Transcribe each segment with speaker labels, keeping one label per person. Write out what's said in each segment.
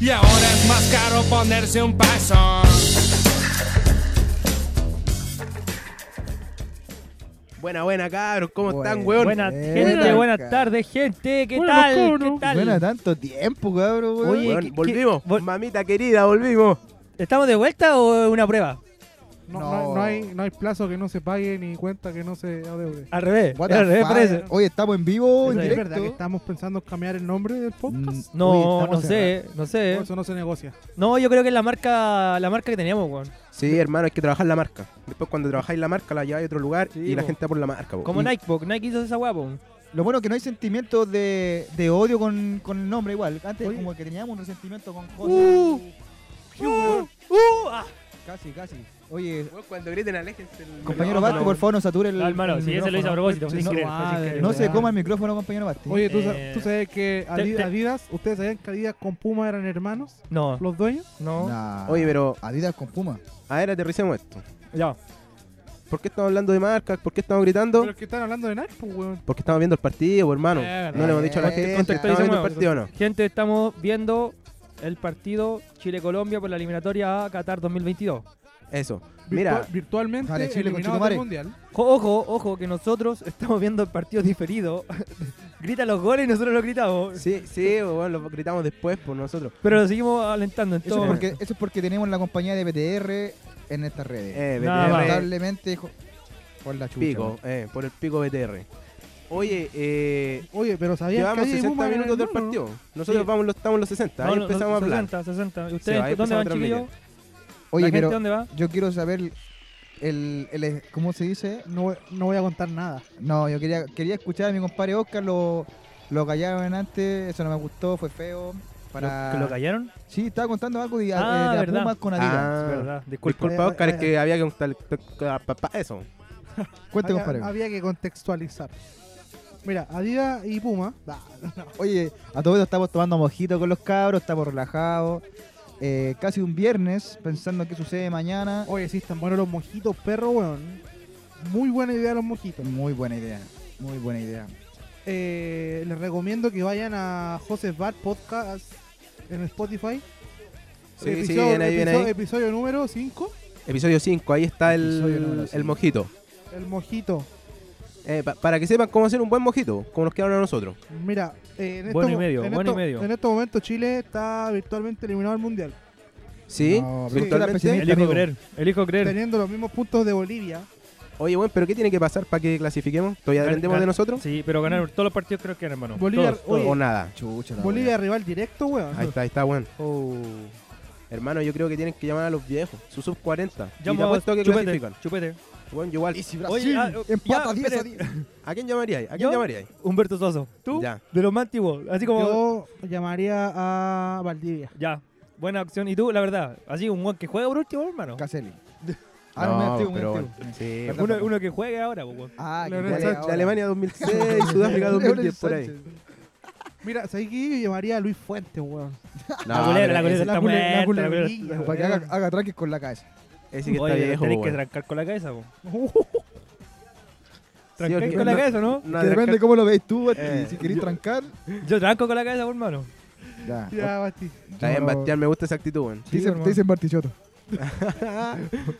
Speaker 1: es más caro ponerse un paso.
Speaker 2: Buena, buena, cabros. ¿Cómo están,
Speaker 3: Buena.
Speaker 2: weón?
Speaker 4: Buenas
Speaker 3: Buena,
Speaker 4: gente, buenas
Speaker 3: ca-
Speaker 4: tardes, gente. ¿Qué
Speaker 1: Buena,
Speaker 4: tal?
Speaker 1: ¿cómo no?
Speaker 4: ¿Qué tal?
Speaker 3: Buena, tanto tiempo, cabrón, weón.
Speaker 4: Oye,
Speaker 2: Weón,
Speaker 4: ¿qué- qué-
Speaker 2: volvimos.
Speaker 4: vol-
Speaker 2: Mamita querida, volvimos.
Speaker 4: ¿Estamos de vuelta o es una prueba?
Speaker 5: No,
Speaker 3: No.
Speaker 5: no. hay- no hay, no hay plazo que no se pague ni cuenta que no se adeude.
Speaker 4: Al revés.
Speaker 3: What the
Speaker 4: al revés
Speaker 3: fuck.
Speaker 4: parece.
Speaker 3: Oye, estamos en vivo, Oh, en
Speaker 4: Eso
Speaker 5: ¿Es
Speaker 3: directo.
Speaker 5: verdad que estamos pensando en cambiar el nombre del podcast?
Speaker 3: Mm, oye,
Speaker 4: No,
Speaker 3: estamos
Speaker 4: no sé, no sé.
Speaker 5: No, eso no se negocia.
Speaker 4: No, yo creo que es la marca, la marca que teníamos, weón.
Speaker 2: Sí, hermano, hay que trabajar la marca. Después, cuando trabajáis la marca, la lleváis a otro lugar
Speaker 4: Sí,
Speaker 2: y la
Speaker 4: po.
Speaker 2: gente va por la marca. po.
Speaker 4: Como
Speaker 2: Y-
Speaker 4: Nike, po, Nike hizo esa weá, po.
Speaker 3: Lo bueno es que no hay sentimientos de, de odio con, con el nombre igual. Antes
Speaker 5: Oye.
Speaker 3: como que teníamos un resentimiento con cosas.
Speaker 4: Uh, uh, uh, ah.
Speaker 3: Casi, casi. Oye,
Speaker 2: Weón, Cuando griten, aléjense. del
Speaker 3: compañero
Speaker 4: no,
Speaker 3: Basti,
Speaker 4: no.
Speaker 3: por favor, no sature el
Speaker 4: No, hermano,
Speaker 3: el
Speaker 4: sí, ese lo
Speaker 3: micrófono.
Speaker 4: hizo a propósito. fue sin
Speaker 5: Su
Speaker 4: querer, fue sin
Speaker 5: madre,
Speaker 4: querer.
Speaker 3: No se
Speaker 5: weón.
Speaker 3: coma el micrófono, compañero Basti.
Speaker 5: Oye, ¿tú, sa-
Speaker 4: Eh,
Speaker 5: tú sabes que Adi-
Speaker 4: te- te-
Speaker 5: Adidas, ¿ustedes sabían que Adidas con Puma eran hermanos?
Speaker 4: No,
Speaker 5: ¿Los dueños?
Speaker 4: no.
Speaker 3: Nah.
Speaker 2: Oye, pero
Speaker 3: Adidas con Puma.
Speaker 2: a ver, aterricemos esto.
Speaker 4: Ya.
Speaker 2: ¿Por qué estamos hablando de marcas? ¿Por qué estamos gritando?
Speaker 5: Pero es que están hablando de Nike, pues, weón.
Speaker 2: Porque estamos viendo el partido, po, hermano.
Speaker 5: Eh,
Speaker 2: No le hemos dicho a la
Speaker 3: eh,
Speaker 2: gente que
Speaker 3: contextualicemos,
Speaker 2: estamos viendo el partido o no.
Speaker 4: Gente, estamos viendo el partido Chile-Colombia por la eliminatoria a Qatar 2022.
Speaker 2: Eso.
Speaker 5: Virtua-
Speaker 2: Mira,
Speaker 5: virtualmente
Speaker 3: Dale, Chile,
Speaker 5: eliminados
Speaker 3: conchetumare.
Speaker 5: del mundial.
Speaker 4: Jo- Ojo, ojo, que nosotros estamos viendo el partido diferido. Grita los goles y nosotros los gritamos.
Speaker 2: sí, sí, bueno, lo gritamos después por nosotros.
Speaker 4: Pero lo seguimos alentando en
Speaker 3: Eso,
Speaker 4: todo.
Speaker 3: es porque, eso es porque tenemos la compañía de BTR en estas redes.
Speaker 2: Eh,
Speaker 4: Nada
Speaker 2: BTR,
Speaker 3: Lamentablemente, jo- por la chucha.
Speaker 2: pico, eh, por el pico BTR. Oye, eh,
Speaker 5: Oye, pero ¿sabían que
Speaker 2: llevamos
Speaker 5: Adidas y
Speaker 2: 60
Speaker 5: Puma eran
Speaker 2: minutos del
Speaker 5: hermanos?
Speaker 2: partido. Nosotros
Speaker 4: Sí.
Speaker 2: vamos, los- estamos en los 60, ahí
Speaker 4: No, no,
Speaker 2: empezamos a hablar.
Speaker 4: 60, 60. ¿Y
Speaker 2: Sí, ahí
Speaker 4: ustedes dónde
Speaker 2: empezamos a
Speaker 4: van, chiquillos?
Speaker 2: transmitir.
Speaker 4: ¿La
Speaker 3: Oye,
Speaker 4: gente
Speaker 3: pero
Speaker 4: dónde va?
Speaker 3: yo quiero saber el, el- ¿Cómo se dice?
Speaker 5: No, voy- no voy a contar nada.
Speaker 3: No, yo quería, quería escuchar a mi compadre Oscar, lo, lo callaron antes, eso no me gustó, fue feo. Para...
Speaker 4: ¿Que lo callaron?
Speaker 2: Este
Speaker 3: Sí, estaba contando algo de,
Speaker 4: Ah,
Speaker 3: eh, de
Speaker 4: verdad.
Speaker 3: Pumas con Adidas.
Speaker 2: Ah,
Speaker 4: verdad, disculpa.
Speaker 2: Disculpa, Oscar, es que había que gustar eso.
Speaker 3: Cuente,
Speaker 5: había,
Speaker 3: compadre.
Speaker 5: había que contextualizar. Mira, Adidas y Puma. Nah, no.
Speaker 3: Oye, a todo esto estamos tomando mojito con los cabros, estamos relajados. eh, casi un viernes, pensando qué sucede mañana.
Speaker 5: Oye, sí, están buenos los mojitos, perro, weón. Muy buena idea los mojitos.
Speaker 3: Muy buena idea, muy buena idea.
Speaker 5: Eh, les recomiendo que vayan a José Bar Podcast en Spotify.
Speaker 2: Sí, sí, viene ahí, viene
Speaker 5: episodio-
Speaker 2: ahí.
Speaker 5: episodio número 5,
Speaker 2: Episodio 5, ahí está
Speaker 3: Episodio número
Speaker 2: el, el
Speaker 3: cinco.
Speaker 2: mojito.
Speaker 5: el mojito.
Speaker 2: Eh, pa- para que sepan cómo hacer un buen mojito, como nos quedaron a nosotros.
Speaker 5: Mira, eh, en,
Speaker 4: Bueno
Speaker 5: estos-
Speaker 4: y medio,
Speaker 5: en
Speaker 4: bueno y
Speaker 5: estos-
Speaker 4: medio.
Speaker 5: en estos momentos Chile está virtualmente eliminado del Mundial,
Speaker 2: ¿Sí?
Speaker 3: No, pero
Speaker 2: virtualmente.
Speaker 3: tú eras pesimista.
Speaker 4: Elijo
Speaker 3: amigo.
Speaker 4: creer, elijo creer.
Speaker 5: teniendo los mismos puntos de Bolivia.
Speaker 2: Oye, bueno, pero ¿qué tiene que pasar para que clasifiquemos? ¿Todavía
Speaker 4: Gan-
Speaker 2: dependemos
Speaker 4: gan-
Speaker 2: de nosotros?
Speaker 4: Sí, pero ganaron todos los partidos creo que eran, hermano.
Speaker 5: Bolivia,
Speaker 4: Todos,
Speaker 5: oye,
Speaker 2: ¿O nada?
Speaker 3: Chucha, la
Speaker 5: Bolivia rival directo, weón.
Speaker 2: Ahí está, ahí está, bueno. Hermano, yo creo que tienen que llamar a los viejos, su sub 40. Y te
Speaker 4: Llamo a
Speaker 2: apuesto que
Speaker 4: Chupete,
Speaker 2: clasifican.
Speaker 4: Chupete.
Speaker 2: Bueno, yo igual.
Speaker 3: Y si
Speaker 4: Oye,
Speaker 3: Brasil
Speaker 4: ah, ya,
Speaker 3: empata 10 a
Speaker 4: espere.
Speaker 3: 10.
Speaker 2: ¿A quién llamaríais? ¿A quién
Speaker 4: ¿Yo?
Speaker 2: llamaríais?
Speaker 4: Humberto Soso. ¿Tú?
Speaker 2: Ya.
Speaker 4: De los más antiguos. Así como...
Speaker 5: Yo llamaría a Valdivia.
Speaker 4: Ya. Buena opción. ¿Y tú, la verdad? Así, un buen que juega por último, hermano.
Speaker 3: Caselli. Ah, no, muy antiguo, muy antiguo.
Speaker 2: sí.
Speaker 3: Perdón,
Speaker 4: Uno,
Speaker 3: perdón.
Speaker 4: uno que juegue ahora, po, weón.
Speaker 3: Ah, que
Speaker 5: Leonel
Speaker 3: juegue
Speaker 5: Sánchez.
Speaker 3: ahora.
Speaker 2: De Alemania 2006, Eh, Sudáfrica 2010, por ahí.
Speaker 3: Leonel Sánchez.
Speaker 5: Mira, ¿sabes qué? Yo llamaría a Luis Fuentes, weón.
Speaker 4: La culera,
Speaker 2: pero
Speaker 4: la culera
Speaker 2: ese-
Speaker 4: está
Speaker 5: cule- la
Speaker 4: muerta. la culera.
Speaker 5: culebrilla,
Speaker 3: Para que haga, haga tranqui con la cabeza.
Speaker 2: Ese que está
Speaker 4: Oye,
Speaker 2: viejo,
Speaker 4: tenés que
Speaker 2: weón.
Speaker 4: trancar con la cabeza, po.
Speaker 5: weón.
Speaker 4: Trancar
Speaker 2: porque
Speaker 4: con la
Speaker 2: no-
Speaker 4: cabeza, ¿no?
Speaker 2: No,
Speaker 3: que depende
Speaker 2: tranca-
Speaker 3: cómo lo veis tú, Basti.
Speaker 2: Eh,
Speaker 3: si queréis trancar,
Speaker 4: Yo tranco con la cabeza, po, hermano.
Speaker 3: ya.
Speaker 5: Ya, Basti.
Speaker 2: Está bien,
Speaker 3: Yo-
Speaker 2: Bastián, me gusta esa actitud, weón.
Speaker 3: Te dicen,
Speaker 4: hermano.
Speaker 3: te dicen Bartichotto.
Speaker 5: Oye,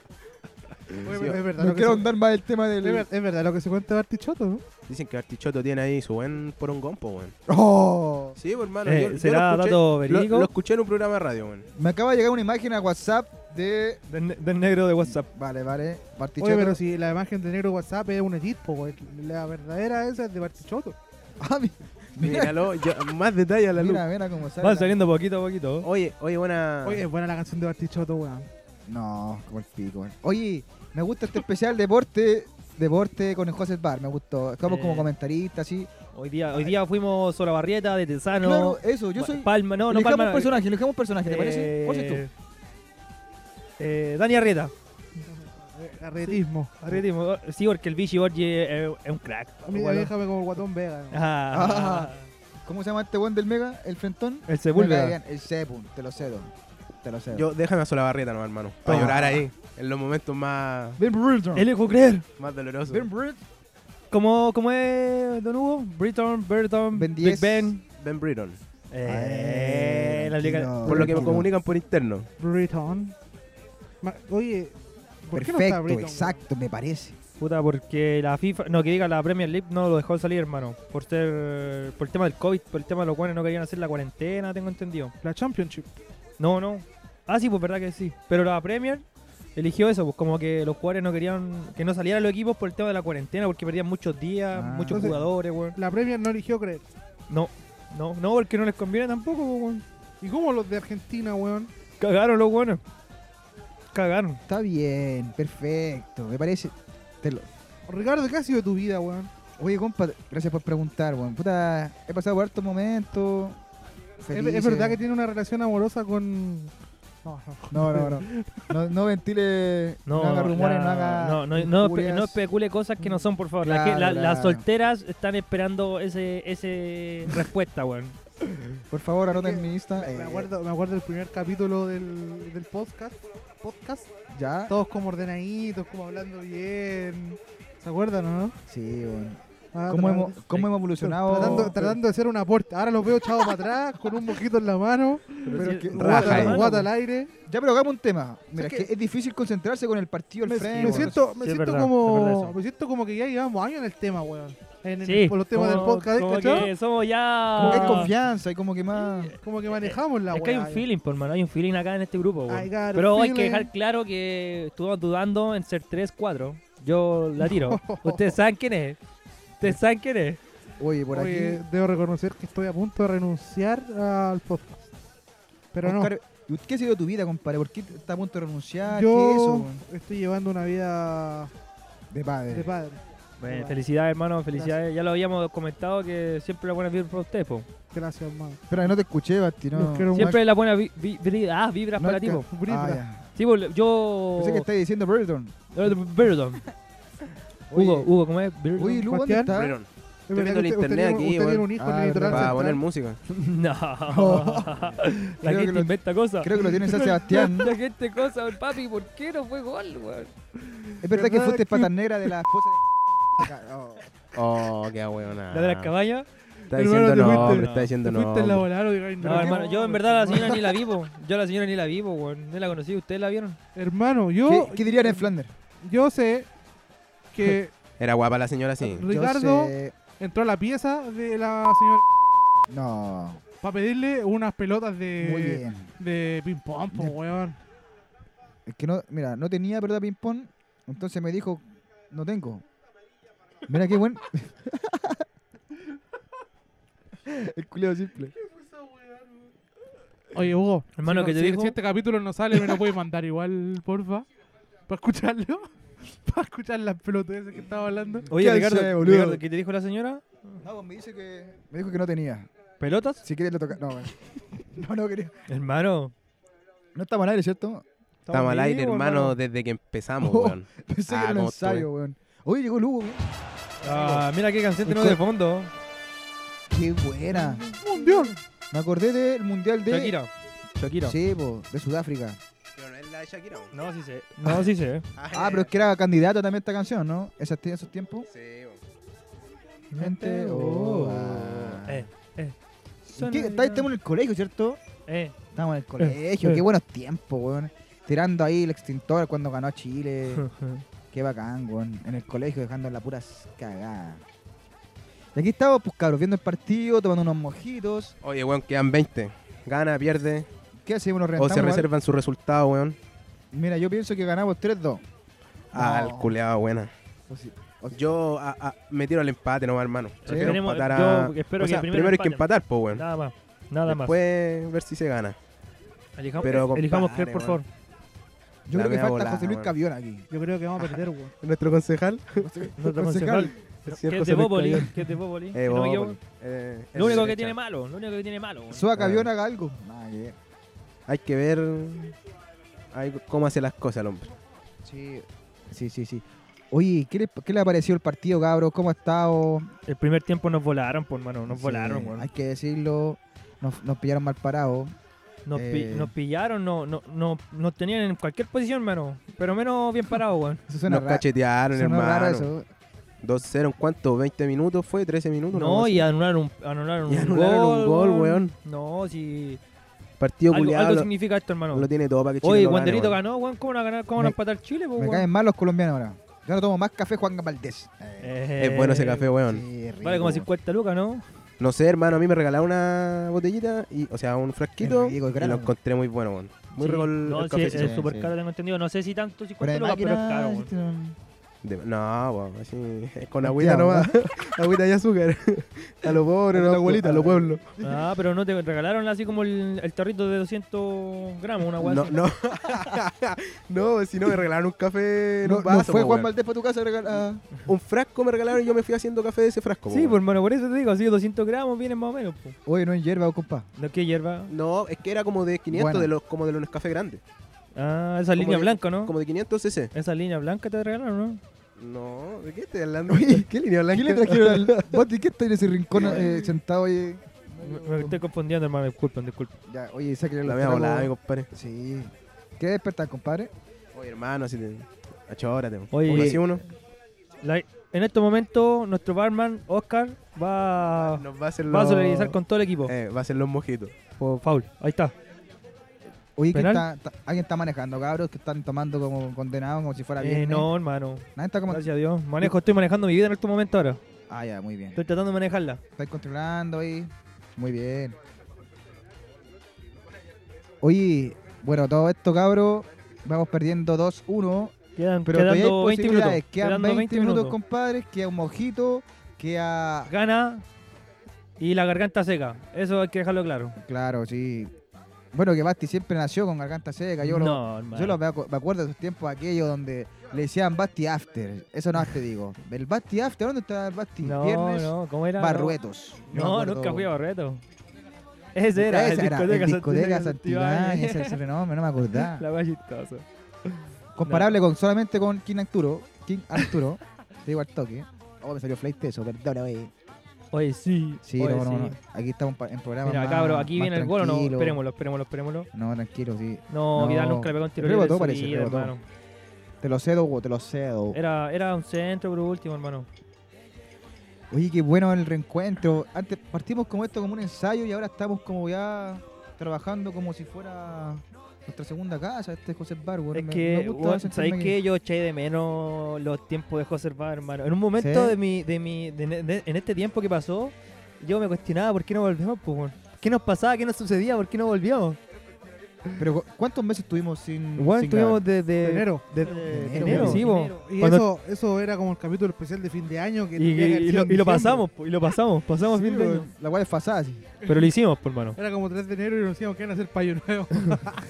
Speaker 2: Sí,
Speaker 5: es verdad. lo
Speaker 3: No
Speaker 5: que
Speaker 3: quiero
Speaker 5: se-
Speaker 3: ahondar más el tema
Speaker 5: es,
Speaker 3: del...
Speaker 5: ver- es verdad lo que se cuenta de Artichoto, ¿no?
Speaker 2: Dicen que Artichoto tiene ahí su buen porongón, po, weón.
Speaker 3: ¡Oh!
Speaker 2: Sí, pues, hermano.
Speaker 4: Eh,
Speaker 2: yo- yo lo
Speaker 4: ¿será
Speaker 2: escuché-
Speaker 4: dato
Speaker 2: lo,
Speaker 4: verídico?
Speaker 2: lo escuché en un programa de radio, weón.
Speaker 3: Me acaba de llegar una imagen a WhatsApp de...
Speaker 4: Del, ne- del negro de WhatsApp.
Speaker 3: Vale, vale. Bartichotto.
Speaker 5: Oye, pero si la imagen de negro WhatsApp es un equipo, weón. La verdadera esa es de Artichoto.
Speaker 3: Ah, mi- mira,
Speaker 2: Míralo, yo- más detalle a la luz.
Speaker 3: mira, mira cómo sale.
Speaker 4: Van
Speaker 3: la-
Speaker 4: saliendo poquito a poquito.
Speaker 2: Oye, oye, buena.
Speaker 5: Oye, es buena la canción de Bartichotto, weón.
Speaker 3: No, como el pico. weón. Oye, me gusta este especial deporte... Deporte con el José Bar, me gustó. Estamos
Speaker 4: Eh.
Speaker 3: como comentaristas, así.
Speaker 4: Hoy día, hoy día fuimos Solabarrieta, de Tesano.
Speaker 3: Claro, eso, yo soy...
Speaker 4: Palma, no, no
Speaker 3: Elijamos
Speaker 4: Palma.
Speaker 3: un personaje, elijamos un personaje, ¿te parece? ¿Cuál es tú?
Speaker 4: Eh, eh, Dani Arrieta.
Speaker 5: Eh, Arretismo.
Speaker 4: Arrietismo. Sí, porque el Vichy Borgi es, es un crack.
Speaker 5: A mí la
Speaker 4: Bueno.
Speaker 5: vieja me como el guatón Vega. ¿no?
Speaker 4: Ah.
Speaker 3: ¿Cómo se llama este buen del Mega? ¿El Frentón?
Speaker 4: El
Speaker 3: Me
Speaker 4: Sepúlveda.
Speaker 3: cae bien, El Sepun, te lo cedo. Te lo cedo.
Speaker 2: Yo, déjame a sola barreta, no, hermano. Para
Speaker 3: Ah.
Speaker 2: llorar ahí. En los momentos más,
Speaker 3: Ben Britton.
Speaker 4: Elijo creer.
Speaker 2: más dolorosos.
Speaker 3: Ben Britton.
Speaker 4: ¿Cómo, cómo es Don Hugo? Britton, Burton,
Speaker 3: Ben
Speaker 4: Big
Speaker 3: 10.
Speaker 4: Ben,
Speaker 2: Ben Britton.
Speaker 4: Eh,
Speaker 3: Ay,
Speaker 4: la liga-
Speaker 3: tranquilo.
Speaker 2: Por lo que me
Speaker 3: Tranquilo.
Speaker 2: comunican por interno.
Speaker 5: Britton. Ma- Oye, ¿por qué no está
Speaker 3: Perfecto,
Speaker 5: Britton?
Speaker 3: exacto, me parece.
Speaker 4: Puta, porque la FIFA, no, que diga la Premier League no lo dejó salir, hermano. Por ser, por el tema del COVID, por el tema de los cuales no querían hacer la cuarentena, tengo entendido.
Speaker 5: La Championship.
Speaker 4: No, no. Ah, sí, pues verdad que sí. Pero la Premier eligió eso, pues como que los jugadores no querían que no salieran los equipos por el tema de la cuarentena, porque perdían muchos días,
Speaker 3: Ah.
Speaker 4: muchos
Speaker 5: Entonces-
Speaker 4: jugadores, weón.
Speaker 5: La Premier no eligió creer.
Speaker 4: No, no, no, porque no les conviene tampoco, pues, weón.
Speaker 5: ¿Y cómo los de Argentina, weón?
Speaker 4: Cagaron los buenos. Cagaron.
Speaker 3: Está bien, perfecto, me parece. Te lo-
Speaker 5: Ricardo, ¿qué ha sido de tu vida, weón?
Speaker 3: Oye, compa, gracias por preguntar, weón. Puta, he pasado por hartos momentos.
Speaker 5: ¿Es,
Speaker 3: felices.
Speaker 5: es verdad que tiene una relación amorosa con. No, no.
Speaker 3: No, no, no. No, no ventile, no,
Speaker 4: No,
Speaker 3: haga rumores,
Speaker 4: la-
Speaker 3: no haga.
Speaker 4: no, no, no espe-
Speaker 3: lujurias.
Speaker 4: no especule cosas que no son, por favor. La
Speaker 3: Claro,
Speaker 4: que- la-
Speaker 3: la-
Speaker 4: Las solteras están esperando ese, ese respuesta, weón.
Speaker 3: Por favor, anota en mi
Speaker 5: Me,
Speaker 3: Insta.
Speaker 5: me
Speaker 3: eh,
Speaker 5: acuerdo, me acuerdo del primer capítulo del, del podcast. Podcast.
Speaker 3: Ya.
Speaker 5: Todos como ordenaditos, como hablando bien. ¿Se acuerdan o no?
Speaker 3: Sí, weón.
Speaker 5: Ah,
Speaker 3: ¿Cómo eh.
Speaker 5: tra-
Speaker 3: hemos, cómo hemos evolucionado?
Speaker 5: Tratando, tratando de hacer un aporte. Ahora los veo echados para atrás, con un mojito en la mano,
Speaker 3: Pero
Speaker 4: sí,
Speaker 3: que-
Speaker 5: guata,
Speaker 2: Raja, eh.
Speaker 5: guata al aire.
Speaker 3: Ya, pero hagamos un tema. Mira,
Speaker 5: Es
Speaker 3: es que, es difícil concentrarse con el partido al
Speaker 5: Me,
Speaker 3: frente.
Speaker 5: me
Speaker 3: weón.
Speaker 5: siento, me
Speaker 4: Sí, es
Speaker 5: siento
Speaker 4: verdad, es verdad
Speaker 5: como,
Speaker 4: eso.
Speaker 5: me siento como que ya llevamos años en el tema, weón. En, en
Speaker 4: Sí,
Speaker 5: el- por los temas del
Speaker 4: como-
Speaker 5: podcast,
Speaker 4: como
Speaker 5: ¿cachai?
Speaker 4: que eh, somos
Speaker 3: Como
Speaker 4: ya.
Speaker 3: que
Speaker 5: Ah.
Speaker 3: hay confianza y como que más.
Speaker 5: Como que manejamos la
Speaker 4: Es que hay un
Speaker 5: weá.
Speaker 4: feeling, por mano, hay un feeling acá en este grupo, weón.
Speaker 5: I got a
Speaker 4: Pero hay que
Speaker 5: feeling.
Speaker 4: dejar claro que estuvimos dudando en ser 3, 4. Yo la tiro. Ustedes saben quién es. Ustedes saben quién es.
Speaker 3: Oye, por
Speaker 5: Oye,
Speaker 3: aquí.
Speaker 5: debo reconocer que estoy a punto de renunciar al podcast. Pero no,
Speaker 3: Oscar, ¿y ¿Qué ha sido tu vida, compadre? ¿Por qué está a punto de renunciar? Ah, ¿Qué es eso?
Speaker 5: yo
Speaker 3: weón?
Speaker 5: estoy llevando una vida
Speaker 3: De padre.
Speaker 5: de padre.
Speaker 4: Bueno, felicidades, hermano, felicidades. Ya lo habíamos comentado que siempre la buena vibra para ustedes, po.
Speaker 5: Gracias, hermano.
Speaker 3: Espera, que no te escuché, Basti. No.
Speaker 5: Los quiero
Speaker 4: Siempre la buena vi- vi- vi- ah, vibra
Speaker 3: No
Speaker 4: para ti,
Speaker 3: alca-
Speaker 4: po.
Speaker 5: Britton.
Speaker 3: Ah, ya.
Speaker 4: Sí, po, le- yo.
Speaker 3: Pensé que estáis diciendo Burton.
Speaker 4: Perdón. Hugo, Hugo, ¿cómo es? Perdón.
Speaker 3: Oye, Lu, ¿dónde
Speaker 5: Bastián.
Speaker 3: estás?
Speaker 2: Fueron.
Speaker 5: Es verdad
Speaker 2: ¿Ah? viendo
Speaker 5: que
Speaker 2: el
Speaker 5: usted-
Speaker 2: internet
Speaker 5: usted
Speaker 2: aquí,
Speaker 5: tiene- Usted tiene
Speaker 2: weón.
Speaker 5: un hijo en
Speaker 3: Ah,
Speaker 5: el litoral
Speaker 3: verdad.
Speaker 2: Para
Speaker 5: central.
Speaker 2: poner música.
Speaker 4: No. la
Speaker 3: Creo que
Speaker 4: gente
Speaker 3: lo-
Speaker 4: inventa cosas.
Speaker 3: Creo que lo tiene en San Sebastián.
Speaker 4: La gente cosa, papi, ¿por qué no fue gol, weón?
Speaker 3: es verdad que
Speaker 5: ¿Verdad
Speaker 3: fuiste
Speaker 5: que-
Speaker 3: patas negras de la esposa de... Oh,
Speaker 2: Oh, qué
Speaker 3: Ah.
Speaker 2: huevona.
Speaker 4: ¿La de las caballas?
Speaker 2: Está
Speaker 5: Hermano,
Speaker 2: diciendo
Speaker 5: te fuiste.
Speaker 2: no, está
Speaker 5: Te
Speaker 2: diciendo
Speaker 5: fuiste en la
Speaker 2: no.
Speaker 5: volada, lo digáis,
Speaker 4: No,
Speaker 5: pero qué
Speaker 4: hermano, yo en
Speaker 5: hombre,
Speaker 4: verdad a la señora ni la vivo. Yo a la señora ni la vivo, weón. No la conocí, ustedes la vieron.
Speaker 5: Hermano, yo,
Speaker 3: ¿Qué, ¿Qué dirían en Flanders?
Speaker 5: yo sé que
Speaker 2: Era guapa la señora, sí.
Speaker 3: Yo
Speaker 5: Ricardo
Speaker 3: sé-
Speaker 5: entró a la pieza de la señora
Speaker 3: No.
Speaker 5: para pedirle unas pelotas de
Speaker 3: Muy bien.
Speaker 5: de ping pong, po,
Speaker 3: De-
Speaker 5: weón.
Speaker 3: Es que no, mira, no tenía pelota ping pong, entonces me dijo, no tengo. Mira qué buen. El culeo simple.
Speaker 5: Oye, Hugo,
Speaker 4: Hermano,
Speaker 5: si,
Speaker 4: ¿qué
Speaker 5: no-
Speaker 4: te
Speaker 5: si-
Speaker 4: dijo?
Speaker 5: si este capítulo no sale, me lo puedes mandar igual, porfa, para escucharlo. Para escuchar las pelotudeces que estaba hablando.
Speaker 4: Oye,
Speaker 3: ¿Qué
Speaker 4: Ricardo,
Speaker 3: hace, boludo?
Speaker 4: Ricardo, ¿qué te dijo la señora?
Speaker 3: No, pues me dice que. Me dijo que no tenía.
Speaker 4: ¿Pelotas?
Speaker 3: Si quieres lo toca. No, bueno. No, no quería.
Speaker 4: Hermano.
Speaker 3: No estamos al aire, ¿cierto?
Speaker 2: Estamos al aire,
Speaker 4: vivos,
Speaker 2: hermano, desde que empezamos,
Speaker 3: Oh.
Speaker 2: weón.
Speaker 3: Pensé
Speaker 2: Ah,
Speaker 3: que era un
Speaker 2: ¿cómo estuve?
Speaker 3: ensayo, weón. Oye, llegó Lugo, weón.
Speaker 4: Ah, mira qué canción tenemos de fondo.
Speaker 3: Qué buena.
Speaker 5: ¡Mundial!
Speaker 3: Me acordé del mundial de.
Speaker 4: Shakira. Shakira.
Speaker 3: Sí, po, de Sudáfrica.
Speaker 2: Pero no es la de Shakira. weón.
Speaker 4: No, sí sé. No, sí sé.
Speaker 3: Ah, pero es que era candidata también esta canción, ¿no? Esas esos tiempos.
Speaker 2: Sí, weón.
Speaker 3: Gente, oh. ah.
Speaker 4: Eh, eh.
Speaker 3: ¿En qué- está- Estamos en el colegio, ¿cierto?
Speaker 4: Eh.
Speaker 3: Estábamos en el colegio,
Speaker 4: eh.
Speaker 3: qué buenos tiempos, weón. Tirando ahí el extintor cuando ganó Chile. qué bacán, weón. En el colegio dejando la pura cagada. Y aquí estamos, pues cabros, viendo el partido, tomando unos mojitos.
Speaker 2: Oye, weón, quedan 20. Gana, pierde.
Speaker 3: ¿Qué hacemos? Nos
Speaker 2: O
Speaker 3: rentamos,
Speaker 2: Oh, se reservan su resultado, weón.
Speaker 3: Mira, yo pienso que ganamos 3-2.
Speaker 2: Al
Speaker 3: No.
Speaker 2: culeado, buena.
Speaker 3: O si- o si-
Speaker 2: Yo a- a- me tiro al empate nomás, hermano. Prefiero
Speaker 4: Tenemos-
Speaker 2: empatar a-
Speaker 4: yo espero
Speaker 2: o sea,
Speaker 4: que primero
Speaker 2: primero, hay que
Speaker 4: empaten.
Speaker 2: empatar, pues, weón.
Speaker 4: Nada más. Nada más.
Speaker 2: Después ver si se gana.
Speaker 4: Elijamos,
Speaker 2: pero, compadre,
Speaker 4: elijamos creer, por favor.
Speaker 2: bueno.
Speaker 3: Yo
Speaker 2: la
Speaker 3: creo que
Speaker 2: mea
Speaker 3: falta
Speaker 2: volada,
Speaker 3: José Luis
Speaker 2: weón.
Speaker 3: Cavión aquí.
Speaker 5: Yo creo que vamos a perder, weón.
Speaker 2: Nuestro concejal.
Speaker 4: No
Speaker 2: Pues
Speaker 4: te
Speaker 3: Concejal.
Speaker 4: aconsejo.
Speaker 2: el señor
Speaker 4: Que es
Speaker 2: José
Speaker 4: de
Speaker 2: Luis
Speaker 4: Bópoli.
Speaker 2: Cabrera.
Speaker 4: Que es de Bópoli.
Speaker 2: Eh,
Speaker 4: si no me equivoco.
Speaker 2: Bópoli. Eh, es
Speaker 4: Lo único
Speaker 2: derecha.
Speaker 4: que tiene malo, lo único que tiene malo. weón.
Speaker 3: Soa Cavión
Speaker 2: Ah.
Speaker 3: haga algo. Nada que ver.
Speaker 2: Hay que ver ahí cómo hace las cosas el hombre.
Speaker 3: Sí. Sí, sí, sí. Oye, ¿qué le, qué le ha parecido el partido, cabros? ¿Cómo ha estado?
Speaker 4: El primer tiempo nos volaron, por mano, nos
Speaker 3: Sí,
Speaker 4: volaron, weón.
Speaker 3: Hay que decirlo. Nos, nos pillaron mal parados.
Speaker 4: Nos, pi-
Speaker 3: eh.
Speaker 4: nos pillaron, no, no, no, nos tenían en cualquier posición, mano. Pero menos bien parados, weón.
Speaker 3: Eso suena
Speaker 2: Nos
Speaker 3: raro.
Speaker 2: cachetearon,
Speaker 3: Sonó
Speaker 2: hermano.
Speaker 3: raro eso.
Speaker 2: 2-0 en cuánto, 20 minutos fue, 13 minutos.
Speaker 4: No,
Speaker 2: Una
Speaker 4: y
Speaker 2: cosa
Speaker 4: anularon un, anularon
Speaker 2: Y
Speaker 4: un
Speaker 2: anularon
Speaker 4: gol.
Speaker 2: un gol, weón.
Speaker 4: No,
Speaker 2: así.
Speaker 4: si.
Speaker 2: partido
Speaker 4: Algo, algo
Speaker 2: culiado. lo-
Speaker 4: significa esto, hermano.
Speaker 2: Lo tiene todo para que Chile
Speaker 4: Oye,
Speaker 2: no gane,
Speaker 4: Wanderito
Speaker 2: weón.
Speaker 4: ganó, weón. ¿Cómo van a ganar? ¿Cómo van a
Speaker 3: Me-
Speaker 4: empatar Chile, po,
Speaker 3: Me
Speaker 4: weón?
Speaker 3: caen mal los colombianos ahora. Yo no tomo más café Juan Valdés. Eh,
Speaker 4: Eh,
Speaker 2: Es bueno ese café, weón.
Speaker 3: sí, rico,
Speaker 4: Vale como
Speaker 3: weón.
Speaker 4: 50 lucas, ¿no?
Speaker 2: No sé, hermano, a mí me regalaron una botellita, y, o sea, un frasquito,
Speaker 3: Es rico, el
Speaker 2: y
Speaker 3: grano.
Speaker 2: lo encontré muy bueno, weón. Muy
Speaker 6: Sí,
Speaker 2: rico el,
Speaker 6: No,
Speaker 2: el
Speaker 6: sí,
Speaker 2: cafecito.
Speaker 6: es súper
Speaker 2: Sí.
Speaker 6: caro, tengo entendido. No sé si tanto, si
Speaker 3: Fuera de
Speaker 6: cuánto lucas, pero es
Speaker 3: máquina,
Speaker 6: caro, weón.
Speaker 3: este, weón.
Speaker 2: De- no, weón, así, con
Speaker 3: Ya,
Speaker 2: agüita
Speaker 3: weón.
Speaker 2: nomás. agüita y azúcar. a los pobres, no, a los pueblos.
Speaker 4: Ah, pero no te regalaron así como el, el tarrito de 200 gramos, una weá.
Speaker 2: No,
Speaker 4: así.
Speaker 2: no. no, si no, me regalaron un café en
Speaker 3: No,
Speaker 2: un
Speaker 3: no
Speaker 2: vaso.
Speaker 3: fue
Speaker 2: po,
Speaker 3: Juan
Speaker 2: weón.
Speaker 3: Valdés para tu casa a regalar. ah.
Speaker 2: Un frasco me regalaron y yo me fui haciendo café de ese frasco. po,
Speaker 4: Sí,
Speaker 2: weón.
Speaker 4: pues hermano, por eso te digo, así 200 gramos vienen más o menos, po.
Speaker 3: Oye, no es hierba, compa.
Speaker 4: ¿De qué hierba?
Speaker 2: No, es que era como de 500,
Speaker 3: Bueno.
Speaker 2: de los, como de los cafés grandes.
Speaker 4: Ah, esa
Speaker 2: Como
Speaker 4: línea
Speaker 2: de-
Speaker 4: blanca, ¿no?
Speaker 2: Como de 500 cc.
Speaker 4: Esa línea blanca te regalaron, ¿no?
Speaker 2: No, ¿de qué estoy hablando? ¿Qué línea
Speaker 3: ¿Qué le trajeron al... ¿Vos de qué está en ese rincón eh, sentado, oye?
Speaker 4: Me, me estoy confundiendo, hermano, disculpen, disculpen.
Speaker 3: Ya, oye, sáquenle
Speaker 2: La
Speaker 3: los
Speaker 2: voy a
Speaker 3: trapos.
Speaker 2: volar, mi compadre.
Speaker 3: Sí. ¿Qué despertar, compadre?
Speaker 2: Oye, hermano, así te... Achórate.
Speaker 4: Oye.
Speaker 2: Oye. Así uno
Speaker 4: La- en estos momentos, nuestro barman, Oscar, va,
Speaker 2: nos va ah, a hacer los...
Speaker 4: va a solidarizar con todo el equipo.
Speaker 2: Eh, va a hacer los mojitos.
Speaker 4: Por Faul, ahí está.
Speaker 3: Oye, ¿quién
Speaker 4: ¿Penal?
Speaker 3: está, está- alguien está manejando, cabros, que están tomando como condenados, como si fuera
Speaker 4: Eh,
Speaker 3: bien.
Speaker 4: no, hermano.
Speaker 3: Nadie está como...
Speaker 4: Gracias a Dios. Manejo, estoy manejando mi vida en estos momentos ahora.
Speaker 3: Ah, ya, muy bien.
Speaker 4: Estoy tratando de manejarla.
Speaker 3: Estáis controlando ahí. Muy bien. Oye, bueno, todo esto, cabros, vamos perdiendo 2-1.
Speaker 4: Quedan,
Speaker 3: Pero todavía hay
Speaker 4: quedando 20 minutos.
Speaker 3: posibilidades. Quedan
Speaker 4: Quedando
Speaker 3: 20, minutos, compadre. Queda un mojito. Queda.
Speaker 4: Gana y la garganta seca. Eso hay que dejarlo claro.
Speaker 3: Claro, sí. Bueno, que Basti siempre nació con garganta seca. Yo, lo,
Speaker 4: no, hermano.
Speaker 3: yo lo me acu- me acuerdo de esos tiempos aquellos donde le decían Basti After. Eso no te digo. El Basti After, ¿dónde está el Basti?
Speaker 4: No,
Speaker 3: Viernes
Speaker 4: no, ¿cómo era?
Speaker 3: Barruetos. Yo me
Speaker 4: No,
Speaker 3: acuerdo-
Speaker 4: nunca fui a Barreto. Ese era,
Speaker 3: Ese
Speaker 4: el
Speaker 3: era
Speaker 4: discoteca,
Speaker 3: el discoteca
Speaker 4: Santibáñez.
Speaker 3: Santibáñez, ese es el renombre, no me acordaba.
Speaker 4: La wea chistosa.
Speaker 3: Comparable con solamente con King Arturo. King Arturo. te digo al toque. Oh, me salió flight eso, perdona, wey.
Speaker 4: Oye, sí.
Speaker 3: Sí,
Speaker 4: oye,
Speaker 3: no, no,
Speaker 4: sí.
Speaker 3: no. Aquí estamos pa- en programa.
Speaker 4: Mira,
Speaker 3: más-
Speaker 4: cabros, aquí
Speaker 3: más
Speaker 4: viene el gol o no.
Speaker 3: tranquilo.
Speaker 4: Esperémoslo, esperémoslo, esperémoslo.
Speaker 3: No, tranquilo, sí.
Speaker 4: No,
Speaker 3: No.
Speaker 4: Vidal nunca le pegó un tiro libre.
Speaker 3: Rebotó,
Speaker 4: en su
Speaker 3: parece,
Speaker 4: vida,
Speaker 3: rebotó.
Speaker 4: hermano.
Speaker 3: Te lo cedo, Hugo, te lo cedo.
Speaker 4: Era, era un centro por último, hermano.
Speaker 3: Oye, qué bueno el reencuentro. Antes partimos como esto, como un ensayo, y ahora estamos como ya trabajando como si fuera nuestra segunda casa, este José Bar, weón.
Speaker 4: Es
Speaker 3: Me-
Speaker 4: que,
Speaker 3: me gusta
Speaker 4: weón,
Speaker 3: sentirme
Speaker 4: ¿sabéis
Speaker 3: aquí.
Speaker 4: qué? Yo eché de menos los tiempos de José Hermano, hermano. En un momento
Speaker 3: ¿Sí?
Speaker 4: de mi, de mi, de ne- de- en este tiempo que pasó, yo me cuestionaba por qué no volvemos, pues, weón. ¿Qué nos pasaba? ¿Qué nos sucedía? ¿Por qué no volvíamos?
Speaker 3: Pero ¿cu- ¿cuántos meses estuvimos sin.
Speaker 4: Weón,
Speaker 3: sin
Speaker 4: estuvimos
Speaker 3: grabar?
Speaker 4: desde...
Speaker 5: enero.
Speaker 4: desde-
Speaker 5: Eh,
Speaker 4: enero, sí, vos.
Speaker 5: Y
Speaker 4: Cuando-
Speaker 5: eso, eso era como el capítulo especial de fin de año. Que
Speaker 4: Y,
Speaker 5: tenía que haber
Speaker 4: y
Speaker 5: sido en
Speaker 4: lo, y lo
Speaker 5: diciembre.
Speaker 4: pasamos, po, y lo pasamos, pasamos bien de
Speaker 3: Pero
Speaker 4: año.
Speaker 3: La cual es fasada, sí.
Speaker 4: Pero lo hicimos, por hermano.
Speaker 5: Era como 3 de enero y nos decíamos que iban a hacer payo nuevo.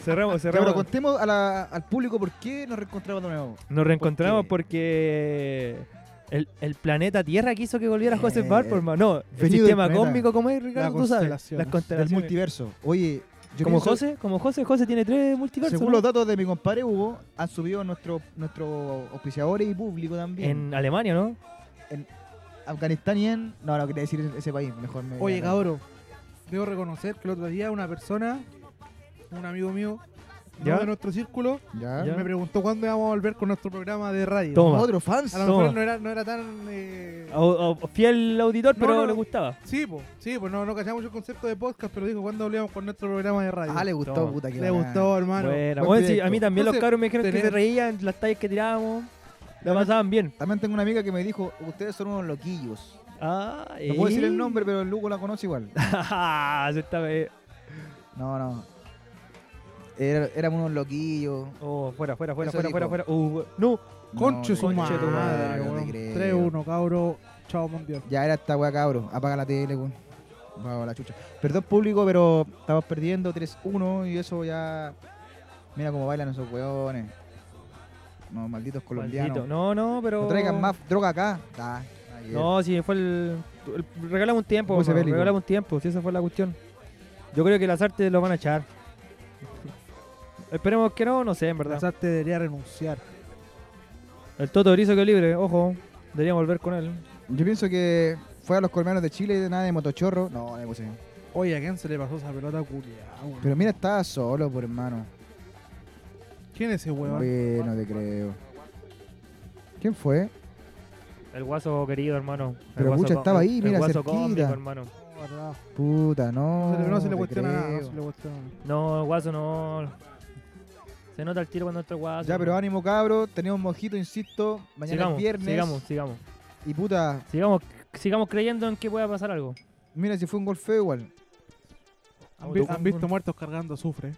Speaker 4: Cerramos,
Speaker 3: Ya, pero
Speaker 4: cerramos.
Speaker 3: contemos a la- al público por qué nos reencontramos de nuevo.
Speaker 4: Nos reencontramos
Speaker 3: ¿Por
Speaker 4: porque el, el planeta Tierra quiso que volviera José
Speaker 3: Eh,
Speaker 4: Bar, por hermano. No, el
Speaker 3: venido
Speaker 4: sistema
Speaker 3: del planeta.
Speaker 4: cósmico, como es, Ricardo, tú sabes.
Speaker 5: constelaciones.
Speaker 4: Las
Speaker 3: Del
Speaker 4: constelaciones.
Speaker 3: multiverso. Oye, yo
Speaker 4: Como
Speaker 3: pienso-
Speaker 4: José, como José, José tiene tres multiversos.
Speaker 3: Según
Speaker 4: ¿no?
Speaker 3: los datos de mi compadre Hugo, han subido nuestros nuestros auspiciadores y público también.
Speaker 4: En Alemania, ¿no?
Speaker 3: Afganistán y en. No, no quería decir ese país, mejor me.
Speaker 5: Oye, cabrón, debo reconocer que el otro día una persona, un amigo mío, no
Speaker 4: ¿Ya?
Speaker 5: de nuestro círculo,
Speaker 3: Ya.
Speaker 4: Ya.
Speaker 5: me preguntó cuándo íbamos a volver con nuestro programa de radio.
Speaker 4: Toma. Ah,
Speaker 3: Otro fans.
Speaker 5: A lo mejor
Speaker 4: Toma.
Speaker 5: no era, no era tan... eh,
Speaker 4: O- o- fiel auditor,
Speaker 5: No,
Speaker 4: pero
Speaker 5: no.
Speaker 4: le gustaba.
Speaker 5: Sí, pues, sí, pues no, no cachamos el concepto de podcast, pero dijo cuándo volvíamos con nuestro programa de radio.
Speaker 3: Ah, le gustó,
Speaker 4: Toma.
Speaker 3: puta que
Speaker 5: Le gustó, hermano.
Speaker 4: Buena.
Speaker 3: buen
Speaker 4: Bueno, sí,
Speaker 3: proyecto.
Speaker 4: a mí también los
Speaker 5: Entonces,
Speaker 4: cabros me dijeron que
Speaker 5: tener-
Speaker 4: se reían las tallas que tirábamos. La pasaban bien.
Speaker 3: También tengo una amiga que me dijo, ustedes son unos loquillos.
Speaker 4: Ah,
Speaker 3: No puedo decir el nombre, pero el Hugo la conoce igual.
Speaker 4: Se está ve-
Speaker 3: No, no. Era- éramos unos loquillos.
Speaker 4: Oh, fuera, fuera, fuera,
Speaker 3: Eso
Speaker 4: fuera, fuera,
Speaker 3: dijo.
Speaker 4: fuera. Uh, no,
Speaker 5: Conche
Speaker 3: No,
Speaker 5: su
Speaker 3: no,
Speaker 5: madre,
Speaker 3: conche tu madre, no te
Speaker 5: weón.
Speaker 3: creo.
Speaker 5: 3-1, cabro. Chao, mundial.
Speaker 3: Ya era esta weá, cabro. Apaga la tele, weón. Vamos a la chucha. Perdón, público, pero estamos perdiendo 3-1 y eso ya. Mira cómo bailan esos weones. No, malditos colombianos.
Speaker 4: maldito. No, no, pero.
Speaker 3: No traigan más droga acá. Da, ayer.
Speaker 4: No, si fue el, el- Regalamos un tiempo,
Speaker 3: Puse
Speaker 4: hermano,
Speaker 3: bélico.
Speaker 4: regalamos un tiempo, si esa fue la cuestión. Yo creo que las artes lo van a echar. Esperemos que no, no sé, en verdad.
Speaker 5: Pensar te debería renunciar.
Speaker 4: El Toto Brizo que libre, ojo. Deberíamos volver con él.
Speaker 3: Yo pienso que fue a los colombianos de Chile nada de motochorro. No, no puse.
Speaker 5: Oye, ¿a quién se le pasó esa pelota culiada, weón?
Speaker 3: Pero mira, estaba solo, por hermano.
Speaker 5: ¿Quién es ese weón?
Speaker 3: Bueno, te creo. ¿Quién fue?
Speaker 4: El guaso querido, hermano. El
Speaker 3: Pero
Speaker 4: guaso
Speaker 3: pucha,
Speaker 4: có-
Speaker 3: estaba ahí,
Speaker 4: el
Speaker 3: mira,
Speaker 4: guaso
Speaker 3: cerquita.
Speaker 4: cósmico, hermano.
Speaker 3: Puta, no.
Speaker 5: No se le- no se le
Speaker 3: te
Speaker 5: cuestiona nada, no
Speaker 3: creo.
Speaker 5: se le cuestiona nada.
Speaker 4: No, guaso, no. Se nota el tiro cuando entra el guaso.
Speaker 3: Ya, pero ánimo, cabro. Tenemos mojito, insisto. Mañana
Speaker 4: sigamos,
Speaker 3: es viernes.
Speaker 4: Sigamos, sigamos.
Speaker 3: Y puta,
Speaker 4: Sigamos, sigamos creyendo en que pueda pasar algo.
Speaker 3: mira si fue un gol feo igual.
Speaker 5: Han,
Speaker 4: Auto-
Speaker 5: vi- han visto muertos cargando azufre.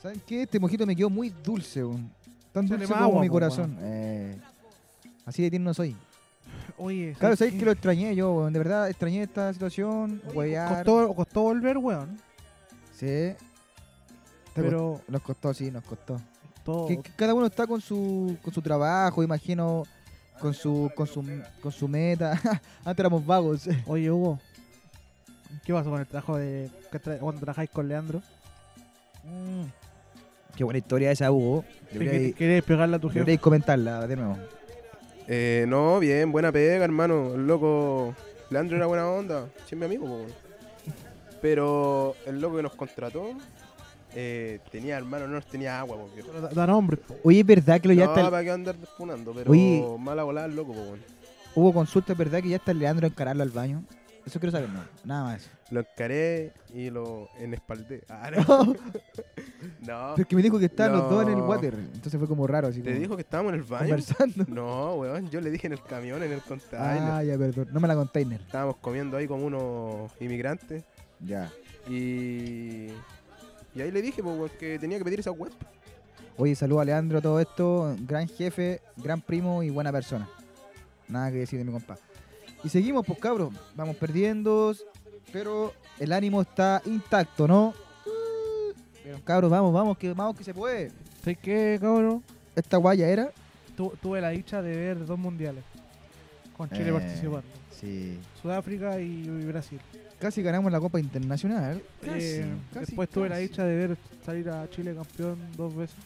Speaker 3: ¿Saben qué? Este mojito me quedó muy dulce, weón. Tan
Speaker 5: Échale
Speaker 3: dulce
Speaker 5: más
Speaker 3: como
Speaker 5: agua,
Speaker 3: mi
Speaker 5: po,
Speaker 3: corazón. Eh, así de tierno soy.
Speaker 5: Oye,
Speaker 3: Claro,
Speaker 5: ¿sabes
Speaker 3: sabéis
Speaker 5: qué?
Speaker 3: que lo extrañé yo, weón. De verdad, extrañé esta situación. Huevear.
Speaker 5: Costó, costó volver, weón.
Speaker 3: Sí. Te costó-
Speaker 5: Pero Oh.
Speaker 3: Nos costó, sí, nos costó.
Speaker 5: todo.
Speaker 3: Que, que cada uno está con su, con su trabajo, imagino, con su, con su, con su meta. Antes éramos vagos.
Speaker 5: Oye, Hugo. ¿Qué pasó con el trabajo de que tra- cuando trabajáis con Leandro?
Speaker 3: Qué buena historia esa, Hugo.
Speaker 5: ¿Queréis
Speaker 3: Deberíais
Speaker 5: pegarle a tu jefe?
Speaker 3: deberíais comentarla de nuevo.
Speaker 2: Eh, no, bien, buena pega, hermano. El loco. Leandro era buena onda, siempre amigo, po, weón. Pero el loco que nos contrató eh, tenía, hermano, no nos tenía agua, po, viejo.
Speaker 5: Pero Da, da nombre. po.
Speaker 3: Oye, ¿es verdad que lo ya
Speaker 2: no,
Speaker 3: está...
Speaker 2: para qué andar despunando, pero
Speaker 3: Oye.
Speaker 2: mala volada el loco, po, weón.
Speaker 3: Hubo consulta, ¿es verdad que ya está Leandro a encararlo al baño? Eso quiero saber, no. Nada más.
Speaker 2: Lo encaré y lo enespaldé. Ah, no.
Speaker 3: No,
Speaker 2: No.
Speaker 3: Porque me dijo que estaban los dos en el
Speaker 2: No.
Speaker 3: water. Entonces fue como raro, así
Speaker 2: ¿Te
Speaker 3: como
Speaker 2: dijo que estábamos en el baño?
Speaker 3: conversando.
Speaker 2: No, weón, yo le dije en el camión, en el container.
Speaker 3: Ah, ya, perdón. No me la container.
Speaker 2: Estábamos comiendo ahí como unos inmigrantes.
Speaker 3: Ya.
Speaker 2: Y. Y ahí le dije, po, weón, que tenía que pedir esa web.
Speaker 3: Oye, saludo a Leandro, todo esto. Gran jefe, gran primo y buena persona. Nada que decir de mi compa. Y seguimos, pues cabros. Vamos perdiendo, pero el ánimo está intacto, ¿no? Pero cabros, vamos, vamos, que vamos que se puede.
Speaker 5: ¿Sabes qué, cabrón?
Speaker 3: Esta guaya era.
Speaker 5: Tu- tuve la dicha de ver dos mundiales. Con Chile
Speaker 3: Eh.
Speaker 5: participando.
Speaker 3: Sí.
Speaker 5: Sudáfrica y, y Brasil.
Speaker 3: Casi ganamos la Copa Internacional.
Speaker 5: Eh,
Speaker 3: casi,
Speaker 5: después tuve la
Speaker 3: casi.
Speaker 5: dicha de ver salir a Chile campeón dos veces.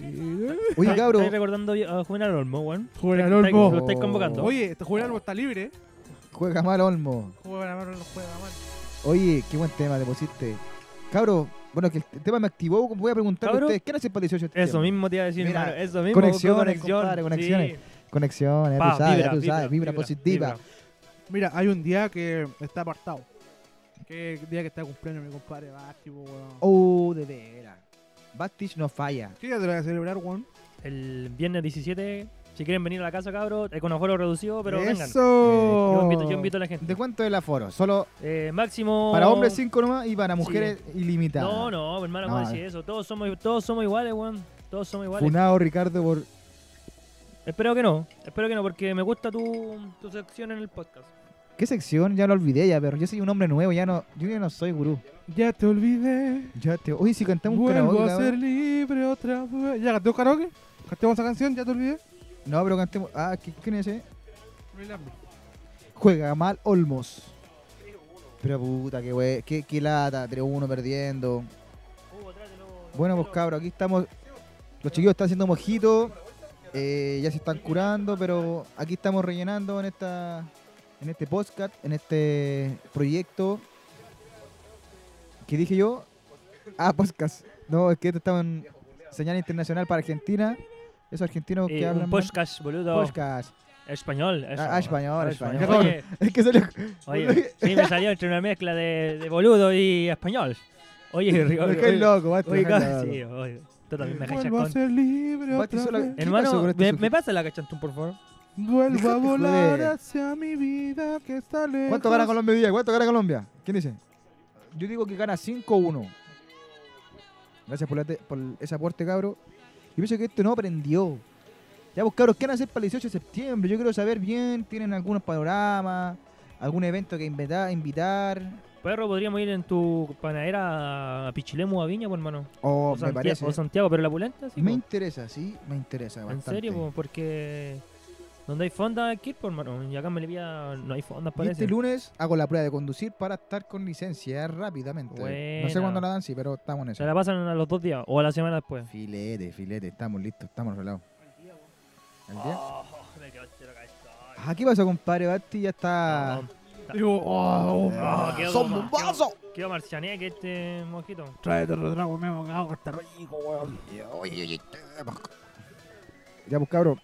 Speaker 5: Y-
Speaker 3: Oye, cabros.
Speaker 4: Estoy recordando a Juan Olmo, weón.
Speaker 5: Juvenal
Speaker 4: Estáis-
Speaker 5: Olmo.
Speaker 4: Lo estáis convocando.
Speaker 5: Oye, este Juvenal Olmo está libre. ¿eh?
Speaker 3: Juega mal Olmo.
Speaker 5: Juega mal, no juega mal.
Speaker 3: Oye, qué buen tema te pusiste. Cabros, bueno, que el tema me activó. Voy a preguntarle a
Speaker 4: Cabros.
Speaker 3: ustedes, ¿qué hacen para el 18 de septiembre?
Speaker 4: Eso mismo te iba a decir,
Speaker 3: Mira,
Speaker 4: hermano. Eso mismo.
Speaker 3: conexiones,
Speaker 4: busco conexión.
Speaker 3: compadre, conexiones.
Speaker 4: Sí.
Speaker 3: Conexiones,
Speaker 4: Pa,
Speaker 3: tú sabes,
Speaker 4: vibra,
Speaker 3: tú sabes, vibra,
Speaker 4: vibra,
Speaker 3: positiva.
Speaker 4: vibra.
Speaker 5: Mira, hay un día que está apartado. Que día que está de cumpleaños mi compadre Basti, po, weón.
Speaker 3: Oh, de veras. Bastich no falla.
Speaker 5: ¿Qué día te lo voy a celebrar, weón?
Speaker 4: El viernes 17, si quieren venir a la casa, cabros, eh, con aforo reducido, pero vengan. Eh,
Speaker 5: ¡Eso!
Speaker 4: Yo invito, yo invito a la gente.
Speaker 3: Oh. ¿De cuánto es el aforo? Solo
Speaker 4: Eh, máximo.
Speaker 3: para hombres 5 nomás y para mujeres ilimitadas.
Speaker 4: No, no, hermano, ¿cómo
Speaker 3: No,
Speaker 4: decir eso? Todos somos, todos somos iguales, weón. Todos somos iguales.
Speaker 3: Funado Ricardo por.
Speaker 4: Espero que no, espero que no, porque me gusta tu, tu sección en el podcast.
Speaker 3: ¿Qué sección? Ya lo olvidé ya, pero yo soy un hombre nuevo, ya no, yo ya no soy gurú.
Speaker 5: Ya te olvidé.
Speaker 3: Ya te. Oye, si cantamos un
Speaker 5: Vuelvo
Speaker 3: karaoke.
Speaker 5: a ser
Speaker 3: cabrón.
Speaker 5: libre otra vez. ¿Ya cantó karaoke? ¿Cantemos esa canción? ¿Ya te olvidé?
Speaker 3: No, pero cantemos. Ah, ¿qué- ¿quién es ese?
Speaker 5: Luis Lambert.
Speaker 3: Juega mal Olmos. Pero puta, qué wey, qué, qué lata, 3-1 perdiendo. Bueno, pues cabros, aquí estamos. Los chiquillos están haciendo mojito. eh, ya se están curando, pero aquí estamos rellenando en esta. En este podcast, en este proyecto. ¿Qué dije yo? Ah, podcast. No, es que esto estaba en señal internacional para Argentina. Esos argentinos que
Speaker 4: Eh,
Speaker 3: hablan.
Speaker 4: un
Speaker 3: mal.
Speaker 4: podcast, boludo.
Speaker 3: Podcast.
Speaker 4: Español. eso.
Speaker 3: Ah, español, español.
Speaker 4: Oye,
Speaker 3: Es que salió.
Speaker 4: oye, sí me salió entre una mezcla de, de boludo y español. Oye,
Speaker 3: Me
Speaker 4: Rigo-
Speaker 3: cae
Speaker 4: oye,
Speaker 3: loco, basta,
Speaker 4: oye,
Speaker 3: me cae
Speaker 4: cabrón,
Speaker 3: loco.
Speaker 4: sí, oye, tú también me cachas
Speaker 5: Vuelvo a
Speaker 4: con...
Speaker 5: ser libre
Speaker 3: Basti
Speaker 5: otra
Speaker 3: solo-
Speaker 5: vez.
Speaker 3: ¿Qué pasó
Speaker 4: Hermano,
Speaker 3: con este
Speaker 4: ¿me,
Speaker 3: sujeto?
Speaker 4: me pasa la cachantún, por favor?
Speaker 5: Vuelvo a
Speaker 3: Joder.
Speaker 5: volar hacia mi vida que está lejos.
Speaker 3: ¿Cuánto gana Colombia hoy día? ¿Cuánto gana Colombia? ¿Quién dice? Yo digo que gana 5-1. Gracias por, la te- por ese aporte, cabro. Yo pienso que este no aprendió. Ya, pues, cabros, ¿qué van a hacer para el 18 de septiembre? Yo quiero saber bien, ¿tienen algunos panoramas? ¿Algún evento que invita- invitar?
Speaker 4: Perro, podríamos ir en tu panadera a Pichilemu a Viña, pues, hermano.
Speaker 3: O,
Speaker 4: O,
Speaker 3: me
Speaker 4: Santiago,
Speaker 3: parece.
Speaker 4: o Santiago, pero la pulenta, sí.
Speaker 3: me
Speaker 4: po.
Speaker 3: interesa, sí, me interesa
Speaker 4: En
Speaker 3: bastante.
Speaker 4: serio, po, porque donde hay fonda aquí, por mano, y acá en Melipilla no hay fondas,
Speaker 3: Y
Speaker 4: parece.
Speaker 3: este lunes hago la prueba de conducir para estar con licencia rápidamente. No sé
Speaker 4: Buena.
Speaker 3: cuándo la dan, sí, pero estamos en
Speaker 4: Se
Speaker 3: eso.
Speaker 4: la pasan a los dos días o a la semana después.
Speaker 3: Filete, filete, estamos listos, estamos arreglados. ¿Al día? Ah, ¿qué pasó, compadre? Basti ya está.
Speaker 5: Digo, oh, oh,
Speaker 4: Ah, quedó
Speaker 3: Ah, ¡Son
Speaker 4: como-
Speaker 3: bombazo!
Speaker 4: Quiero marcianeque este mojito.
Speaker 5: tráete otro trago, me hemos cagado, está rico, weón.
Speaker 3: Ya, pues, cabro.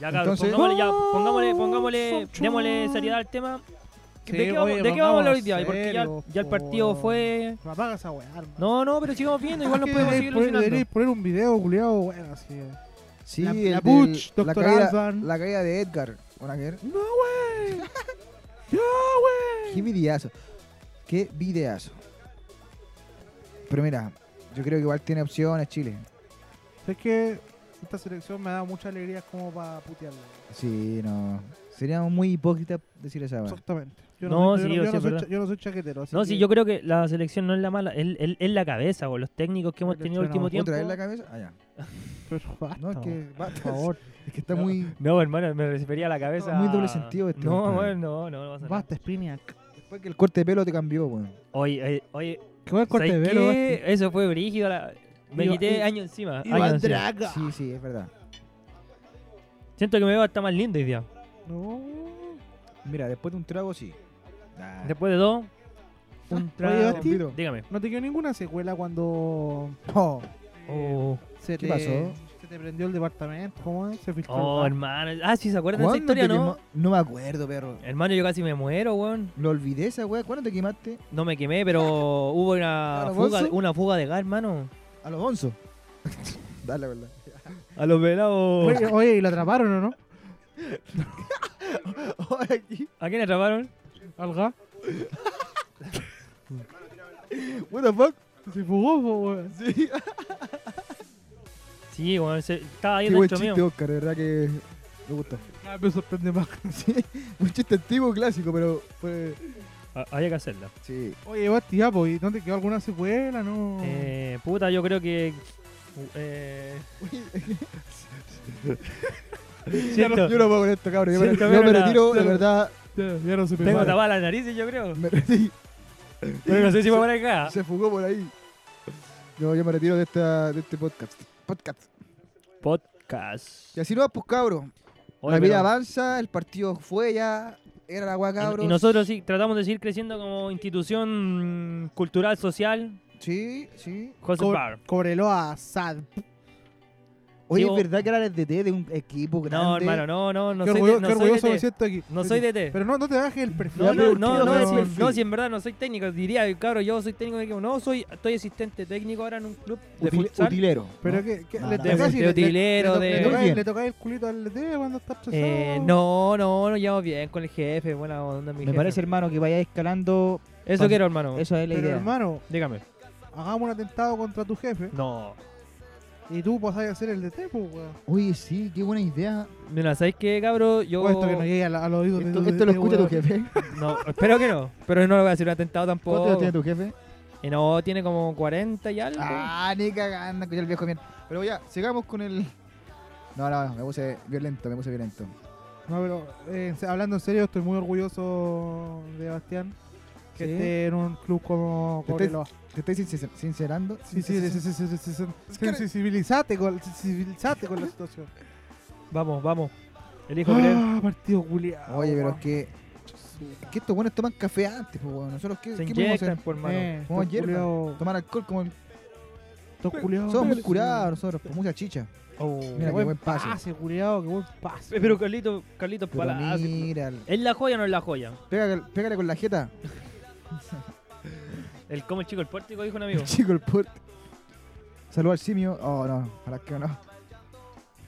Speaker 4: Ya, cabrón,
Speaker 3: Entonces- Oh,
Speaker 4: pongámosle, ya, pongámosle, pongámosle, démosle seriedad al tema.
Speaker 5: Sí,
Speaker 7: ¿De qué,
Speaker 5: oye,
Speaker 7: vamos, de qué
Speaker 5: pongamos
Speaker 7: vamos a hablar hoy día? Porque ya,
Speaker 5: serio,
Speaker 7: ya el
Speaker 5: po,
Speaker 7: partido
Speaker 5: weón.
Speaker 7: fue...
Speaker 5: Apaga esa weá, hermano.
Speaker 7: No, no, pero sigamos viendo, igual nos
Speaker 5: Es que
Speaker 7: podemos
Speaker 5: deberéis
Speaker 7: seguir
Speaker 5: poner,
Speaker 7: ilusionando.
Speaker 5: deberéis poner un video culiado, weón, así.
Speaker 3: Sí,
Speaker 5: La- la
Speaker 3: el del-
Speaker 5: Butch,
Speaker 3: la
Speaker 5: Dr.
Speaker 3: caída,
Speaker 5: Alban.
Speaker 3: la caída de Edgar. ¿Van a creer?
Speaker 5: ¡No, wey! ¡No, wey!
Speaker 3: Qué videazo. Qué videazo. Pero mira, yo creo que igual tiene opciones Chile.
Speaker 5: Es que esta selección me ha dado muchas alegrías como para putearla.
Speaker 3: Sí, no. Seríamos muy hipócritas decir esa weá.
Speaker 5: Exactamente. Yo
Speaker 4: No,
Speaker 5: soy-
Speaker 4: sí,
Speaker 5: yo,
Speaker 4: o
Speaker 5: yo
Speaker 4: sea,
Speaker 5: no soy,
Speaker 4: verdad.
Speaker 5: cha- yo no soy chaquetero. así
Speaker 4: No, sí,
Speaker 5: que-
Speaker 4: yo creo que la selección no es la mala, es, es- es la cabeza, o los técnicos que hemos
Speaker 5: Pero
Speaker 4: tenido el último tiempo.
Speaker 3: ¿Otra vez la cabeza? Ah, ya.
Speaker 5: Pero basta,
Speaker 3: No, es
Speaker 5: weón,
Speaker 3: que,
Speaker 5: por favor.
Speaker 3: es que está muy...
Speaker 4: No, hermano, me refería a la cabeza.
Speaker 3: muy doble sentido este
Speaker 4: No,
Speaker 3: compadre.
Speaker 4: bueno, no, no, no pasa nada.
Speaker 5: Basta, Spiniak.
Speaker 3: Después que el corte de pelo te cambió, weón.
Speaker 4: Oye, oye, oye,
Speaker 5: Qué buen corte de
Speaker 4: ¿sabes
Speaker 5: velo,
Speaker 4: qué?
Speaker 5: este.
Speaker 4: Eso fue brígido. la- Me
Speaker 5: Iba-
Speaker 4: quité
Speaker 5: i-
Speaker 4: año encima. año
Speaker 5: Iván
Speaker 4: encima.
Speaker 5: Draga.
Speaker 3: Sí, sí, es verdad.
Speaker 4: Siento que me veo hasta más lindo hoy día.
Speaker 5: No.
Speaker 3: Mira, después de un trago, sí. Ah,
Speaker 4: Después de dos, un
Speaker 5: Oye,
Speaker 4: trago.
Speaker 5: Basti,
Speaker 3: Basti.
Speaker 4: Dígame.
Speaker 5: no te quedó ninguna secuela cuando
Speaker 3: no.
Speaker 4: Oh,
Speaker 5: se
Speaker 3: ¿Qué
Speaker 5: te,
Speaker 3: pasó?
Speaker 5: se te prendió el departamento. ¿Cómo es? Se filtró.
Speaker 4: oh,
Speaker 5: el bar.
Speaker 4: hermano. Ah, sí, ¿se acuerdan de esa
Speaker 3: ¿Cuándo
Speaker 4: historia,
Speaker 3: te
Speaker 4: no?
Speaker 3: quema- No me acuerdo, perro.
Speaker 4: Hermano, yo casi me muero, weón.
Speaker 3: Lo olvidé esa weá. ¿Cuándo te quemaste?
Speaker 4: No me quemé, pero hubo una
Speaker 3: ¿Claro,
Speaker 4: fuga,
Speaker 3: Bonzo?
Speaker 4: una fuga de gas, hermano.
Speaker 3: A los onzos. Dale, verdad.
Speaker 4: A los velados.
Speaker 5: Oye, oye, ¿y lo atraparon o no?
Speaker 4: ¿A quién atraparon?
Speaker 5: ¿Alga?
Speaker 3: What the fuck?
Speaker 5: Se fugó, po, weón.
Speaker 4: Sí, weón. se- Estaba ahí
Speaker 3: Qué buen
Speaker 4: dentro
Speaker 3: chiste,
Speaker 4: mío.
Speaker 3: Oscar. De verdad que me gusta.
Speaker 5: Cada vez Ah, me sorprende más.
Speaker 3: Sí, un chiste antiguo, clásico, pero fue...
Speaker 4: Ah, Había que hacerla.
Speaker 3: Sí.
Speaker 5: Oye, Basti, ya, po, ¿y no te quedó alguna secuela? No.
Speaker 4: Eh, puta, yo creo que. Eh, siento-
Speaker 3: Yo no puedo con esto, cabrón. Yo, me-
Speaker 4: Siento,
Speaker 3: yo
Speaker 4: pero
Speaker 3: me
Speaker 4: la-
Speaker 3: retiro, de
Speaker 5: pero-
Speaker 3: verdad.
Speaker 5: Ya, ya no se me
Speaker 4: tengo
Speaker 5: para.
Speaker 4: tapada la nariz, yo creo.
Speaker 3: Me retiro.
Speaker 4: Pero no sé si voy a acá.
Speaker 3: Se fugó por ahí. No, yo me retiro de, esta, de este podcast. Podcast.
Speaker 4: Podcast.
Speaker 3: Y así no, pues cabrón.
Speaker 4: Oye,
Speaker 3: la vida
Speaker 4: pero-
Speaker 3: avanza, el partido fue ya. Era la weá,
Speaker 4: y-
Speaker 3: cabrón.
Speaker 4: Y nosotros sí, tratamos de seguir creciendo como institución mm, cultural, social.
Speaker 3: Sí, sí.
Speaker 4: José
Speaker 5: Co-
Speaker 4: Bar.
Speaker 5: Cobreloa, sad.
Speaker 3: Oye,
Speaker 4: vos-
Speaker 3: es verdad que era el DT de un equipo grande.
Speaker 4: No, hermano, no, no, no
Speaker 5: qué
Speaker 4: soy,
Speaker 5: orgullo-
Speaker 4: de- no
Speaker 5: qué
Speaker 4: soy
Speaker 5: orgulloso me
Speaker 4: DT.
Speaker 5: siento aquí.
Speaker 4: No soy DT.
Speaker 5: Pero no, no te bajes el perfil.
Speaker 4: No, no, no, no,
Speaker 5: pero-
Speaker 4: si- no, si en verdad no soy técnico, diría, cabrón, yo soy técnico de equipo. No, soy, estoy asistente técnico ahora en un club de
Speaker 3: Util-
Speaker 4: futsal.
Speaker 3: utilero.
Speaker 5: Pero
Speaker 3: ¿no?
Speaker 5: que, que
Speaker 3: No,
Speaker 5: le
Speaker 3: no,
Speaker 5: tocas
Speaker 4: de-
Speaker 5: y
Speaker 4: de
Speaker 5: le-
Speaker 4: utilero,
Speaker 5: le,
Speaker 4: de-
Speaker 5: le, tocas-
Speaker 3: Muy bien.
Speaker 5: le tocas el culito al DT cuando está estresado.
Speaker 4: Eh, no, no, nos llevamos bien con el jefe, buena onda mi
Speaker 3: Me
Speaker 4: jefe.
Speaker 3: parece, hermano, que vaya escalando.
Speaker 4: Eso
Speaker 3: Pan-
Speaker 4: quiero, hermano.
Speaker 3: Esa es la
Speaker 5: Pero
Speaker 3: idea.
Speaker 5: hermano,
Speaker 4: Dígame.
Speaker 5: hagamos un atentado contra tu jefe
Speaker 4: No.
Speaker 5: y tú pasás a ser el DT, pues, weón.
Speaker 3: Oye, sí, qué buena idea.
Speaker 4: Mira, ¿sabéis qué, cabrón? Yo...
Speaker 5: Pues esto que no llegue a, la- a los oídos de
Speaker 3: Esto,
Speaker 5: tu-
Speaker 3: esto lo
Speaker 5: de-
Speaker 3: escucha tu
Speaker 5: weón.
Speaker 3: jefe.
Speaker 4: No, espero que no. Pero no lo voy a hacer un atentado
Speaker 3: ¿Cuántos años
Speaker 4: tampoco.
Speaker 3: tiene tu jefe?
Speaker 4: Y no, tiene como 40 y algo.
Speaker 3: Ah, ni cagando, escucha el viejo bien. Pero ya, sigamos con el. No, no, no, me puse violento, me puse violento.
Speaker 5: No, pero eh, se- hablando en serio, estoy muy orgulloso de Bastián que
Speaker 3: Sí.
Speaker 5: esté en un club como
Speaker 3: Que esté-
Speaker 5: Cobreloa.
Speaker 3: ¿Te estáis sincer- sincerando?
Speaker 5: Sí, sí, sí, sí, sí, sí, sí, sí.
Speaker 3: que-
Speaker 5: Sensibilizate con, sensibilizate con la situación.
Speaker 4: Vamos, vamos. Elijo creer.
Speaker 5: Ah, partido ah, culiado.
Speaker 3: Oye, pero es que. Es que estos buenos toman café antes, pues, weón. Nosotros, ¿qué,
Speaker 4: Se
Speaker 3: ¿qué podemos
Speaker 4: inyectan,
Speaker 3: hacer?
Speaker 4: por hermano.
Speaker 5: Eh,
Speaker 3: Como
Speaker 5: estos
Speaker 3: hierba.
Speaker 5: culiados-
Speaker 3: Tomar alcohol como el.
Speaker 5: estos culiados-
Speaker 3: Somos muy curados nosotros, pues, mucha chicha.
Speaker 4: Oh.
Speaker 5: Qué
Speaker 3: Mira, qué buen pase.
Speaker 5: culiado, qué buen pase.
Speaker 4: Pero Carlito, Carlito
Speaker 3: Pero
Speaker 4: Palazzo.
Speaker 3: mira,
Speaker 4: ¿Es la joya o no es la joya?
Speaker 3: pégale, pégale con la jeta.
Speaker 4: El como el chico el pórtico, dijo un amigo.
Speaker 3: Chico, el puerto. Saludo al simio. Oh, no, para que no.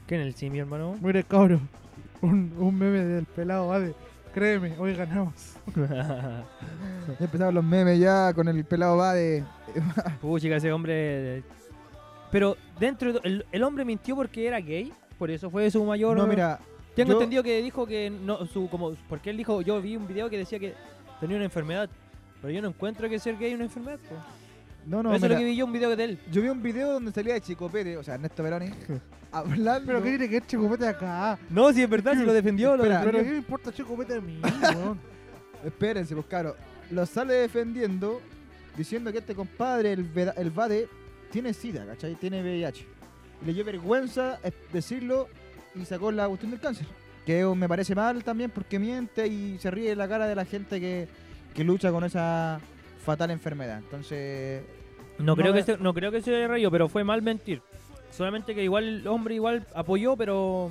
Speaker 4: ¿Qué en el simio, hermano?
Speaker 5: Mire, cabro, un, un meme del pelado va de, créeme, hoy ganamos.
Speaker 3: Ya empezaron los memes ya con el pelado va de.
Speaker 4: Uy, chica, ese hombre. Pero dentro de to- el, el hombre mintió porque era gay, por eso fue su mayor.
Speaker 3: No, mira,
Speaker 4: Tengo
Speaker 3: yo-
Speaker 4: entendido que dijo que no su como porque él dijo, yo vi un video que decía que tenía una enfermedad, pero yo no encuentro que ser gay es una enfermedad. po.
Speaker 3: no, no,
Speaker 4: eso es
Speaker 3: mira.
Speaker 4: lo que vi yo un video de él.
Speaker 3: Yo vi un video donde salía Chico Pérez, o sea, Ernesto Veroni, hablando.
Speaker 5: Pero qué tiene que ver Checopete acá.
Speaker 4: No, si es verdad, si lo defendió, lo
Speaker 3: Espera,
Speaker 4: defendió.
Speaker 5: Pero qué me importa Checopete a mí, weón.
Speaker 3: Espérense, pues claro. Lo sale defendiendo, diciendo que este compadre, el, Veda- el Vade, tiene SIDA, ¿cachai? Tiene VIH. Y le dio vergüenza eh, decirlo y sacó la cuestión del cáncer. Que eh, me parece mal también porque miente y se ríe en la cara de la gente que, que lucha con esa fatal enfermedad. Entonces,
Speaker 4: No,
Speaker 3: No
Speaker 4: creo que
Speaker 3: me-
Speaker 4: se, no creo que se rayó, pero fue mal mentir. Solamente que igual el hombre igual apoyó, pero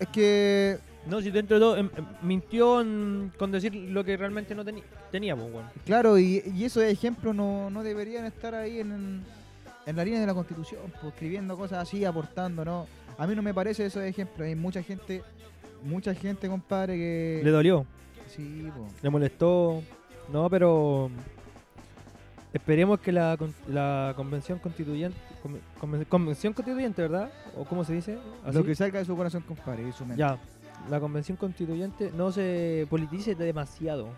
Speaker 3: es que.
Speaker 4: No, si dentro de todo em- em, mintió en- con decir lo que realmente no teni- tenía, pues, weón.
Speaker 3: Claro, y, y esos ejemplos no, no deberían estar ahí en, en la línea de la Constitución, pues, escribiendo cosas así, aportando, ¿no? A mí no me parece esos ejemplos. Hay mucha gente, mucha gente, compadre, que...
Speaker 4: Le dolió,
Speaker 3: Sí, po.
Speaker 4: le molestó. No, pero esperemos que la, con- la convención constituyente, conven- conven- convención constituyente, ¿verdad? ¿O cómo se dice? ¿Así?
Speaker 3: Lo que salga de su corazón, compadre, y su mente.
Speaker 4: ¿Ah, Ya, la convención constituyente no se politice demasiado.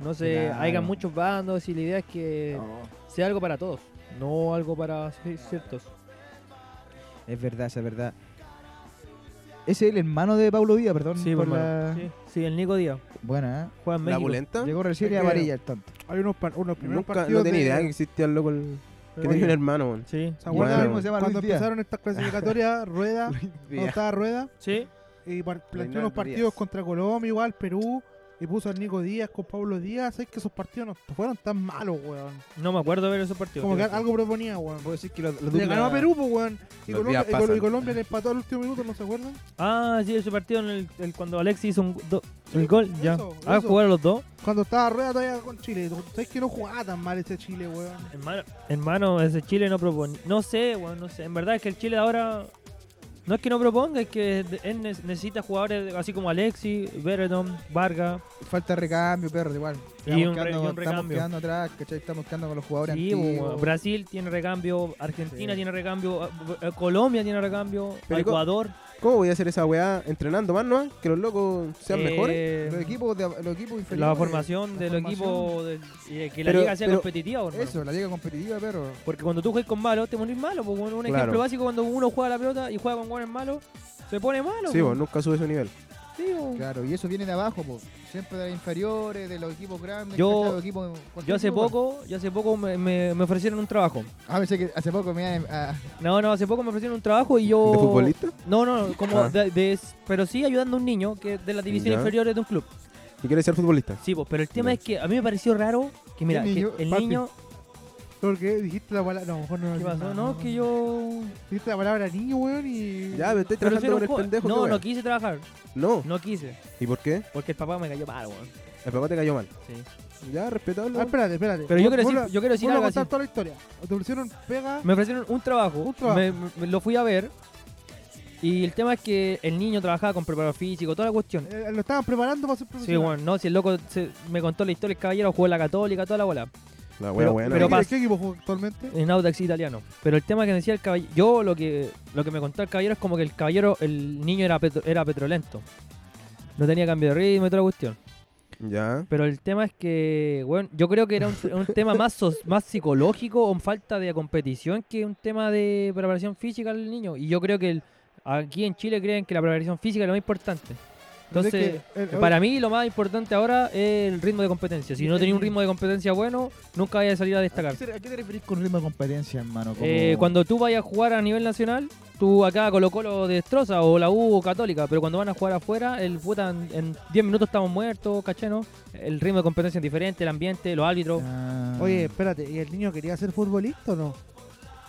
Speaker 4: No se
Speaker 3: Claro.
Speaker 4: hagan muchos bandos y la idea es que
Speaker 3: No,
Speaker 4: sea algo para todos, no algo para ci- ciertos.
Speaker 3: es verdad, esa es verdad. Ese es el hermano de Pablo Díaz, perdón.
Speaker 4: Sí,
Speaker 3: por
Speaker 5: pues,
Speaker 4: por
Speaker 3: la...
Speaker 4: Sí, sí, el Nico Díaz
Speaker 3: Buena, ¿eh?
Speaker 4: juega en
Speaker 2: ¿La
Speaker 4: México.
Speaker 2: pulenta?
Speaker 3: Llegó recién y
Speaker 5: Es que-
Speaker 3: amarilla el tanto.
Speaker 5: Hay unos, par- unos primeros
Speaker 2: Nunca, no
Speaker 5: partidos.
Speaker 2: tenía
Speaker 5: de-
Speaker 2: idea que existía el loco el- que
Speaker 5: Oye,
Speaker 2: tenía un hermano, weón.
Speaker 4: Sí,
Speaker 5: ¿se
Speaker 2: Bueno.
Speaker 5: acuerdan?
Speaker 2: Mismo
Speaker 3: se llama
Speaker 5: Cuando
Speaker 3: Luis Díaz.
Speaker 5: empezaron estas clasificatorias, Rueda, no estaba Rueda,
Speaker 4: sí.
Speaker 5: y par- planteó
Speaker 2: Reinaldo
Speaker 5: unos partidos
Speaker 2: Díaz.
Speaker 5: contra Colombia, igual Perú, y puso al Nico Díaz con Pablo Díaz. Es que esos partidos no fueron tan malos, weón.
Speaker 4: No me acuerdo de ver esos partidos.
Speaker 5: Como que
Speaker 4: fíjate.
Speaker 5: algo proponía, weón.
Speaker 3: Puedo decir que lo,
Speaker 5: Le ganó a Perú, pues, weón. Y
Speaker 2: Los
Speaker 5: Colombia,
Speaker 2: días
Speaker 5: y Col-
Speaker 2: pasan.
Speaker 5: y Colombia le empató al último minuto, ¿no se acuerdan?
Speaker 4: Ah, sí, ese partido en el, el- cuando Alexis hizo un do- el gol, ya.
Speaker 5: eso,
Speaker 4: Ah,
Speaker 5: eso.
Speaker 4: jugaron los dos.
Speaker 5: Cuando estaba Rueda todavía con Chile. ¿Sabes que no jugaba tan mal ese Chile, weón?
Speaker 4: Hermano, hermano, ese Chile no propone. No sé, weón, no sé. En verdad es que el Chile de ahora. No es que no proponga, es que de- él ne- necesita jugadores así como Alexis, Beredon, Vargas.
Speaker 3: Falta recambio, perro, igual.
Speaker 4: Y un re- y
Speaker 3: quedando,
Speaker 4: un
Speaker 3: estamos
Speaker 4: recambio.
Speaker 3: quedando atrás, ¿cachai? Estamos quedando con los jugadores
Speaker 4: Sí, weón.
Speaker 3: antiguos.
Speaker 4: Brasil tiene recambio, Argentina
Speaker 3: Sí.
Speaker 4: tiene recambio, eh, eh, Colombia tiene recambio,
Speaker 2: Pero ¿y co-
Speaker 4: Ecuador.
Speaker 2: ¿Cómo voy a hacer esa weá entrenando más, no? Que los locos sean
Speaker 4: eh,
Speaker 2: mejores.
Speaker 3: Los equipos, de, los equipos inferiores.
Speaker 4: La formación
Speaker 3: la
Speaker 4: del equipo,
Speaker 3: formación.
Speaker 4: del- y de que la
Speaker 2: Pero-
Speaker 4: liga sea
Speaker 2: pero-
Speaker 4: competitiva, hermano.
Speaker 3: Eso, la liga competitiva, perro.
Speaker 4: Porque cuando tú juegas con malos, te pones malo. po. Un
Speaker 2: Claro.
Speaker 4: ejemplo básico, cuando uno juega la pelota y juega con guanes malos, se pone malo.
Speaker 2: Sí,
Speaker 4: po.
Speaker 2: vos, nunca sube su nivel.
Speaker 4: Sí, po.
Speaker 3: Claro, y eso viene de abajo, po. siempre de las inferiores, de los equipos grandes.
Speaker 4: Yo-
Speaker 3: ¿cachai? Los equipos-
Speaker 4: Yo
Speaker 3: cualquier
Speaker 4: hace
Speaker 3: equipo.
Speaker 4: poco, yo hace poco me, me- me ofrecieron un trabajo.
Speaker 3: Ah, pensé que hace poco me iban a- a-
Speaker 4: No, no, hace poco me ofrecieron un trabajo y yo...
Speaker 2: ¿De futbolista?
Speaker 4: No, no, como
Speaker 2: Ah.
Speaker 4: de, de- pero sí ayudando a un niño que es de las divisiones
Speaker 2: Ya.
Speaker 4: inferiores de un club.
Speaker 2: ¿Y quiere ser futbolista?
Speaker 4: Sí, po, pero el tema
Speaker 2: Ya.
Speaker 4: es que a mí me pareció raro que, mira,
Speaker 5: El
Speaker 4: que el niño...
Speaker 5: niño- papi. Porque dijiste la palabra. No, mejor no.
Speaker 4: ¿Qué pasó? No, que
Speaker 5: yo.
Speaker 4: yo...
Speaker 5: Dijiste la palabra niño, weón, y.
Speaker 2: Ya, pero estoy
Speaker 4: pero si era
Speaker 2: trabajando con
Speaker 4: un
Speaker 2: el
Speaker 4: jo-
Speaker 2: pendejo.
Speaker 4: no,
Speaker 2: qué
Speaker 4: no
Speaker 2: weá.
Speaker 4: quise trabajar.
Speaker 2: no.
Speaker 4: No quise.
Speaker 2: ¿Y por qué?
Speaker 4: Porque el papá me cayó mal, weón.
Speaker 2: El papá te cayó mal.
Speaker 4: Sí.
Speaker 2: Ya, respetable.
Speaker 5: Ah, espérate, espérate.
Speaker 4: Pero yo
Speaker 5: Vos-
Speaker 4: quiero
Speaker 5: vos
Speaker 4: decir,
Speaker 5: la-
Speaker 4: yo quiero decir
Speaker 5: vos la
Speaker 4: algo así.
Speaker 5: contaste toda la historia. Te pusieron pega.
Speaker 4: Me ofrecieron un trabajo.
Speaker 5: Un trabajo.
Speaker 4: Me- me- lo fui a ver. Y el tema es que el niño trabajaba con preparado físico, toda la cuestión.
Speaker 5: eh, lo estaban preparando para ser
Speaker 4: Sí,
Speaker 5: profesional.
Speaker 4: bueno, no, si el loco se- me contó la historia, el caballero jugó en la católica, toda la bola.
Speaker 2: La
Speaker 4: pero-
Speaker 2: weá buena.
Speaker 4: pero
Speaker 5: ¿Y
Speaker 2: weá.
Speaker 5: de
Speaker 4: pasa.
Speaker 5: ¿Qué equipo juega actualmente?
Speaker 4: En Audax italiano. Pero el tema que me decía el caballero, yo lo que, lo que me contó el caballero es como que el caballero, el niño era, petro- era petrolento. No tenía cambio de ritmo y toda la cuestión.
Speaker 2: ya.
Speaker 4: Pero el tema es que, bueno, yo creo que era un, un tema más, sos- más psicológico o falta de competición que un tema de preparación física del niño. Y yo creo que el- aquí en Chile creen que la preparación física es lo más importante. Entonces,
Speaker 5: Es que el-
Speaker 4: para mí lo más importante ahora es el ritmo de competencia. Si no tenés un
Speaker 5: El-
Speaker 4: ritmo de competencia bueno, nunca vayas a salir a
Speaker 3: ¿A
Speaker 4: destacar.
Speaker 3: qué se- ¿A qué te referís con ritmo de competencia, hermano? Como-
Speaker 4: Eh, cuando tú vayas a jugar a nivel nacional, tú acá Colo Colo destroza o la U Católica, pero cuando van a jugar afuera, el puta en- en 10 minutos estamos muertos, ¿caché, no? El ritmo de competencia es diferente, el ambiente, los árbitros.
Speaker 3: Ah.
Speaker 5: Oye, espérate, ¿y el niño quería ser futbolista o no?
Speaker 3: Ah.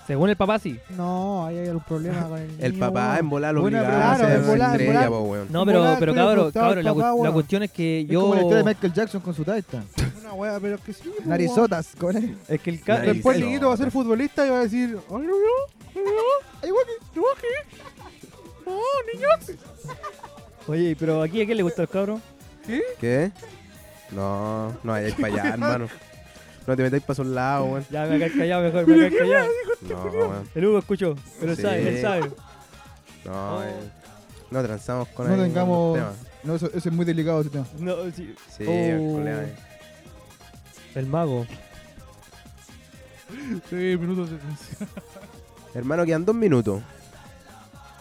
Speaker 4: Según el papá, sí.
Speaker 5: No, ahí hay un problema con el niño.
Speaker 2: El papá
Speaker 5: weón.
Speaker 2: en volar lo
Speaker 3: Buena
Speaker 2: obligaba a
Speaker 5: pregunta.
Speaker 2: ser
Speaker 5: Claro, en volar, en
Speaker 2: estrella,
Speaker 5: volar.
Speaker 2: po, weón.
Speaker 4: No, pero,
Speaker 5: Volá,
Speaker 4: pero
Speaker 5: tú le
Speaker 4: cabrón,
Speaker 5: preguntabas al
Speaker 4: cabrón, la, cu-
Speaker 5: papá,
Speaker 4: la
Speaker 5: bueno.
Speaker 4: cuestión es que
Speaker 3: es como la historia
Speaker 4: yo.
Speaker 3: de Michael Jackson con su taita.
Speaker 5: Una wea, pero que sí. pues,
Speaker 4: uh,
Speaker 5: weón.
Speaker 3: Narizotas, con él.
Speaker 4: Es que el
Speaker 2: ca-
Speaker 4: caso.
Speaker 2: Nariz.
Speaker 5: Después el
Speaker 2: Sí.
Speaker 5: niñito va a ser futbolista y va a decir, ¡ay, no, no! ¡No, no! igual que- igual que- ¡No, niños!
Speaker 4: Oye, pero aquí a quién le gusta el cabrón?
Speaker 2: ¿Qué? No, no vayáis para allá, hermano. No te metáis para esos lados, weón.
Speaker 4: Ya me acá callado mejor, me acá callado.
Speaker 2: No, weón.
Speaker 4: El Hugo escuchó, pero
Speaker 2: Sí.
Speaker 4: sabe, él sabe.
Speaker 2: No, eh, no transamos con
Speaker 3: No
Speaker 2: el
Speaker 3: tengamos-
Speaker 2: tema.
Speaker 3: No, eso, eso es muy delicado ese tema.
Speaker 4: No, sí.
Speaker 2: Sí,
Speaker 4: Oh.
Speaker 2: colega, eh.
Speaker 4: El mago.
Speaker 5: Sí, minutos de silencio.
Speaker 2: Hermano, quedan dos minutos.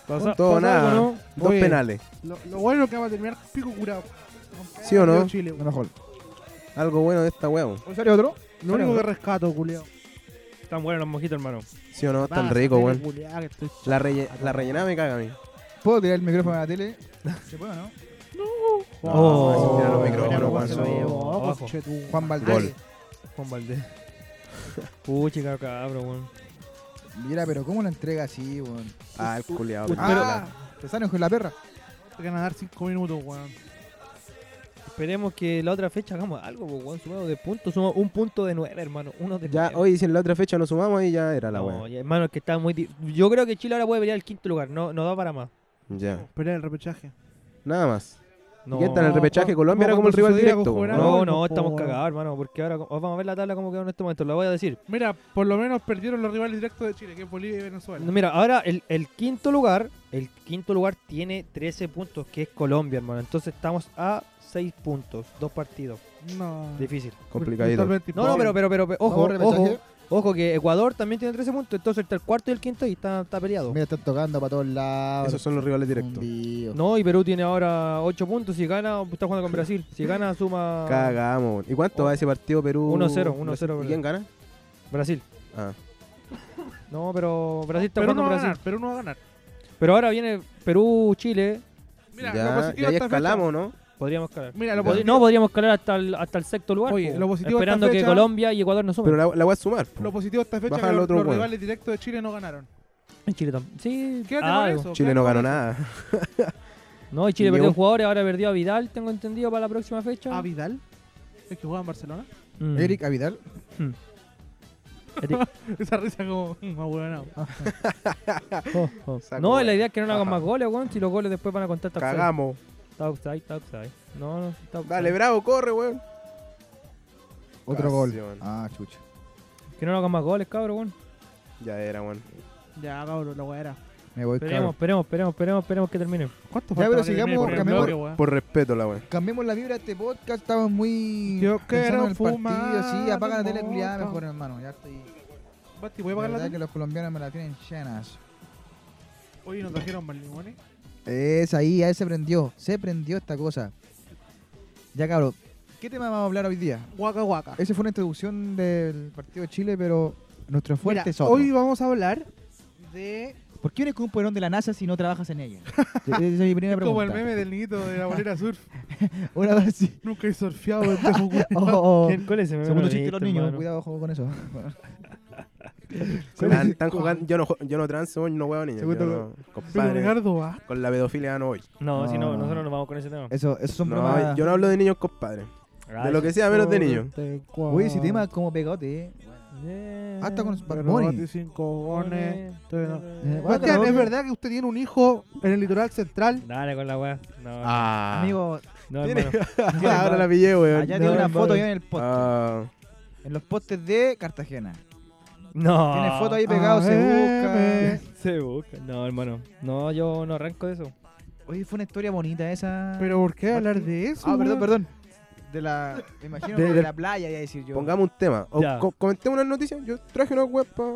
Speaker 4: Pasa-
Speaker 2: todo,
Speaker 4: pasa
Speaker 2: nada.
Speaker 4: algo,
Speaker 2: Dos
Speaker 5: Oye.
Speaker 2: penales.
Speaker 5: Lo, lo bueno es que va a terminar pico curado.
Speaker 2: ¿Sí o no?
Speaker 5: Chile,
Speaker 3: A
Speaker 5: weón.
Speaker 3: lo mejor.
Speaker 2: Algo bueno de esta weón.
Speaker 3: ¿Rosario otro?
Speaker 5: lo único que rescato, culeo.
Speaker 4: ¿no? Están buenos los mojitos, hermano.
Speaker 2: Sí o no,
Speaker 5: Vas
Speaker 2: tan
Speaker 5: a
Speaker 2: rico,
Speaker 5: ver,
Speaker 2: weón.
Speaker 5: culiao, que estoy
Speaker 2: La, relle- la rellenada me caga a mí.
Speaker 3: ¿Puedo tirar el micrófono a la tele? ¿Se puede o no?
Speaker 2: No,
Speaker 4: Oh.
Speaker 2: si tiran los
Speaker 4: Oh.
Speaker 2: micrófonos,
Speaker 4: Juan,
Speaker 5: Se lo
Speaker 2: weón.
Speaker 5: llevó,
Speaker 4: Abajo.
Speaker 5: conchetu-
Speaker 3: Juan Valdés.
Speaker 2: Gol.
Speaker 4: Juan Valdés. Pucha, cabrón, weón.
Speaker 3: Mira, pero ¿cómo la entrega así, weón?
Speaker 2: Ah, el culiado.
Speaker 3: Ah, te salen con la perra.
Speaker 5: ganar 5 minutos, weón.
Speaker 4: Esperemos que la otra fecha hagamos algo, pues, weón. Sumamos de puntos. Sumamos un punto de nueve, hermano. Uno de
Speaker 2: Ya,
Speaker 4: nueve.
Speaker 2: hoy si en la otra fecha nos sumamos y ya era la
Speaker 4: No,
Speaker 2: weá.
Speaker 4: ya, hermano, es que está muy. di- Yo creo que Chile ahora puede pelear el quinto lugar. No, no da para más.
Speaker 2: Ya,
Speaker 5: Pelea el repechaje.
Speaker 2: nada más.
Speaker 4: No,
Speaker 2: ¿Qué tal el repechaje? Colombia era como el
Speaker 5: cuando
Speaker 2: rival
Speaker 5: sucediera con
Speaker 2: directo.
Speaker 5: Juvenal.
Speaker 2: weón.
Speaker 4: No,
Speaker 5: no,
Speaker 4: no, estamos
Speaker 5: po.
Speaker 4: cagados, hermano. Porque ahora os vamos a ver la tabla como quedó en este momento. Lo voy a decir.
Speaker 5: Mira, por lo menos perdieron los rivales directos de Chile, que es Bolivia y Venezuela.
Speaker 4: Mira, ahora el, el quinto lugar, el quinto lugar tiene 13 puntos, que es Colombia, hermano. Entonces estamos a 6 puntos, dos partidos.
Speaker 5: No.
Speaker 4: Difícil.
Speaker 2: Complicadito.
Speaker 5: Totalmente
Speaker 4: No, no, pero,
Speaker 5: imposible.
Speaker 4: pero, pero, pero, ojo,
Speaker 3: Vamos, repechaje.
Speaker 4: ojo, ojo, que Ecuador también tiene 13 puntos, entonces está el cuarto y el quinto y está, está peleado.
Speaker 3: Mira, están tocando para todos lados.
Speaker 2: Esos son los rivales directos.
Speaker 3: Zumbido.
Speaker 4: No, y Perú tiene ahora 8 puntos, si gana, está jugando con Brasil, si gana suma
Speaker 2: Cagamos. weón. ¿Y cuánto va ese partido Perú?
Speaker 4: 1-0, 1-0,
Speaker 2: ¿Y quién gana?
Speaker 4: Brasil.
Speaker 2: Ah.
Speaker 4: No, pero Brasil está
Speaker 5: Perú
Speaker 4: jugando
Speaker 5: no va
Speaker 4: con
Speaker 5: a
Speaker 4: Brasil.
Speaker 5: ganar, Perú no va a ganar.
Speaker 4: Pero ahora viene Perú, Chile,
Speaker 5: Mira, lo
Speaker 2: ya, y
Speaker 5: positivo
Speaker 2: ahí
Speaker 5: esta fecha-
Speaker 2: escalamos, ¿no?
Speaker 4: podríamos caer.
Speaker 5: Mira, lo
Speaker 2: Ya.
Speaker 5: positivo-
Speaker 4: No, podríamos caer hasta el, hasta el sexto lugar.
Speaker 5: Oye,
Speaker 4: po,
Speaker 5: lo positivo de esta
Speaker 4: esperando que
Speaker 5: fecha-
Speaker 4: Colombia y Ecuador no
Speaker 2: Pero
Speaker 4: sumen.
Speaker 2: la, la voy a sumar. po.
Speaker 5: Lo positivo de esta fecha es
Speaker 2: Baja
Speaker 5: que
Speaker 2: el
Speaker 5: los,
Speaker 2: otro
Speaker 5: los
Speaker 2: huevo.
Speaker 5: rivales directos de Chile no ganaron.
Speaker 4: En Chile también. Sí,
Speaker 5: Quédate
Speaker 4: ah,
Speaker 5: con
Speaker 4: algo.
Speaker 5: eso.
Speaker 2: Chile
Speaker 5: quédate
Speaker 2: no
Speaker 5: con
Speaker 2: ganó
Speaker 5: eso.
Speaker 2: nada.
Speaker 4: No, y Chile
Speaker 2: Y
Speaker 4: perdió
Speaker 2: llegó-
Speaker 4: jugadores, ahora perdió a Vidal, tengo entendido, para la próxima fecha.
Speaker 5: ¿A Vidal? ¿Es que juega en Barcelona?
Speaker 4: Mm.
Speaker 3: Eric Avidal.
Speaker 5: Esa risa como, mm, más huevonao.
Speaker 4: Ah. Oh, oh.
Speaker 2: Saco,
Speaker 4: No,
Speaker 2: weón.
Speaker 4: la idea es que no hagan
Speaker 2: Ajá.
Speaker 4: más goles, weón. Si los goles después van a contar está offside.
Speaker 2: Cagamos.
Speaker 4: Está offside, está offside. No, no, está offside.
Speaker 2: Dale, bravo, corre, weón.
Speaker 3: Otro
Speaker 2: Casi,
Speaker 3: gol.
Speaker 2: weón.
Speaker 3: Ah, chucha.
Speaker 4: Que no hagan más goles, cabrón, weón.
Speaker 2: Ya era, weón.
Speaker 5: Ya, cabrón, la hueá era.
Speaker 3: Me voy,
Speaker 4: Esperemos,
Speaker 3: cabrón.
Speaker 4: esperemos, esperemos, esperemos, esperemos que termine.
Speaker 5: ¿Cuánto
Speaker 3: Ya,
Speaker 5: falta
Speaker 3: pero
Speaker 5: para que termine
Speaker 3: sigamos,
Speaker 5: el
Speaker 3: cambiemos-
Speaker 5: bloque, weón?
Speaker 2: Por respeto, la weón.
Speaker 3: Cambiemos la vibra de este podcast. Estamos muy.
Speaker 5: Yo quiero
Speaker 3: pensando en el
Speaker 5: fumar
Speaker 3: partido. Sí, apaga la tele,
Speaker 5: un
Speaker 3: culiada,
Speaker 5: montón.
Speaker 3: mejor, hermano. Ya estoy.
Speaker 5: Basti, ¿puedes pagar
Speaker 3: La
Speaker 5: la
Speaker 3: verdad
Speaker 5: tele?
Speaker 3: que los colombianos me la tienen llenas.
Speaker 5: Oye, nos trajeron más limones.
Speaker 3: Es ahí, ahí se prendió. Se prendió esta cosa. Ya, cabrón. ¿Qué tema vamos a hablar hoy día?
Speaker 5: Guaca, guaca.
Speaker 3: Esa fue una introducción del partido de Chile, pero nuestro fuerte
Speaker 5: Mira,
Speaker 3: es otro.
Speaker 5: hoy vamos a hablar de...
Speaker 3: ¿Por qué eres como un poderón de la NASA si no trabajas en ella? Esa es mi primera pregunta.
Speaker 5: Como el meme del niñito de la bolera surf.
Speaker 3: Una vez sí.
Speaker 5: Nunca he surfeado este juego.
Speaker 3: Oh, oh.
Speaker 4: ¿Cuál es ese
Speaker 3: Segundo chiste de los niños. Cuidado, ojo con eso.
Speaker 2: Están, están jugando. Yo no, ju- yo no transo, no weón, niño. Yo
Speaker 5: Segundo
Speaker 2: no,
Speaker 5: Pero
Speaker 2: compadre,
Speaker 5: Ricardo, va.
Speaker 2: con la pedofilia no voy.
Speaker 4: No, si
Speaker 3: No,
Speaker 4: no,
Speaker 3: no.
Speaker 4: nosotros nos vamos con ese tema.
Speaker 3: Eso, eso son
Speaker 2: No,
Speaker 3: bromas.
Speaker 2: yo no hablo de niños, compadre. De lo que sea, menos de niños.
Speaker 3: Uy, ese tema es como pegote, eh. Hasta con Bad Bunny. Eh, bueno,
Speaker 5: Bastián,
Speaker 3: pero-
Speaker 5: ¿es verdad que usted tiene un hijo en el litoral central?
Speaker 4: Dale con la weá. No,
Speaker 2: Ah.
Speaker 3: Amigo,
Speaker 4: no,
Speaker 2: tiene-
Speaker 4: hermano.
Speaker 2: Ahora la pillé, weón.
Speaker 3: allá tiene
Speaker 4: no,
Speaker 3: una
Speaker 4: no,
Speaker 3: foto
Speaker 4: no.
Speaker 3: yo en el poste.
Speaker 2: Ah,
Speaker 3: En los postes de Cartagena.
Speaker 4: No.
Speaker 3: Tiene foto
Speaker 5: Ah.
Speaker 3: ahí pegado, se
Speaker 5: AM.
Speaker 3: busca.
Speaker 4: Se busca. No, hermano. No, yo no arranco de eso.
Speaker 3: Oye, fue una historia bonita esa.
Speaker 5: ¿Pero por qué hablar de eso?
Speaker 3: Ah, perdón,
Speaker 5: weón?
Speaker 3: perdón. De la. Me imagino
Speaker 4: De-
Speaker 3: que de,
Speaker 4: de-
Speaker 3: la playa, ya decir yo.
Speaker 2: pongamos un tema. O
Speaker 4: Ya.
Speaker 2: co- comentemos unas noticias. Yo traje una web para.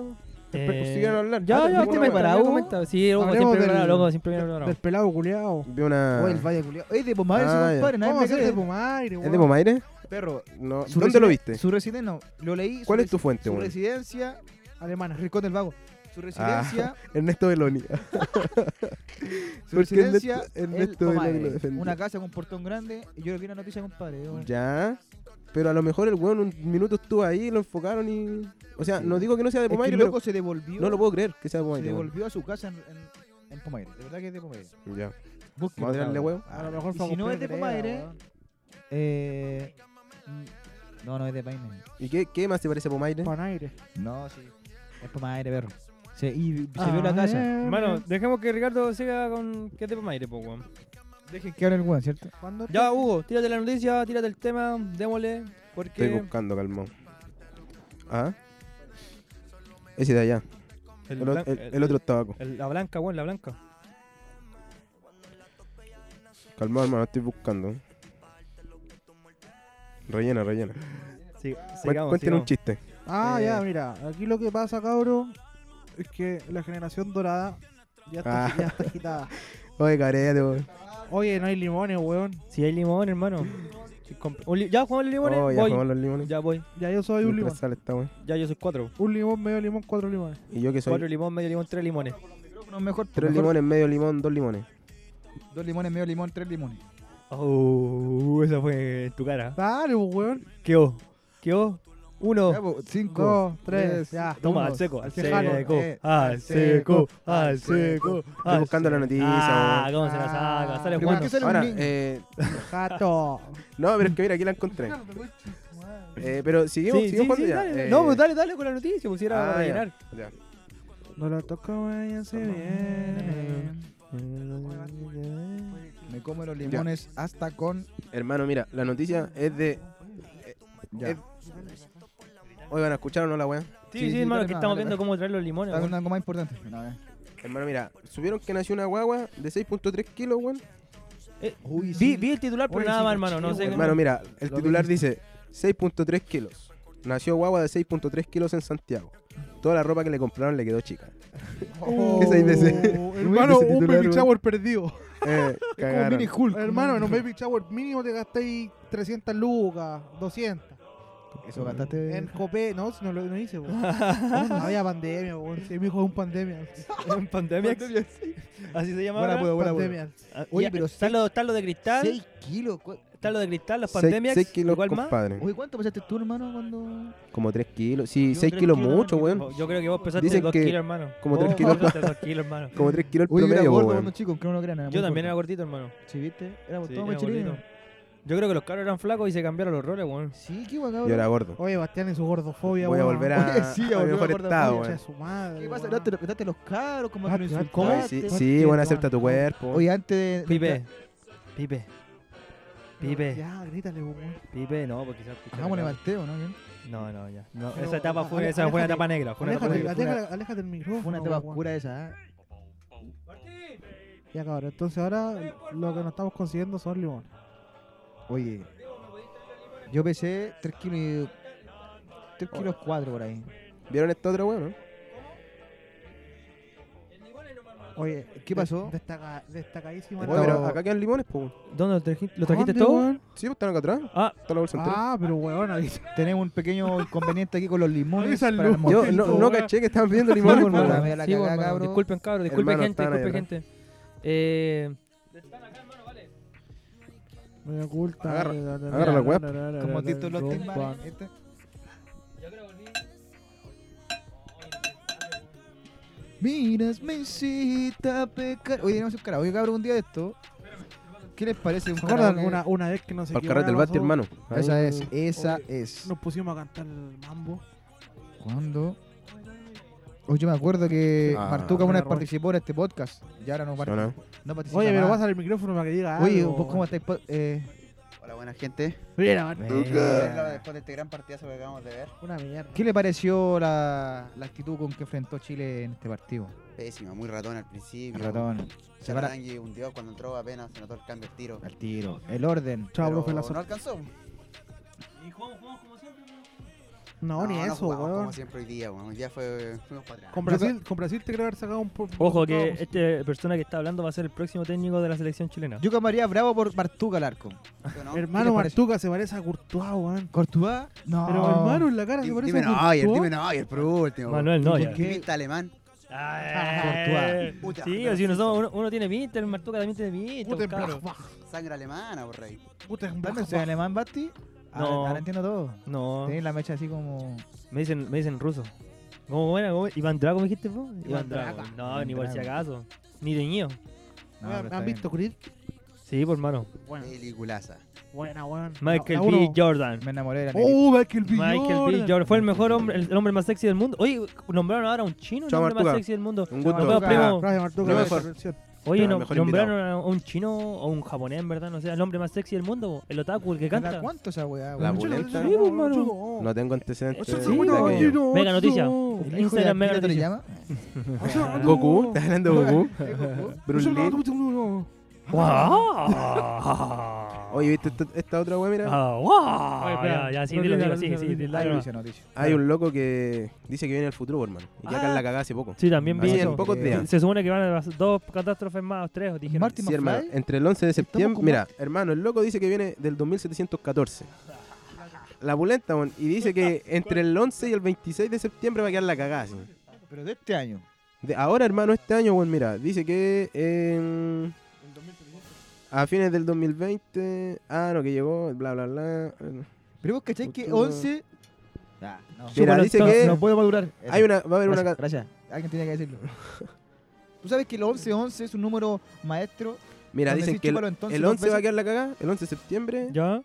Speaker 4: Eh,
Speaker 2: siguieran a hablar.
Speaker 4: Ya,
Speaker 2: Ah,
Speaker 4: ya,
Speaker 2: ¿te fuiste
Speaker 4: comenta,
Speaker 3: preparado?
Speaker 4: ya comenta. Sí, loco,
Speaker 5: Hablemos
Speaker 4: siempre
Speaker 5: del-
Speaker 4: preparado, loco, siempre preparado.
Speaker 5: Del pelado culeado.
Speaker 2: Vi una.
Speaker 3: Oye, Oh, el Valle Culiao. Oye, de Pomaire, ese
Speaker 2: Ah, ya.
Speaker 3: compadre. Nadie
Speaker 5: ¿Cómo
Speaker 3: me
Speaker 5: hacer
Speaker 3: cree.
Speaker 5: de Pomaire,
Speaker 2: ¿Es de
Speaker 5: weón?
Speaker 2: Pomaire?
Speaker 3: Perro.
Speaker 2: No.
Speaker 3: su
Speaker 2: ¿Dónde lo
Speaker 3: residen-
Speaker 2: viste?
Speaker 3: Su residencia, no. Lo leí.
Speaker 2: ¿Cuál
Speaker 3: su
Speaker 2: es tu
Speaker 3: resi-
Speaker 2: fuente,
Speaker 3: Su
Speaker 2: weón?
Speaker 3: residencia,
Speaker 5: Alemana.
Speaker 3: Rincón del Vago. Su
Speaker 2: Ah.
Speaker 3: residencia,
Speaker 2: Ernesto Beloni.
Speaker 3: su
Speaker 2: ¿Por qué
Speaker 3: residencia,
Speaker 2: Ernesto-
Speaker 3: el
Speaker 2: Ernesto de la que lo
Speaker 3: Pomaire.
Speaker 2: defendió?
Speaker 3: Una casa con portón grande. Y yo le vi una noticia, compadre. weón.
Speaker 2: Ya. Pero a lo mejor el weón un minuto estuvo ahí, lo enfocaron y. O sea, no digo que no sea de
Speaker 3: Es que
Speaker 2: Pomaire,
Speaker 3: el
Speaker 2: pero
Speaker 3: loco se devolvió.
Speaker 2: no lo puedo creer que sea de
Speaker 3: Se
Speaker 2: Pomaire. weón.
Speaker 3: devolvió a su casa en, en, en Pomaire. De verdad que es de Pomaire.
Speaker 2: Ya.
Speaker 3: Busquen,
Speaker 2: Vamos a tirarle
Speaker 3: cabrón.
Speaker 2: huevo.
Speaker 5: A lo mejor
Speaker 3: Y
Speaker 5: fue a
Speaker 3: si no
Speaker 5: comprar
Speaker 3: es de
Speaker 5: crema,
Speaker 3: Pomaire,
Speaker 5: weón.
Speaker 3: Eh, mm, no, no es de Paine.
Speaker 2: ¿Y qué, qué más se parece a Pomaire?
Speaker 5: Panaire.
Speaker 3: No, sí. Es Pomaire, perro. Se, y se vio la casa.
Speaker 4: Hermano, dejemos que Ricardo siga con. ¿Qué te Maire, po, weón?
Speaker 3: Dejen que hable el weón, ¿cierto?
Speaker 5: ¿Cuándo?
Speaker 4: Ya, Hugo, tírate la noticia, tírate el tema, démosle.
Speaker 2: Estoy
Speaker 4: Porque.
Speaker 2: buscando, calmón. Ah. Ese de allá. El, o-
Speaker 4: blan-
Speaker 2: el-
Speaker 4: el-
Speaker 2: el otro es tabaco.
Speaker 4: el- la blanca, weón, la blanca.
Speaker 2: Calmado, hermano, estoy buscando. Rellena, rellena.
Speaker 4: Sí,
Speaker 2: Cuen-
Speaker 4: sigamos,
Speaker 2: Cuéntenos
Speaker 4: sigamos.
Speaker 2: un chiste.
Speaker 5: Ah,
Speaker 4: Eh.
Speaker 5: ya, mira. Aquí lo que pasa, cabro, es que la generación dorada ya está,
Speaker 2: Ah.
Speaker 5: ya está agitada.
Speaker 2: Oye, carete, weón.
Speaker 5: Oye, no hay limones, weón.
Speaker 4: Si hay limón, hermano. Si comp- un li- ya jugamos los limones,
Speaker 2: Oh, ya
Speaker 4: voy.
Speaker 2: jugamos los limones.
Speaker 4: Ya voy.
Speaker 5: Ya yo soy un
Speaker 2: Mientras
Speaker 5: limón.
Speaker 2: sale esta, weón.
Speaker 4: Ya yo soy cuatro.
Speaker 5: Un limón, medio limón, cuatro limones.
Speaker 2: Y yo que soy.
Speaker 4: Cuatro limones, medio limón, tres limones.
Speaker 3: Uno mejor,
Speaker 2: Tres
Speaker 3: mejor.
Speaker 2: limones, medio limón, dos limones.
Speaker 3: Dos limones, medio limón, tres limones.
Speaker 4: Oh, esa fue en tu cara.
Speaker 5: Dale, pues, weón.
Speaker 4: ¿Qué o? ¿Qué o?
Speaker 8: Uno.
Speaker 3: Ya,
Speaker 2: pues,
Speaker 3: po, cinco.
Speaker 5: Dos, tres,
Speaker 3: tres,
Speaker 5: ya.
Speaker 8: Toma,
Speaker 3: uno,
Speaker 8: al seco, al
Speaker 3: Tejano,
Speaker 8: seco,
Speaker 3: eh,
Speaker 8: al seco, al seco.
Speaker 2: Estoy buscando la noticia.
Speaker 4: Ah,
Speaker 2: weón.
Speaker 4: ¿cómo se la saca? Sale
Speaker 5: Ah,
Speaker 3: ¿Pero por qué
Speaker 4: jugando.
Speaker 3: sale un
Speaker 2: Ahora,
Speaker 3: niño?
Speaker 2: eh,
Speaker 5: Jato.
Speaker 2: no, pero es que mira, aquí la encontré. Eh, pero seguimos,
Speaker 8: Sí, sí,
Speaker 2: seguimos jugando
Speaker 8: sí,
Speaker 2: ya.
Speaker 8: dale.
Speaker 2: Eh,
Speaker 8: No, pues dale, dale con la noticia, pues si era
Speaker 2: ah,
Speaker 8: para
Speaker 2: ya,
Speaker 8: rellenar.
Speaker 2: ya.
Speaker 5: No la toco, ella se
Speaker 2: Eh.
Speaker 5: viene.
Speaker 4: Eh.
Speaker 3: Me como los limones hasta con.
Speaker 2: Hermano, mira, la noticia es de. eh,
Speaker 3: Ya.
Speaker 2: es- Oigan, ¿escucharon o no la weá?
Speaker 4: Sí,
Speaker 3: Sí,
Speaker 4: sí,
Speaker 3: sí,
Speaker 4: hermano,
Speaker 3: dale,
Speaker 4: que
Speaker 3: no,
Speaker 4: estamos
Speaker 3: dale,
Speaker 4: viendo cómo traer los limones.
Speaker 3: Está
Speaker 4: weón.
Speaker 3: algo más importante. No, eh.
Speaker 2: Hermano, mira, supieron que nació una guagua de 6.3 kilos, weón.
Speaker 4: Eh,
Speaker 3: Uy,
Speaker 4: Vi, vi el titular, pero
Speaker 5: Oye,
Speaker 4: nada
Speaker 5: sí,
Speaker 4: más,
Speaker 5: lo
Speaker 4: hermano. No
Speaker 5: chivo,
Speaker 4: sé.
Speaker 2: Hermano, mira, el
Speaker 3: Lo
Speaker 2: titular dice 6.3 kilos. Nació guagua de 6.3 kilos en Santiago. Toda la ropa que le compraron le quedó chica. ¿Qué se dice?
Speaker 5: Oh, Hermano,
Speaker 2: Ese
Speaker 5: un
Speaker 2: titular,
Speaker 5: baby
Speaker 2: weón.
Speaker 5: shower perdido.
Speaker 2: Eh,
Speaker 3: como
Speaker 2: cagaron.
Speaker 3: mini Hulk.
Speaker 5: Hermano, en un baby shower mínimo te gastáis 300 lucas, 200.
Speaker 3: Eso gastaste.
Speaker 5: En copé, no, si no lo no hice, weón. No había pandemia, weón. Sí, mi hijo es un pandemia.
Speaker 4: En pandemia. Así se llama.
Speaker 3: Buena,
Speaker 4: ahora.
Speaker 3: buena, buena, buena.
Speaker 5: pandemia.
Speaker 4: Ah,
Speaker 3: Oye,
Speaker 4: ya,
Speaker 3: pero
Speaker 4: Están los están los de cristal,
Speaker 3: 6 kilos. cu-
Speaker 4: están los de cristal, los
Speaker 2: Seis-
Speaker 4: pandemias.
Speaker 2: seis kilos,
Speaker 4: igual más.
Speaker 2: compadre.
Speaker 3: Oye, ¿cuánto pesaste tú, hermano, cuando.?
Speaker 2: Como 3 kilos. Sí,
Speaker 4: Yo
Speaker 2: 6
Speaker 4: tres
Speaker 2: kilos
Speaker 4: kilos,
Speaker 2: mucho,
Speaker 4: hermano.
Speaker 2: weón.
Speaker 4: Yo creo que vos pesaste
Speaker 2: Dicen
Speaker 4: 2
Speaker 2: que
Speaker 4: kilos, hermano.
Speaker 2: como
Speaker 4: Vos
Speaker 2: tres kilos.
Speaker 4: pesaste dos kilos, hermano.
Speaker 2: Como 3 kilos el
Speaker 3: Oye, yo era
Speaker 2: promedio,
Speaker 3: gordo
Speaker 2: weón.
Speaker 3: cuando chico, aunque no lo crean. era muy
Speaker 4: Yo también era
Speaker 3: gordo.
Speaker 4: gordito, hermano.
Speaker 3: Sí, viste. Éramos
Speaker 4: Sí,
Speaker 3: todos
Speaker 4: era gordito.
Speaker 3: mechilinos.
Speaker 4: Yo creo que los caros eran flacos y se cambiaron los roles, weón.
Speaker 3: Sí, qué guacabro.
Speaker 2: Yo era gordo.
Speaker 5: Oye, Bastián y su gordofobia,
Speaker 2: Voy a
Speaker 5: weón.
Speaker 2: volver a,
Speaker 3: Oye, sí,
Speaker 2: a mi
Speaker 3: volvió
Speaker 2: mejor
Speaker 3: gordo,
Speaker 2: estado,
Speaker 5: Concha de
Speaker 2: weón.
Speaker 5: su madre,
Speaker 3: ¿Qué pasa?
Speaker 5: weón.
Speaker 3: No, te apretaste los caros, como
Speaker 5: Ah,
Speaker 3: que lo
Speaker 5: claro.
Speaker 3: insultaste.
Speaker 2: Oye, sí,
Speaker 5: Concha
Speaker 2: sí,
Speaker 5: de
Speaker 2: bueno,
Speaker 5: tu
Speaker 2: acepta tu
Speaker 5: madre.
Speaker 2: cuerpo.
Speaker 3: Oye, antes de.
Speaker 4: Pipe, pipe, pipe,
Speaker 5: Ya, grítale, weón.
Speaker 4: pipe, no, porque quizás.
Speaker 3: Hagámosle manteo, ¿no?
Speaker 4: No, no, ya. No,
Speaker 5: Pero,
Speaker 4: esa etapa fue,
Speaker 5: ale-
Speaker 4: esa fue una
Speaker 5: aléjate,
Speaker 4: etapa negra. Fue una etapa
Speaker 5: Aléjate,
Speaker 4: negra.
Speaker 5: aléjate, aléjate del micrófono.
Speaker 3: Fue una etapa
Speaker 5: weón.
Speaker 3: oscura esa. ¿eh?
Speaker 5: Ya, cabrón. Entonces ahora lo que nos estamos consiguiendo son limones.
Speaker 3: Oye, yo pesé 3 kilos y. 3 kilos 4 por ahí.
Speaker 2: ¿Vieron esta otra, weón? no?
Speaker 5: Oye,
Speaker 3: ¿Qué pasó?
Speaker 5: Destaca, destacadísima.
Speaker 2: Oye, pero acá quedan limones, po. weón.
Speaker 4: ¿Dónde lo trajiste? ¿Lo
Speaker 5: ¿Dónde,
Speaker 4: trajiste todo?
Speaker 5: weón?
Speaker 2: Sí, pues están acá atrás.
Speaker 4: Ah.
Speaker 2: Está la bolsa entera.
Speaker 5: Ah, pero weón, avisa.
Speaker 3: Tenemos un pequeño inconveniente aquí con los limones.
Speaker 5: Avisa al
Speaker 3: para las
Speaker 5: Lugo.
Speaker 2: Yo
Speaker 3: morcillas.
Speaker 2: no, no caché que estaban pidiendo
Speaker 4: Sí,
Speaker 2: limones,
Speaker 4: bueno,
Speaker 2: po, weón.
Speaker 3: la media la
Speaker 4: sí, bueno,
Speaker 3: cagá,
Speaker 4: hermano.
Speaker 3: cabro.
Speaker 4: Disculpen, cabros, disculpen,
Speaker 2: Hermano,
Speaker 4: gente,
Speaker 2: están ahí,
Speaker 4: disculpen, gente. Eh,
Speaker 5: Me oculta.
Speaker 2: Agarra-
Speaker 5: agarra
Speaker 2: agarra la web.
Speaker 3: Como Tito los
Speaker 5: Timbanes.
Speaker 3: Miras, mesita, pecar. Oye, no un karaoke, cabrón, un día de esto. ¿Qué les parece un
Speaker 5: ¿Se acuerdan
Speaker 3: karaoke?
Speaker 5: una, una vez que no sé
Speaker 2: Para el
Speaker 5: qué
Speaker 2: carrete del
Speaker 5: hora
Speaker 2: bate,
Speaker 5: pasó?
Speaker 2: hermano. Ahí.
Speaker 3: Esa es, esa
Speaker 5: Oye,
Speaker 3: es.
Speaker 5: Nos pusimos a cantar el mambo.
Speaker 3: Cuando. Oye, yo me acuerdo que
Speaker 2: Ah.
Speaker 3: Martuca una vez
Speaker 5: Error.
Speaker 3: participó en este podcast. Y ahora no, par-
Speaker 2: No, no.
Speaker 3: no participa.
Speaker 5: Oye, pero
Speaker 3: más.
Speaker 5: pasa el micrófono para que diga
Speaker 3: Oye,
Speaker 5: algo,
Speaker 3: vos cómo estáis. po- Eh,
Speaker 1: Hola, buena gente.
Speaker 5: Mira, man,
Speaker 1: Después de este gran partidazo que acabamos de ver,
Speaker 5: una mierda.
Speaker 3: ¿Qué le pareció la, la actitud con que enfrentó Chile en este partido?
Speaker 1: pésima, muy ratón al principio.
Speaker 3: Ratón, se para-
Speaker 1: Sarangui hundió cuando entró apenas, se notó el cambio de tiro.
Speaker 3: al tiro, el orden.
Speaker 5: Chao,
Speaker 1: Pero
Speaker 5: profe, la
Speaker 1: No
Speaker 5: zona.
Speaker 1: alcanzó.
Speaker 5: No, ni eso,
Speaker 1: jugamos
Speaker 5: weón.
Speaker 1: Como siempre hoy día, weón. Ya fue, fuimos para atrás.
Speaker 5: Con Brasil, con Brasil te creo haber sacado un. po-
Speaker 4: ojo,
Speaker 5: no,
Speaker 4: que esta persona que está hablando va a ser el próximo técnico de la selección chilena.
Speaker 3: Yo María Bravo por Martuca al arco.
Speaker 1: ¿Tú no?
Speaker 5: Hermano,
Speaker 3: ¿Qué te parece?
Speaker 5: Martuca se parece a Courtois, weón.
Speaker 3: ¿Cortubá? No.
Speaker 5: Pero hermano, en la cara se
Speaker 1: Dime
Speaker 5: parece
Speaker 1: dime
Speaker 5: a Courtois.
Speaker 1: Neuer, dime Neuer por último.
Speaker 4: Manuel Neuer.
Speaker 1: ¿Qué? Pinta alemán.
Speaker 4: Ah, eh.
Speaker 1: Puta,
Speaker 4: Sí,
Speaker 1: pero
Speaker 4: o si uno, somos- uno, uno tiene Mister, Martuca también tiene Mister, cabrón.
Speaker 5: Gutenberg,
Speaker 1: Sangre alemana, por rey.
Speaker 3: ¿Dónde
Speaker 5: Gutenberg.
Speaker 3: se alemán, Basti? Ahora,
Speaker 4: No.
Speaker 3: ahora entiendo todo.
Speaker 4: No,
Speaker 3: Tenés la mecha así como.
Speaker 4: me dicen, me dicen ruso. ¿Cómo era? ¿Cómo era? ¿Iván Drago me dijiste vos?
Speaker 5: Iván
Speaker 4: Drago.
Speaker 5: Drago.
Speaker 4: No,
Speaker 3: Iván
Speaker 4: ni por si
Speaker 3: Drago.
Speaker 4: acaso. Ni teñido.
Speaker 3: No,
Speaker 5: Weón,
Speaker 3: pero está
Speaker 5: ¿Han
Speaker 3: bien.
Speaker 5: visto Creed?
Speaker 4: Sí, por hermano.
Speaker 5: Bueno,
Speaker 1: Peliculaza.
Speaker 5: buena, weón.
Speaker 4: Michael
Speaker 5: La- la
Speaker 4: B.
Speaker 5: uno.
Speaker 4: Jordan.
Speaker 3: Me enamoré de la negrita.
Speaker 5: Oh, Michael B.
Speaker 4: Michael B.
Speaker 5: Jordan.
Speaker 4: Jordan fue el mejor hombre, el, el hombre más sexy del mundo. Oye, nombraron ahora a un chino, el
Speaker 2: Chao,
Speaker 4: hombre más
Speaker 2: Martuga.
Speaker 4: sexy del mundo.
Speaker 2: Un
Speaker 5: Martuca,
Speaker 2: gusto.
Speaker 4: vemos, primo.
Speaker 5: Gracias, Martuca.
Speaker 2: Lo
Speaker 5: por la
Speaker 2: mejor.
Speaker 5: intervención.
Speaker 4: Oye,
Speaker 2: Ah,
Speaker 4: no-
Speaker 2: mejor
Speaker 4: nombraron a un chino o un japonés, en verdad, no sé, el hombre más sexy del mundo, bo, el otaku, el que
Speaker 3: ¿Cada
Speaker 4: canta.
Speaker 3: ¿Cuánto esa weá?
Speaker 2: La
Speaker 3: weón?
Speaker 2: bu- Opulenta.
Speaker 5: Sí, pues,
Speaker 2: No tengo antecedentes.
Speaker 4: Sí,
Speaker 2: de
Speaker 4: bueno,
Speaker 2: aquello.
Speaker 5: mano.
Speaker 4: Mega noticia.
Speaker 3: ¿El
Speaker 4: El
Speaker 3: hijo de
Speaker 4: Instagram
Speaker 3: Akira
Speaker 4: mega
Speaker 3: te le
Speaker 4: noticia.
Speaker 3: llama?
Speaker 2: Goku, ¿estás hablando de Goku? Bruce Lee.
Speaker 5: Oye,
Speaker 4: ¡Wow!
Speaker 2: Oye, ¿viste esta, esta otra weá? Mira,
Speaker 4: Ah,
Speaker 5: Oye,
Speaker 4: ¡Wow!
Speaker 5: espera,
Speaker 4: Ya, ya, sí,
Speaker 5: no
Speaker 4: dilo,
Speaker 5: olvides,
Speaker 4: dilo,
Speaker 5: no
Speaker 4: sí,
Speaker 5: olvides,
Speaker 4: sí,
Speaker 5: no olvides.
Speaker 4: dilo,
Speaker 3: Ah,
Speaker 4: dilo.
Speaker 3: noticia, noticia.
Speaker 2: hay un loco que dice que viene al futuro, hermano. Y ya acá
Speaker 4: Ah.
Speaker 2: la cagá hace poco.
Speaker 4: Sí, también vi
Speaker 2: Hace
Speaker 4: eso.
Speaker 2: pocos
Speaker 3: eh,
Speaker 2: días.
Speaker 4: Se supone que van a las dos catástrofes más, o tres, os dije.
Speaker 3: Martin
Speaker 2: Sí, hermano,
Speaker 3: McFly.
Speaker 2: entre el 11 de septiembre.
Speaker 3: con
Speaker 2: Mira, hermano, el loco dice que viene del 2714. La pulenta, weón. Y dice que entre el 11 y el 26 de septiembre va a quedar la cagada, así.
Speaker 3: Pero de este año.
Speaker 2: De ahora, hermano, este año, weón, mira, dice que en- a fines del 2020, ah, no, que llegó, bla, bla, bla.
Speaker 3: Pero vos cachai que
Speaker 2: Futuro.
Speaker 3: 11. Ya, no.
Speaker 2: Mira,
Speaker 3: Súbalo
Speaker 2: dice
Speaker 3: entonces,
Speaker 2: que-
Speaker 3: No puedo madurar. Eso.
Speaker 2: Hay una, va a haber una.
Speaker 3: Gracias,
Speaker 2: ca-
Speaker 3: gracias. Alguien tenía que decirlo. Tú sabes que el 11-11 es un número maestro.
Speaker 2: Mira,
Speaker 3: donde
Speaker 2: dicen
Speaker 3: sí,
Speaker 2: que el,
Speaker 3: chúpalo entonces
Speaker 2: el
Speaker 3: dos
Speaker 2: 11 va a
Speaker 3: veces.
Speaker 2: quedar la cagada, el 11 de septiembre
Speaker 9: ¿Ya?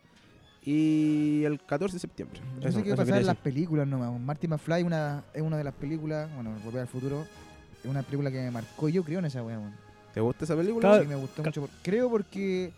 Speaker 2: y el 14 de septiembre.
Speaker 3: Yo
Speaker 2: Eso,
Speaker 3: sé que
Speaker 2: eso
Speaker 3: va a
Speaker 2: quería
Speaker 3: pasar en las
Speaker 2: decir.
Speaker 3: películas nomás. Marty McFly una, es una de las películas, bueno, Volver al Futuro, es una película que me marcó yo creo en esa wea, weón.
Speaker 2: ¿Te gusta esa película?
Speaker 9: Claro.
Speaker 3: Sí, me gustó mucho. por- creo porque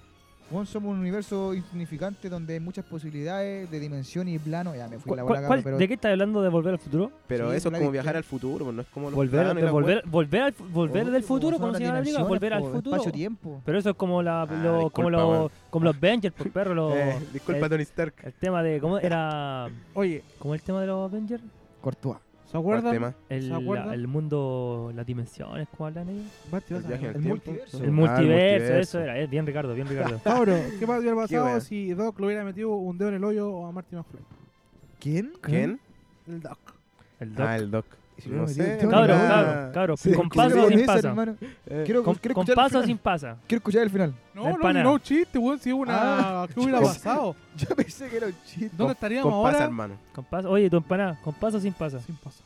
Speaker 3: weón, somos un universo insignificante donde hay muchas posibilidades de dimensión y plano. Ya me fui a la
Speaker 4: ¿Cuál- cuál-
Speaker 3: bola, cabrón, pero
Speaker 4: ¿De qué estás hablando de volver al futuro?
Speaker 2: Pero
Speaker 3: Sí,
Speaker 2: eso es
Speaker 3: la
Speaker 2: como
Speaker 3: viste.
Speaker 2: viajar al futuro, pues, no es como los
Speaker 4: Volver,
Speaker 2: planos y
Speaker 4: de-
Speaker 2: las
Speaker 4: volver, volver, al fu- volver
Speaker 3: Obvio,
Speaker 4: del futuro,
Speaker 3: weón,
Speaker 4: ¿cómo
Speaker 3: Oh, son
Speaker 4: se llama la
Speaker 3: otras
Speaker 4: película? Volver al
Speaker 3: dimensiones, po,
Speaker 4: futuro.
Speaker 3: Espacio-tiempo.
Speaker 4: Pero eso es como la,
Speaker 2: Ah,
Speaker 4: lo- como,
Speaker 2: disculpa,
Speaker 4: los,
Speaker 2: weón.
Speaker 4: como los Avengers, por perro. Los,
Speaker 2: weas. Eh, disculpa,
Speaker 4: el,
Speaker 2: Tony Stark.
Speaker 4: el tema de. ¿Cómo era.?
Speaker 5: Oye,
Speaker 4: ¿Cómo el tema de los Avengers?
Speaker 3: Cortúa.
Speaker 5: ¿se
Speaker 2: ¿Cuál
Speaker 5: acuerdan?
Speaker 2: tema?
Speaker 4: El,
Speaker 5: ¿Se
Speaker 4: la-
Speaker 5: acuerdan?
Speaker 4: el mundo, las dimensiones, ¿cómo hablan ellos?
Speaker 5: Basti,
Speaker 2: El
Speaker 5: vas a-
Speaker 2: viaje en el,
Speaker 3: el
Speaker 2: tiempo.
Speaker 3: multiverso.
Speaker 2: Ah,
Speaker 4: el multiverso, eso era. Eh, bien, Ricardo, bien, Ricardo.
Speaker 5: Cabro, ¿qué hubiera pasado
Speaker 2: wea.
Speaker 5: si Doc le hubiera metido un dedo en el hoyo a Marty McFly?
Speaker 3: ¿Quién?
Speaker 2: ¿Quién?
Speaker 5: El Doc.
Speaker 4: El
Speaker 2: Ah,
Speaker 4: doc.
Speaker 2: el Doc.
Speaker 3: Si
Speaker 2: No
Speaker 3: lo
Speaker 2: sé,
Speaker 3: metí,
Speaker 2: no
Speaker 3: cabrón,
Speaker 4: Cabro,
Speaker 2: Ah,
Speaker 4: cabro, cabro.
Speaker 2: sí,
Speaker 4: con
Speaker 2: ¿qué
Speaker 4: pasa o
Speaker 3: Quiero
Speaker 4: sin
Speaker 3: esa,
Speaker 4: pasa.
Speaker 3: hermano.
Speaker 2: Eh,
Speaker 3: Quiero,
Speaker 4: Con,
Speaker 3: quiero
Speaker 4: con
Speaker 3: escuchar el
Speaker 4: pasa o
Speaker 3: final.
Speaker 4: sin pasa.
Speaker 3: Quiero escuchar el final.
Speaker 5: No,
Speaker 4: La
Speaker 5: no,
Speaker 4: empana.
Speaker 5: no, Ah, un chiste, weón. Si es una. ¿Qué hubiera
Speaker 2: Con-
Speaker 5: pasado?
Speaker 3: Yo pensé que era un chiste.
Speaker 5: ¿Dónde
Speaker 2: con
Speaker 5: estaríamos
Speaker 2: pasa,
Speaker 5: ahora?
Speaker 2: hermano.
Speaker 4: Con pasa. Oye, tu empanada, ¿con pasa o sin pasa?
Speaker 5: Sin paso.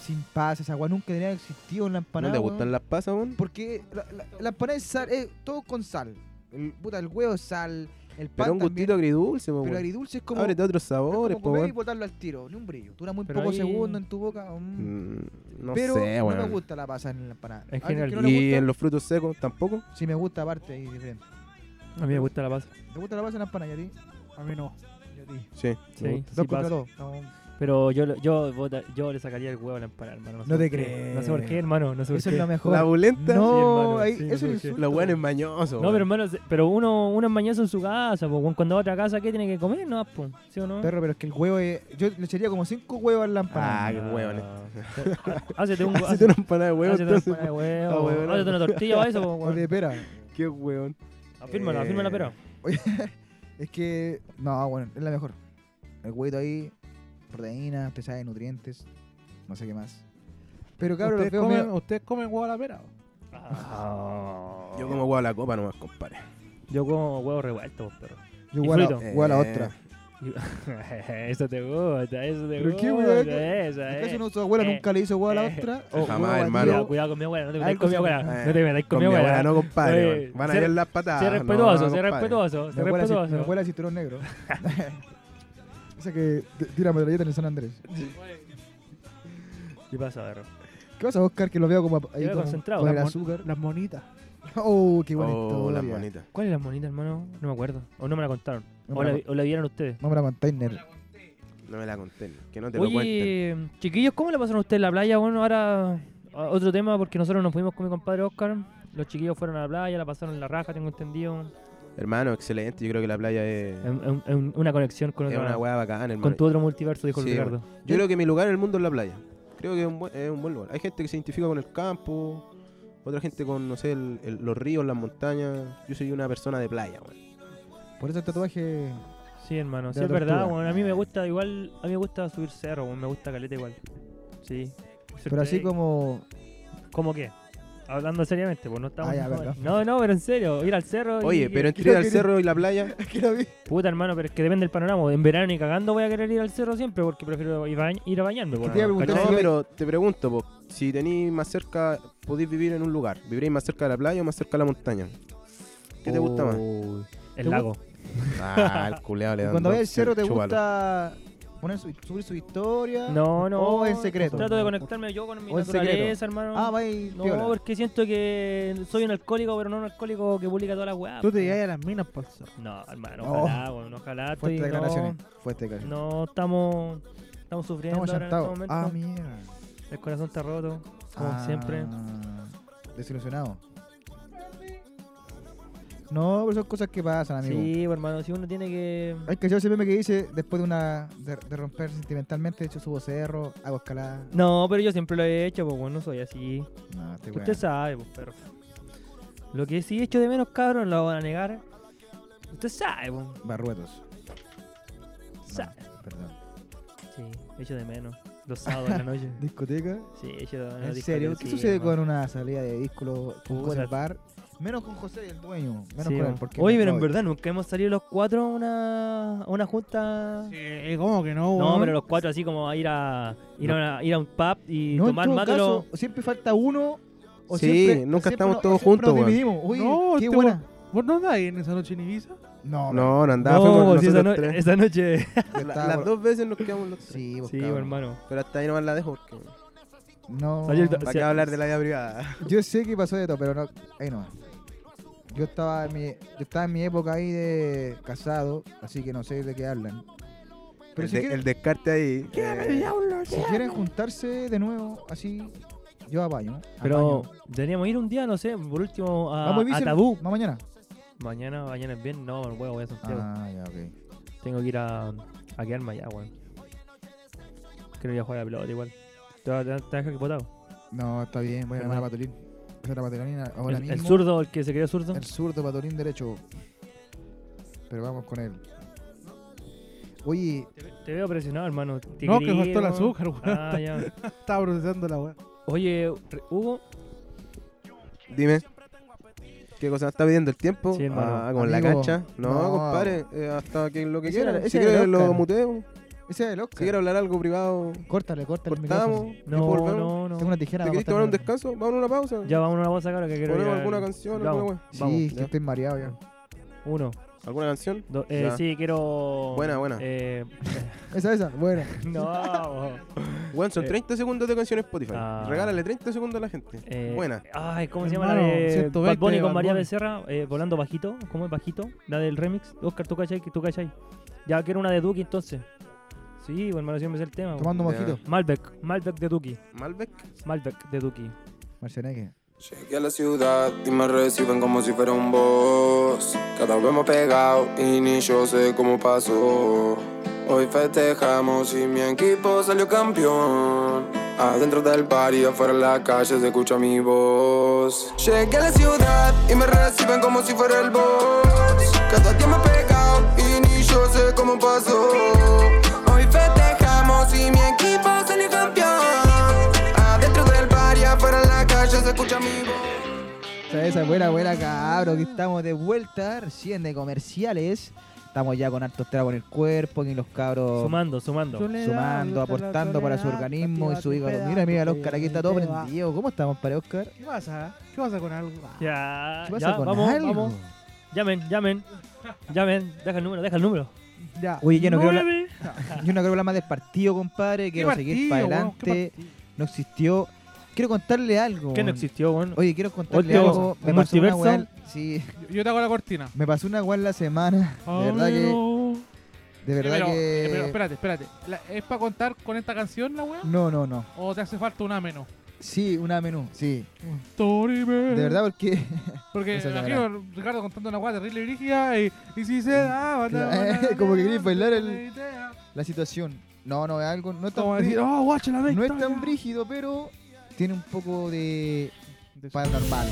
Speaker 3: Sin paz, esa weá nunca tenía existido en la
Speaker 2: ¿No
Speaker 3: empanada.
Speaker 2: te
Speaker 3: weón.
Speaker 2: gustan las pasas, weón?
Speaker 3: Porque la, la, la empanada es sal, es todo con sal. El, puta, el huevo es sal, el pan
Speaker 2: Pero un
Speaker 3: también,
Speaker 2: gustito agridulce, po,
Speaker 3: Pero
Speaker 2: weón.
Speaker 3: agridulce es como,
Speaker 2: Ábrete otros
Speaker 3: es
Speaker 2: sabores,
Speaker 3: como
Speaker 2: po,
Speaker 3: comer y
Speaker 2: weón.
Speaker 3: botarlo al tiro, ni un brillo. Dura muy
Speaker 4: Pero
Speaker 3: pocos
Speaker 4: ahí-
Speaker 3: segundos en tu boca. mm.
Speaker 2: Mm, No
Speaker 3: pero
Speaker 2: sé,
Speaker 3: no me
Speaker 2: weón.
Speaker 3: gusta la pasa en la empanada.
Speaker 4: En
Speaker 3: ¿A alguien que
Speaker 4: general.
Speaker 3: no le
Speaker 2: Y
Speaker 3: gusta?
Speaker 2: en los frutos secos tampoco.
Speaker 3: Sí me gusta aparte, ahí diferente.
Speaker 4: A mí me gusta la pasa.
Speaker 3: ¿Te gusta la pasa en la empanada, Yati? A mí no. Yati.
Speaker 2: Sí. me
Speaker 4: Sí,
Speaker 2: gusta.
Speaker 4: sí
Speaker 3: Dos contra
Speaker 4: pasa.
Speaker 3: dos. No,
Speaker 4: Pero yo, lo- yo, vota- yo le sacaría el huevo a la empanada, hermano.
Speaker 3: No
Speaker 4: sé
Speaker 3: te
Speaker 4: por qué.
Speaker 3: creo.
Speaker 4: No sé por qué, hermano. No sé por
Speaker 3: eso
Speaker 4: qué.
Speaker 3: es lo mejor.
Speaker 2: La bulenta.
Speaker 4: Sí,
Speaker 3: No,
Speaker 4: hermano,
Speaker 3: ahí,
Speaker 4: sí, no
Speaker 3: eso es
Speaker 4: sé
Speaker 3: un
Speaker 4: por qué.
Speaker 3: insulto.
Speaker 2: Los weones mañosos.
Speaker 4: No, pero hermano, se- pero uno, uno es mañoso en su casa, po, weón. cuando va a otra casa, ¿qué tiene que comer? No, po, ¿sí o no?
Speaker 3: Perro, pero es que el huevo es... Yo le echaría como cinco huevos en la empanada.
Speaker 2: Ah, qué hueón.
Speaker 4: Hácete Ah, un
Speaker 2: Hacete una empanada de
Speaker 3: Ah,
Speaker 2: huevo,
Speaker 4: Hazte
Speaker 2: entonces.
Speaker 4: una huevo,
Speaker 2: Ah, huevón.
Speaker 4: hazte una tortilla o eso, po,
Speaker 3: O de
Speaker 4: weón.
Speaker 3: pera.
Speaker 2: Qué hueón.
Speaker 4: Afírmala,
Speaker 2: Eh.
Speaker 4: afírmala, pero.
Speaker 3: Es que, no, bueno, es la mejor. El huevito ahí, proteína, usted sabe, nutrientes, no sé qué más. Pero cabrón, los
Speaker 5: ¿Ustedes
Speaker 3: veo
Speaker 5: comen,
Speaker 3: medio-
Speaker 5: ¿Ustedes comen huevo a la pera?
Speaker 2: Yo como huevo a la copa nomás, compadre.
Speaker 4: Yo como huevo revuelto, po, perro.
Speaker 3: Yo
Speaker 4: y
Speaker 3: huevo a la-
Speaker 2: frito.
Speaker 3: huevo a la
Speaker 2: Eh,
Speaker 3: otra.
Speaker 4: eso te gusta, eso te
Speaker 3: ¿Pero
Speaker 4: gusta.
Speaker 3: qué, weón?
Speaker 4: esa,
Speaker 3: ¿Acaso
Speaker 4: eh.
Speaker 3: no su abuela
Speaker 4: eh,
Speaker 3: nunca le hizo huevo a la
Speaker 4: eh.
Speaker 3: otra? O
Speaker 2: Jamás,
Speaker 3: huevo a
Speaker 2: hermano.
Speaker 4: Cuidado,
Speaker 3: tío.
Speaker 4: cuidado con mi abuela, no te metáis
Speaker 3: Algo
Speaker 4: con mi
Speaker 3: se-
Speaker 4: abuela.
Speaker 2: eh,
Speaker 4: No te metáis con
Speaker 2: Con
Speaker 4: mi
Speaker 2: mi abuela,
Speaker 4: abuela.
Speaker 2: no, compadre.
Speaker 4: Oye,
Speaker 2: weón. Van a
Speaker 4: sé-
Speaker 2: ver las patadas.
Speaker 4: Sé
Speaker 2: Ah, no,
Speaker 4: respetuoso,
Speaker 2: no,
Speaker 4: sé
Speaker 2: compadre.
Speaker 4: respetuoso,
Speaker 3: Mi
Speaker 4: sé
Speaker 3: abuela, cit- mi
Speaker 4: respetuoso.
Speaker 3: abuela cinturón negro. Esa que t- tira metralleta en el San Andrés.
Speaker 4: ¿Qué pasa, perro?
Speaker 3: ¿Qué vas a buscar que lo veo como a- ahí
Speaker 4: veo
Speaker 3: con,
Speaker 4: concentrado.
Speaker 3: con el
Speaker 5: Las mon-
Speaker 3: azúcar?
Speaker 5: Las monitas.
Speaker 3: Oh, qué buena
Speaker 2: Oh, las
Speaker 3: historia.
Speaker 2: bonitas.
Speaker 4: ¿Cuál es la monita, hermano? No me acuerdo. O no me la contaron.
Speaker 3: No
Speaker 4: o,
Speaker 3: me la
Speaker 4: la, vi- o la vieron ustedes.
Speaker 3: No me la contáis, nerd.
Speaker 2: No me la conté. Que no te lo cuenten.
Speaker 4: Oye, chiquillos, ¿cómo le pasaron a ustedes en la playa? Bueno, ahora a- otro tema, porque nosotros nos fuimos con mi compadre Oscar. Los chiquillos fueron a la playa, la pasaron en la raja, tengo entendido.
Speaker 2: Hermano, excelente. Yo creo que la playa es,
Speaker 4: Es- es- es un- una conexión con,
Speaker 2: es
Speaker 4: otra-
Speaker 2: una hueá bacana, hermano.
Speaker 4: con tu otro multiverso, dijo el
Speaker 2: Sí,
Speaker 4: Ricardo.
Speaker 2: Yo creo que mi lugar en el mundo es la playa. Creo que es un buen, es un buen lugar. Hay gente que se identifica con el campo, otra gente con, no sé, el- el- los ríos, las montañas. Yo soy una persona de playa, weón.
Speaker 3: Por eso el tatuaje...
Speaker 4: Sí, hermano, sí,
Speaker 3: De
Speaker 4: es
Speaker 3: la
Speaker 4: verdad.
Speaker 3: tortuga.
Speaker 4: bueno, a mí me gusta igual, a mí me gusta subir cerro, bueno, me gusta caleta igual. Sí.
Speaker 3: Pero así como...
Speaker 4: ¿Cómo qué? Hablando seriamente, pues no estamos.
Speaker 3: Ah, ya, verdad.
Speaker 4: no, no, pero en serio, ir al cerro. y-
Speaker 2: Oye, pero
Speaker 3: creo
Speaker 2: entre al
Speaker 3: que-
Speaker 2: cerro y la playa,
Speaker 3: que la vi.
Speaker 4: Puta, hermano, pero es que depende del panorama. pues, En verano y cagando voy a querer ir al cerro siempre porque prefiero ir, bañ- ir a bañarme. pues, bueno,
Speaker 3: te iba a preguntar
Speaker 2: No,
Speaker 4: ¿cachai?
Speaker 3: si-
Speaker 2: pero te pregunto, po, si tenéis más cerca, podéis vivir en un lugar. ¿Viviréis más cerca de la playa o más cerca de la montaña? ¿Qué te gusta más?
Speaker 4: El lago.
Speaker 2: Ah, el culeado le
Speaker 3: Y
Speaker 2: dan
Speaker 3: Oh. cuando
Speaker 2: dos
Speaker 3: veas el cerro, ¿te
Speaker 2: chúbalo.
Speaker 3: gusta poner su, subir su historia?
Speaker 4: No, no.
Speaker 3: O en Oh, secreto.
Speaker 4: Trato de conectarme yo con mi
Speaker 3: O en
Speaker 4: naturaleza, hermano.
Speaker 3: Ah, va y
Speaker 4: no,
Speaker 3: piola.
Speaker 4: porque siento que soy un alcohólico, pero no un alcohólico que publica todas las weas. pues.
Speaker 5: Tú te llegas a las minas, por cerro.
Speaker 4: No, hermano,
Speaker 3: No.
Speaker 4: ojalá, weón, ojalá.
Speaker 3: Fuerte
Speaker 4: estoy-
Speaker 3: declaraciones. Fuerte
Speaker 4: no,
Speaker 3: declaraciones.
Speaker 4: no, estamos, estamos sufriendo
Speaker 3: Estamos
Speaker 4: ahora en este
Speaker 3: chantados.
Speaker 4: momento.
Speaker 3: Ah, mierda.
Speaker 4: El corazón está roto, como
Speaker 3: Ah,
Speaker 4: siempre.
Speaker 3: Desilusionado. No, pero son cosas que pasan, amigo.
Speaker 4: Sí, pues, hermano, si uno tiene que...
Speaker 3: Hay que yo ese meme que dice, después de una de, de romper sentimentalmente, de hecho subo cerro, hago escalada.
Speaker 4: No, pero yo siempre lo he hecho, pues bueno, no soy así.
Speaker 3: No, este
Speaker 4: Usted sabe, pues, perro. Lo que sí echo de menos, cabrón, lo van a negar. Usted sabe, pues.
Speaker 3: Barruetos.
Speaker 4: sabe.
Speaker 3: No, perdón.
Speaker 4: Sí, echo de menos. Los sábados en la noche.
Speaker 3: ¿Discoteca?
Speaker 4: Sí, echo de menos.
Speaker 3: ¿En
Speaker 4: discoteca,
Speaker 3: serio? ¿Qué
Speaker 4: sí,
Speaker 3: sucede
Speaker 4: hermano.
Speaker 3: con una salida de discos con
Speaker 4: Puta.
Speaker 3: cosas bar? Menos con José, el dueño. Menos
Speaker 4: Sí,
Speaker 3: con él,
Speaker 4: weón.
Speaker 3: porque
Speaker 4: Oye,
Speaker 3: me
Speaker 4: pero en
Speaker 3: voy.
Speaker 4: verdad nunca hemos salido los cuatro a una, a una junta.
Speaker 5: Sí, Eh, ¿cómo que no,
Speaker 4: No,
Speaker 5: weón?
Speaker 4: pero los cuatro así como a ir a ir, a, una- ir a un pub y
Speaker 3: No, en
Speaker 4: tomar
Speaker 3: todo
Speaker 4: mate.
Speaker 3: caso,
Speaker 4: lo-
Speaker 3: Siempre falta uno. O
Speaker 2: Sí,
Speaker 3: siempre,
Speaker 2: nunca
Speaker 3: o siempre
Speaker 2: estamos
Speaker 3: no- o
Speaker 2: todos
Speaker 3: siempre
Speaker 2: juntos,
Speaker 3: nos
Speaker 2: weón.
Speaker 3: dividimos. Oye,
Speaker 5: No,
Speaker 3: qué
Speaker 5: este
Speaker 3: buena.
Speaker 5: ¿Vos no andáis en esa noche en Ibiza?
Speaker 3: No,
Speaker 2: No, no andaba,
Speaker 4: No,
Speaker 2: fuimos
Speaker 4: si esa,
Speaker 2: nosotros
Speaker 4: no-
Speaker 2: tres.
Speaker 4: esa noche.
Speaker 3: yo
Speaker 2: La-
Speaker 3: estaba
Speaker 2: las
Speaker 3: por-
Speaker 2: dos veces nos quedamos los tres.
Speaker 3: Sí, vos,
Speaker 4: Sí,
Speaker 3: pues, cabrón.
Speaker 4: hermano.
Speaker 2: Pero hasta ahí nomás la dejo porque
Speaker 3: No.
Speaker 4: Salió el do-
Speaker 2: para
Speaker 4: Sí.
Speaker 2: qué hablar de la vida privada.
Speaker 3: Yo sé que pasó de todo, pero no. Ahí no. Yo estaba, en mi, yo estaba en mi época ahí de casado, así que no sé de qué hablan. Pero
Speaker 2: El,
Speaker 3: si,
Speaker 2: de-
Speaker 3: quieren,
Speaker 2: el descarte ahí. eh,
Speaker 3: si quieren juntarse de nuevo, así, yo apaño.
Speaker 4: Pero
Speaker 3: apaño.
Speaker 4: deberíamos ir un día, no sé, por último a,
Speaker 3: Vamos, Ibiza,
Speaker 4: a Tabú.
Speaker 3: ¿no? mañana.
Speaker 4: Mañana, mañana es bien. No, huevo, voy a Santiago.
Speaker 3: Ah, ya, ok.
Speaker 4: Tengo que ir a, a quedarme allá, weón. Quiero ir a jugar a la pelota igual. Te va- te va te va a dejar equipotado.
Speaker 3: No, está bien, voy a llamar a Patolín. Voy a llamar a Patolín ahora
Speaker 4: El,
Speaker 3: mismo.
Speaker 4: el zurdo, el que se cree zurdo.
Speaker 3: El zurdo, Patolín derecho. Pero vamos con él. Oye,
Speaker 4: Te veo presionado, hermano. Te
Speaker 5: No, que
Speaker 4: quería ir,
Speaker 5: faltó el
Speaker 4: weón.
Speaker 5: azúcar, weón.
Speaker 4: Ah, ya.
Speaker 5: Estaba procesando la weá.
Speaker 4: Oye, re- Hugo,
Speaker 2: Dime. ¿Qué cosa? ¿Está pidiendo el tiempo?
Speaker 4: Sí, hermano.
Speaker 2: Ah, con la
Speaker 3: Amigo.
Speaker 2: cancha. No,
Speaker 3: No.
Speaker 2: compadre. eh, hasta que lo que
Speaker 3: Ese era-
Speaker 2: quieran.
Speaker 3: ese
Speaker 2: Si
Speaker 3: era el
Speaker 2: quiere lo
Speaker 3: Oscar.
Speaker 2: muteo.
Speaker 3: ese es el
Speaker 2: Si
Speaker 3: Oscar.
Speaker 2: quiere hablar algo privado,
Speaker 3: Córtale, córtale el micrófono.
Speaker 2: cortamos. y
Speaker 4: no,
Speaker 2: volvemos.
Speaker 4: no, no.
Speaker 3: Tengo una tijera.
Speaker 2: ¿Te
Speaker 3: para
Speaker 2: querés tomar un
Speaker 3: cortarme.
Speaker 2: descanso? Vamos a una pausa.
Speaker 4: Ya vamos a una voz acá ahora que quiero ir
Speaker 2: Ponemos
Speaker 4: al-
Speaker 2: alguna canción,
Speaker 4: Vamos.
Speaker 2: alguna wea.
Speaker 3: Sí,
Speaker 4: Vamos,
Speaker 3: es que
Speaker 2: ya.
Speaker 3: estoy mareado ya.
Speaker 4: Uno.
Speaker 2: ¿Alguna canción?
Speaker 4: dos, eh,
Speaker 2: Ya.
Speaker 4: sí, quiero.
Speaker 2: Buena, buena.
Speaker 4: Eh,
Speaker 3: Esa, esa. Bueno,
Speaker 4: no.
Speaker 2: Weón, son
Speaker 4: Eh.
Speaker 2: 30 segundos de canción Spotify.
Speaker 4: Ah.
Speaker 2: Regálale 30 segundos a la gente.
Speaker 4: eh,
Speaker 2: Buena.
Speaker 4: Ay, ¿cómo se llama la
Speaker 5: Hermano,
Speaker 4: de
Speaker 5: 120
Speaker 4: Bad Bunny con
Speaker 5: Bad
Speaker 4: María
Speaker 5: Bunny.
Speaker 4: Becerra? Eh, volando bajito. ¿Cómo es bajito? La del remix. Oscar, tú cachai, que tú cachai. Ya quiero una de Duki entonces. Sí, bueno, hermano, siempre es el tema. pues.
Speaker 3: tomando
Speaker 2: Ya.
Speaker 3: mojito.
Speaker 4: Malbec, Malbec de Duki.
Speaker 2: Malbec.
Speaker 4: Malbec de Duki.
Speaker 3: Marcianeque.
Speaker 10: Llegué a la ciudad y me reciben como si fuera un boss. Cada vez más pegado y ni yo sé cómo pasó. Hoy festejamos y mi equipo salió campeón. Adentro del bar y afuera en la calle se escucha mi voz. Llegué a la ciudad y me reciben como si fuera el boss. Cada día más pegado y ni yo sé cómo pasó. Hoy festejamos y mi equipo salió campeón. Adentro del bar y afuera en la calle se escucha mi voz.
Speaker 3: Esa, esa, buena, buena, cabro. Que estamos de vuelta, recién de comerciales. Estamos ya con hartos tragos en el cuerpo, y los cabros
Speaker 4: Sumando, sumando.
Speaker 3: sumando, aportando para su organismo y su hígado. Mira, mira, el Oscar, aquí está todo prendido. ¿Cómo estamos, para Oscar?
Speaker 5: ¿Qué pasa? eh? ¿Qué pasa con algo? Ah,
Speaker 4: Ya,
Speaker 3: ¿Qué pasa
Speaker 4: ya,
Speaker 3: con
Speaker 4: vamos,
Speaker 3: algo?
Speaker 4: vamos. Llamen, llamen. Llamen, deja el número, deja el número.
Speaker 5: Ya.
Speaker 3: Oye, yo no quiero
Speaker 5: Nueve.
Speaker 3: Yo no quiero hablar más del partido, compadre. Quiero
Speaker 5: ¿Qué
Speaker 3: seguir para
Speaker 5: partido, weón? ¿Qué
Speaker 3: adelante. No existió. Quiero contarle algo.
Speaker 4: ¿Qué no
Speaker 3: weón.
Speaker 4: existió, weón?
Speaker 3: Oye, quiero contarle
Speaker 4: Otro,
Speaker 3: algo. Me
Speaker 4: ¿un
Speaker 3: pasó una
Speaker 4: multiverso?
Speaker 3: weá- Sí,
Speaker 5: partido? Yo te hago la cortina.
Speaker 3: me pasó una weá en la semana. De verdad que.
Speaker 5: Oh.
Speaker 3: De verdad
Speaker 5: pero,
Speaker 3: que.
Speaker 5: eh, pero espérate, espérate. La- ¿Es para contar con esta canción la weá?
Speaker 3: No, no, no.
Speaker 5: ¿O te hace falta una menos?
Speaker 3: Sí, una menú, sí.
Speaker 5: De
Speaker 3: De verdad, porque.
Speaker 5: Porque
Speaker 3: Esa es la
Speaker 5: imagino Ricardo contando una weá terrible y brígida y, y si se da, va,
Speaker 3: Claro,
Speaker 5: da, va, da,
Speaker 3: como que
Speaker 5: da,
Speaker 3: querés bailar el-
Speaker 5: da, da, da.
Speaker 3: La situación. No, no, es algo. No es tan,
Speaker 5: Como
Speaker 3: brí-
Speaker 5: decir, oh, guacha la
Speaker 3: no es
Speaker 5: victoria".
Speaker 3: tan brígido, pero. Tiene un poco de.
Speaker 5: De-
Speaker 3: paranormal.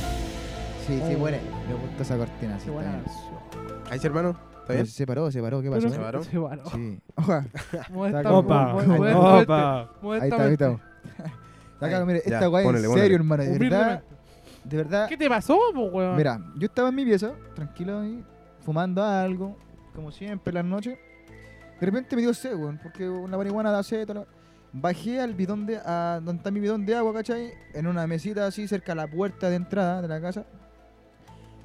Speaker 3: Sí, sí,
Speaker 5: Oh.
Speaker 3: bueno. Me gusta esa cortina, sí,
Speaker 5: Qué
Speaker 3: está
Speaker 5: buena.
Speaker 3: bien.
Speaker 2: Ahí sí, hermano. ¿Está
Speaker 3: Pero
Speaker 4: Pues,
Speaker 2: bien?
Speaker 3: Se paró, se paró, ¿qué
Speaker 5: Pero-
Speaker 3: pasó?
Speaker 2: Se varó.
Speaker 5: Se varó.
Speaker 3: Sí. Oja,
Speaker 5: Modesta-
Speaker 3: Está como-
Speaker 5: mo- mo- modestamente-
Speaker 3: Opa. ahí está, ahí
Speaker 5: modestamente.
Speaker 3: estamos. Está acá, mire,
Speaker 2: Ya,
Speaker 3: esta weá en
Speaker 2: ponele,
Speaker 3: serio,
Speaker 2: ponele.
Speaker 3: hermano. De verdad,
Speaker 5: Humildemente.
Speaker 3: de verdad.
Speaker 5: ¿Qué te pasó, po, weón?
Speaker 3: Mira, yo estaba en mi pieza, tranquilo ahí, fumando algo, como siempre, en las noches. De repente me dio sed, weón, porque una marihuana da sed. toda la- Bajé al bidón de. a donde está mi bidón de agua, ¿cachai? En una mesita así, cerca de la puerta de entrada de la casa.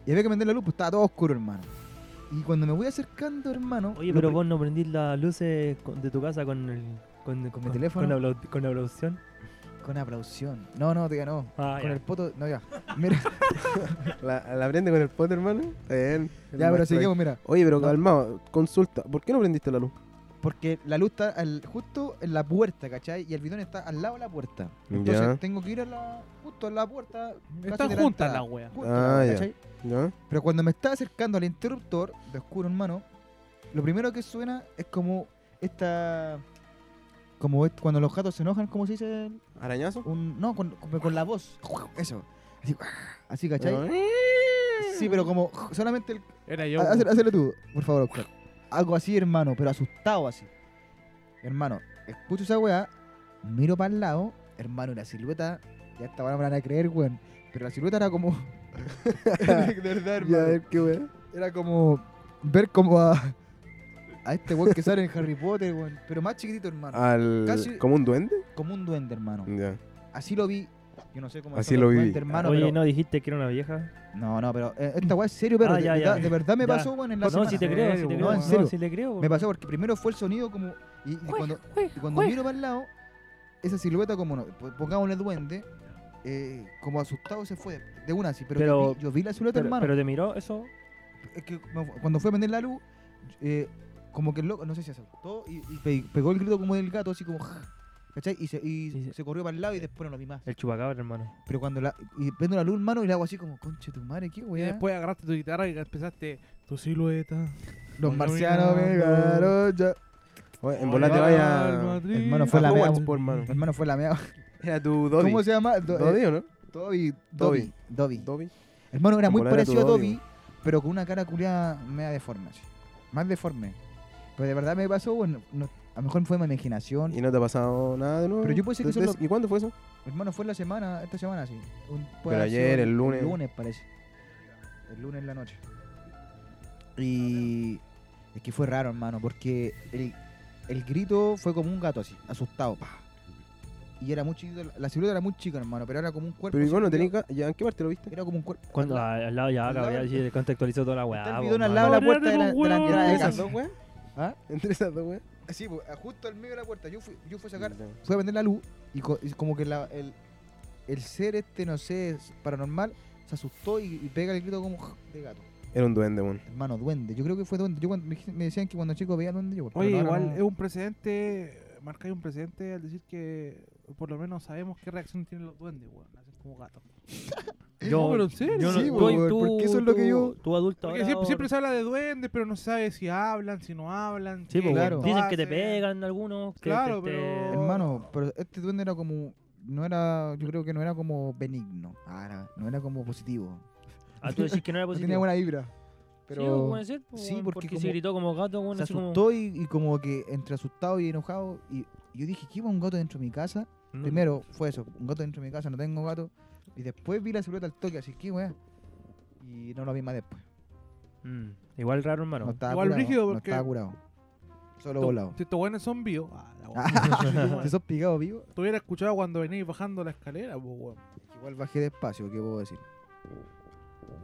Speaker 3: Y había que prender la luz, pues estaba todo oscuro, hermano. Y cuando me voy acercando, hermano.
Speaker 4: Oye,
Speaker 3: lo
Speaker 4: pero
Speaker 3: pri-
Speaker 4: vos no prendís las luces con- de tu casa con el. Con, con-
Speaker 3: mi
Speaker 4: con-
Speaker 3: teléfono?
Speaker 4: Con, ablau- con ablación.
Speaker 3: Con aplausión. No, no, tía, no.
Speaker 4: Ah,
Speaker 3: Con
Speaker 4: ya.
Speaker 3: el poto. No, ya. Mira,
Speaker 2: La, la prende con el pote, hermano. Está bien. El
Speaker 3: ya, pero
Speaker 2: maestro ahí.
Speaker 3: seguimos, mira.
Speaker 2: Oye, pero
Speaker 3: No.
Speaker 2: calmado, consulta, ¿por qué no prendiste la luz?
Speaker 3: Porque la luz está al- justo en la puerta, ¿cachai? Y el bidón está al lado de la puerta. Entonces
Speaker 2: Ya.
Speaker 3: tengo que ir a la, justo a la puerta. casi
Speaker 5: Están
Speaker 3: de
Speaker 5: juntas
Speaker 3: entrada,
Speaker 5: las weas.
Speaker 3: justo al lado,
Speaker 2: Ah, ya.
Speaker 3: ¿cachai?
Speaker 2: ¿Ya?
Speaker 3: Pero cuando me estaba acercando al interruptor de oscuro en mano, lo primero que suena es como esta. Como es- cuando los gatos se enojan, como se dice.
Speaker 2: ¿Arañazo?
Speaker 3: Un, no, con, con- con la voz. Eso. Así, así, ¿cachai?
Speaker 2: Ah.
Speaker 3: Eh, Sí, pero como solamente el,
Speaker 5: Era yo.
Speaker 3: Há- Hazle, hazle tú, por favor, Oscar. Algo así, hermano, pero asustado así. Hermano, escucho esa weá, miro para el lado, hermano, y la silueta, ya esta weá no me la van a creer, weón. Pero la silueta era como de verdad,
Speaker 2: Ya, a
Speaker 3: hermano.
Speaker 2: ver qué weón.
Speaker 3: Era como ver como a, a este weón que sale en Harry Potter, weón. Pero más chiquitito, hermano.
Speaker 2: Al...
Speaker 3: Casi-
Speaker 2: ¿Como un duende?
Speaker 3: Como un duende, hermano.
Speaker 2: Ya.
Speaker 3: Así lo vi. Yo no sé cómo
Speaker 2: Mm. Así
Speaker 3: son
Speaker 2: lo
Speaker 3: los
Speaker 2: viví.
Speaker 3: duendes, hermano,
Speaker 4: Oye,
Speaker 3: Ah, pero-
Speaker 4: ¿no dijiste que era una vieja?
Speaker 3: no. no, pero eh, esta weá es serio, pero
Speaker 4: Ah,
Speaker 3: de,
Speaker 4: ya,
Speaker 3: de
Speaker 4: ya.
Speaker 3: verdad- de verdad me
Speaker 4: Ya.
Speaker 3: pasó, weón, en la
Speaker 4: No,
Speaker 3: semana.
Speaker 4: si te creo, si te
Speaker 3: weón.
Speaker 4: creo.
Speaker 3: No, en
Speaker 4: No,
Speaker 3: serio.
Speaker 4: si le creo.
Speaker 3: Me pasó porque primero fue el sonido como... Y, y cuando, y cuando miro para el lado, esa silueta como... No, po- pongámosle duende, eh, como asustado se fue. De una así, pero,
Speaker 4: Pero-
Speaker 3: yo, vi, yo vi la silueta,
Speaker 4: Pero,
Speaker 3: hermano.
Speaker 4: pero te miró eso.
Speaker 3: es que me- cuando fue a prender la luz, eh, como que el loco, no sé si se asustó y, y pe- pegó el grito como del gato, así como. "Ja", ¿Cachai? Y se,
Speaker 4: Sí,
Speaker 3: y
Speaker 4: sí.
Speaker 3: se corrió para el lado y después no lo vi más.
Speaker 4: El chupacabra, hermano.
Speaker 3: Pero cuando la. Y prendo la luz, hermano, y le hago así como, conche tu madre, qué
Speaker 5: Y
Speaker 3: weá.
Speaker 5: después agarraste tu guitarra y empezaste tu silueta.
Speaker 3: Los
Speaker 5: Voy
Speaker 3: marcianos me
Speaker 5: caminando.
Speaker 3: ganaron ya.
Speaker 2: Oye, en
Speaker 5: Hola,
Speaker 2: bola te
Speaker 5: al
Speaker 2: vaya...
Speaker 5: Madrid.
Speaker 3: Hermano, fue la
Speaker 5: Ah,
Speaker 3: mea,
Speaker 5: Hogwarts,
Speaker 3: bu-
Speaker 5: po, hermano.
Speaker 3: Hermano, fue la mea.
Speaker 2: Era tu Dobby.
Speaker 3: ¿Cómo se llama? Eh, Do- eh,
Speaker 2: Dobby, ¿o no?
Speaker 3: Dobby.
Speaker 2: Dobby.
Speaker 3: Dobby. Dobby.
Speaker 2: Dobby.
Speaker 3: Hermano, era
Speaker 2: En
Speaker 3: muy
Speaker 2: volar era tu
Speaker 3: parecido a
Speaker 2: Dobby,
Speaker 3: Dobby, pero con una cara culiada media deforme. así. Más deforme. Pero de verdad me pasó, bueno, no- a lo mejor fue mi imaginación.
Speaker 2: ¿Y no te ha pasado nada de nuevo?
Speaker 3: Pero yo puedo decir que son
Speaker 2: Desde- ¿Y cuándo fue eso?
Speaker 3: Hermano, fue la semana, esta semana sí. Un- puede
Speaker 2: Pero
Speaker 3: haber sido
Speaker 2: ayer, el lunes.
Speaker 3: El lunes parece. El lunes en la noche. Y es que fue raro, hermano, porque el, el grito fue como un gato así, asustado. pa. Y era muy chiquito, la silueta era muy chica, hermano, pero era como un cuerpo.
Speaker 2: Pero ¿y
Speaker 3: así,
Speaker 2: vos no
Speaker 3: culiao.
Speaker 2: tenés... ca- ¿Ya en qué parte lo viste?
Speaker 3: Era como un cuerpo.
Speaker 4: Cuando
Speaker 3: Al-
Speaker 4: al lado ya,
Speaker 3: al lado-
Speaker 4: cabrón, ya contextualizó toda la weá.
Speaker 3: Está el
Speaker 4: po,
Speaker 3: bidón al
Speaker 4: hermano.
Speaker 3: lado de la
Speaker 5: Ahora
Speaker 3: puerta de
Speaker 5: eres
Speaker 3: la,
Speaker 5: un
Speaker 3: de la
Speaker 5: huevón.
Speaker 3: entrada de
Speaker 5: Esas
Speaker 3: casa.
Speaker 2: weas?
Speaker 3: ¿Ah?
Speaker 2: ¿Entre esas dos weas?
Speaker 3: Así, pues, justo al medio de la puerta. Yo fui, yo fui a sacar,
Speaker 2: Ya.
Speaker 3: fui a prender la luz y, co- y como que la- el, el ser este, no sé, es paranormal, se asustó y, y pega el grito como de gato.
Speaker 2: Era un duende, weón.
Speaker 3: Hermano, duende. Yo creo que fue duende. Yo cuando, me, dij- me decían que cuando chico veía duende, yo.
Speaker 5: Oye,
Speaker 3: pero ahora
Speaker 5: igual
Speaker 3: no.
Speaker 5: es un precedente, marca un precedente al decir que por lo menos sabemos qué reacción tienen los duendes, weón. Hacen como gatos.
Speaker 4: Yo,
Speaker 5: No, pero en serio.
Speaker 4: yo no-
Speaker 3: Sí,
Speaker 4: tú-
Speaker 3: po, weón,
Speaker 4: tú-
Speaker 3: porque eso es lo que
Speaker 4: tú-
Speaker 3: yo-
Speaker 4: Tú adulto
Speaker 5: Porque
Speaker 4: ahora,
Speaker 5: siempre, siempre
Speaker 4: ahora-
Speaker 5: se habla de duendes, pero no se sabe si hablan, si no hablan.
Speaker 4: Sí,
Speaker 5: qué
Speaker 4: po,
Speaker 3: claro.
Speaker 5: gato
Speaker 4: Dicen que te
Speaker 5: hacen.
Speaker 4: pegan algunos. Que este,
Speaker 5: Claro,
Speaker 4: te- te-
Speaker 5: pero-
Speaker 3: Hermano, pero este duende era como. No era. Yo creo que no era como benigno. Ah, era- no era como positivo.
Speaker 4: Ah, tú decís que no era
Speaker 3: No
Speaker 4: positivo.
Speaker 3: tenía buena vibra.
Speaker 4: Sí, pues,
Speaker 3: Pero.
Speaker 4: puede ser, pues,
Speaker 3: sí,
Speaker 4: weón,
Speaker 3: porque
Speaker 4: porque, se
Speaker 3: como-
Speaker 4: gritó como gato, bueno,
Speaker 3: se
Speaker 4: así como...
Speaker 3: asustó y, y como que entre asustado y enojado. Y y yo dije, ¿qué iba un gato dentro de mi casa?
Speaker 4: Mm.
Speaker 3: Primero fue eso, un gato dentro de mi casa, no tengo gato. Y después vi la silueta al toque, así que weá. Y no lo vi más después.
Speaker 4: Mm. Igual raro, hermano.
Speaker 3: No estaba
Speaker 5: Igual
Speaker 3: curado.
Speaker 5: brígido
Speaker 3: no
Speaker 5: porque-
Speaker 3: estaba curado. Solo
Speaker 5: Tú-
Speaker 3: volado.
Speaker 5: Si estos buenos son vivos, ah, la weá.
Speaker 3: Si sos picado vivo,
Speaker 5: Te hubiera escuchado cuando venís bajando la escalera, pues, weón.
Speaker 3: igual bajé despacio, ¿qué puedo decir?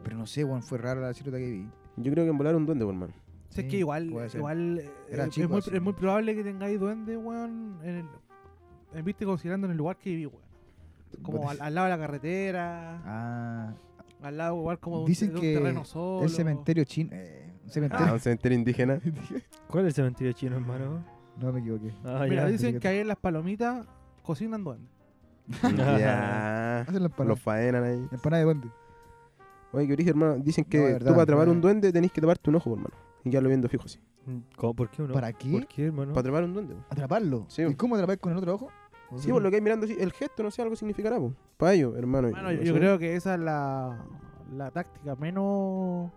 Speaker 3: Pero no sé, weón, fue rara la silueta que vi.
Speaker 2: Yo creo que en volar un duende, weón, hermano.
Speaker 5: O sea, es
Speaker 3: Sí,
Speaker 5: que igual,
Speaker 3: puede ser.
Speaker 5: igual eh,
Speaker 3: Era
Speaker 5: es-
Speaker 3: chico,
Speaker 5: es, muy,
Speaker 3: así. pues.
Speaker 5: es muy probable que tengáis duendes, weón, en el, en- viste, considerando en el lugar que viví, weón. Como
Speaker 3: Puta.
Speaker 5: al, al lado de la carretera,
Speaker 3: Pues Ah,
Speaker 5: al lado igual como de un-
Speaker 3: Dicen
Speaker 5: de un,
Speaker 3: que
Speaker 5: terreno solo.
Speaker 3: el cementerio chino. eh, un
Speaker 2: Ah,
Speaker 3: cementerio.
Speaker 2: un cementerio indígena.
Speaker 4: ¿Cuál es el cementerio chino, hermano?
Speaker 3: No me equivoqué.
Speaker 4: Ah,
Speaker 5: Mira,
Speaker 4: ya.
Speaker 5: dicen que ahí en las palomitas cocinan duendes.
Speaker 2: ya.
Speaker 3: Hacen la empanada.
Speaker 2: Los faenan ahí.
Speaker 3: Empanada de duende.
Speaker 2: Oye, que origen, hermano. Dicen que
Speaker 3: No, de verdad,
Speaker 2: tú para atrapar
Speaker 3: no.
Speaker 2: un duende tenés que taparte un ojo, hermano. Y quedarlo viendo fijo así.
Speaker 4: ¿Cómo? ¿Por qué uno?
Speaker 3: ¿Para qué?
Speaker 4: ¿Por qué, hermano?
Speaker 2: Para atrapar un duende, weón.
Speaker 3: Atraparlo.
Speaker 2: Sí,
Speaker 3: ¿Y
Speaker 2: weón.
Speaker 3: cómo atrapar con el otro ojo?
Speaker 2: Sí, por lo que hay mirando así, el gesto, no sé, algo significará, pues. Para ellos, hermano.
Speaker 5: Bueno, yo, yo creo que esa es la, la táctica menos...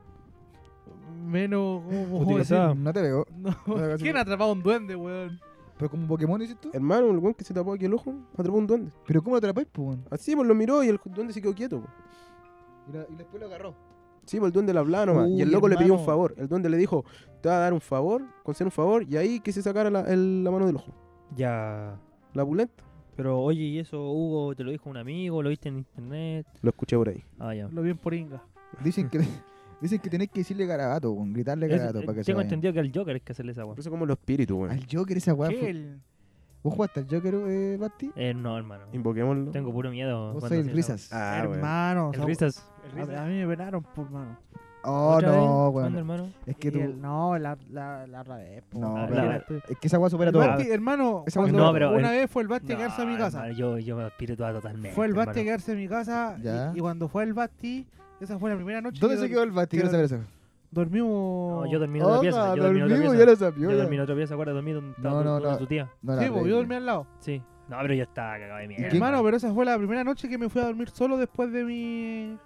Speaker 5: Menos... ¿cómo puedo
Speaker 4: Utilizada.
Speaker 5: decir?
Speaker 3: No te veo.
Speaker 5: No, ¿Quién ha atrapado a un duende, weón?
Speaker 3: Pero como Pokémon dices tú.
Speaker 2: Hermano, el weón que se tapó aquí el ojo, atrapó un duende.
Speaker 3: Pero ¿cómo lo atrapáis, pues, weón?
Speaker 2: Así, pues lo miró y el duende se quedó quieto, po.
Speaker 3: Y, la- y después lo agarró.
Speaker 2: Sí, pues el duende le hablaba nomás. y el
Speaker 3: Uy,
Speaker 2: loco le pidió un
Speaker 3: hermano.
Speaker 2: favor. El duende le dijo, te va a dar un favor, conceder un favor, y ahí que se sacara la, el- la mano del ojo.
Speaker 4: Ya.
Speaker 2: La pulenta.
Speaker 4: Pero oye, ¿y eso Hugo te lo dijo un amigo? ¿Lo viste en internet?
Speaker 2: Lo escuché por ahí.
Speaker 4: Ah, ya.
Speaker 5: Lo vi en Poringa.
Speaker 3: Dicen que, dicen que tenés que decirle garabato, weón. Gritarle
Speaker 4: Es-
Speaker 3: garabato
Speaker 4: eh,
Speaker 3: para que se
Speaker 4: tengo
Speaker 3: vaya.
Speaker 4: entendido que al Joker es que hacerle esa weá.
Speaker 2: Por eso como los espíritus, weón.
Speaker 3: Al Joker esa weá.
Speaker 5: ¿Qué?
Speaker 3: fue-
Speaker 5: El-
Speaker 3: ¿Vos jugaste al Joker, eh, Basti?
Speaker 4: Eh, no, hermano.
Speaker 2: Invoquémoslo.
Speaker 4: Tengo puro miedo.
Speaker 3: Vos
Speaker 4: cuando
Speaker 3: sois el
Speaker 4: hacen
Speaker 3: risas.
Speaker 4: esa
Speaker 2: Ah, weón.
Speaker 5: hermano.
Speaker 4: weá.
Speaker 5: o sea,
Speaker 4: El risas.
Speaker 5: a- A, mí me penaron, por mano.
Speaker 3: Oh,
Speaker 4: ¿Otra
Speaker 3: no,
Speaker 4: vez? ¿Cuándo,
Speaker 3: weón.
Speaker 4: hermano?
Speaker 3: Es que tú.
Speaker 5: no, la, la, la pues, otra vez, po.
Speaker 3: No,
Speaker 4: Ah,
Speaker 3: pero-
Speaker 4: la-
Speaker 3: Es que esa weá supera
Speaker 5: El
Speaker 3: todo.
Speaker 5: Basti, hermano,
Speaker 3: Esa
Speaker 5: cuando
Speaker 4: no, pero
Speaker 5: una
Speaker 4: el-
Speaker 5: vez fue el Basti a quedarse a mi
Speaker 4: No,
Speaker 5: casa.
Speaker 4: hermano, yo, yo me aspiro toda totalmente.
Speaker 5: fue el Basti a
Speaker 4: hermano.
Speaker 5: quedarse a mi casa. y-
Speaker 3: Ya.
Speaker 5: Y, cuando fue el Basti, esa fue la primera noche.
Speaker 3: ¿Dónde
Speaker 5: que
Speaker 3: se
Speaker 5: dor-
Speaker 3: quedó el Basti?
Speaker 5: que
Speaker 3: Quiero
Speaker 5: dor-
Speaker 3: saber eso.
Speaker 5: Dormimos.
Speaker 4: No, yo dormí en otra pieza.
Speaker 3: Ah,
Speaker 4: yo dormí en otra
Speaker 3: dormimos,
Speaker 4: pieza.
Speaker 3: ya lo sabía.
Speaker 4: Yo
Speaker 3: ya.
Speaker 4: dormí pues, en otra pieza, ¿acuerdas? Dormí donde estaba
Speaker 3: No,
Speaker 4: tu-
Speaker 3: no,
Speaker 4: donde
Speaker 3: no.
Speaker 4: tu tía.
Speaker 3: No, no,
Speaker 5: Sí, po, yo
Speaker 3: no.
Speaker 5: dormí al lado.
Speaker 4: Sí. No, pero yo estaba cagado de mierda.
Speaker 5: Hermano, pero esa fue la primera noche que me fui a dormir solo después de mi.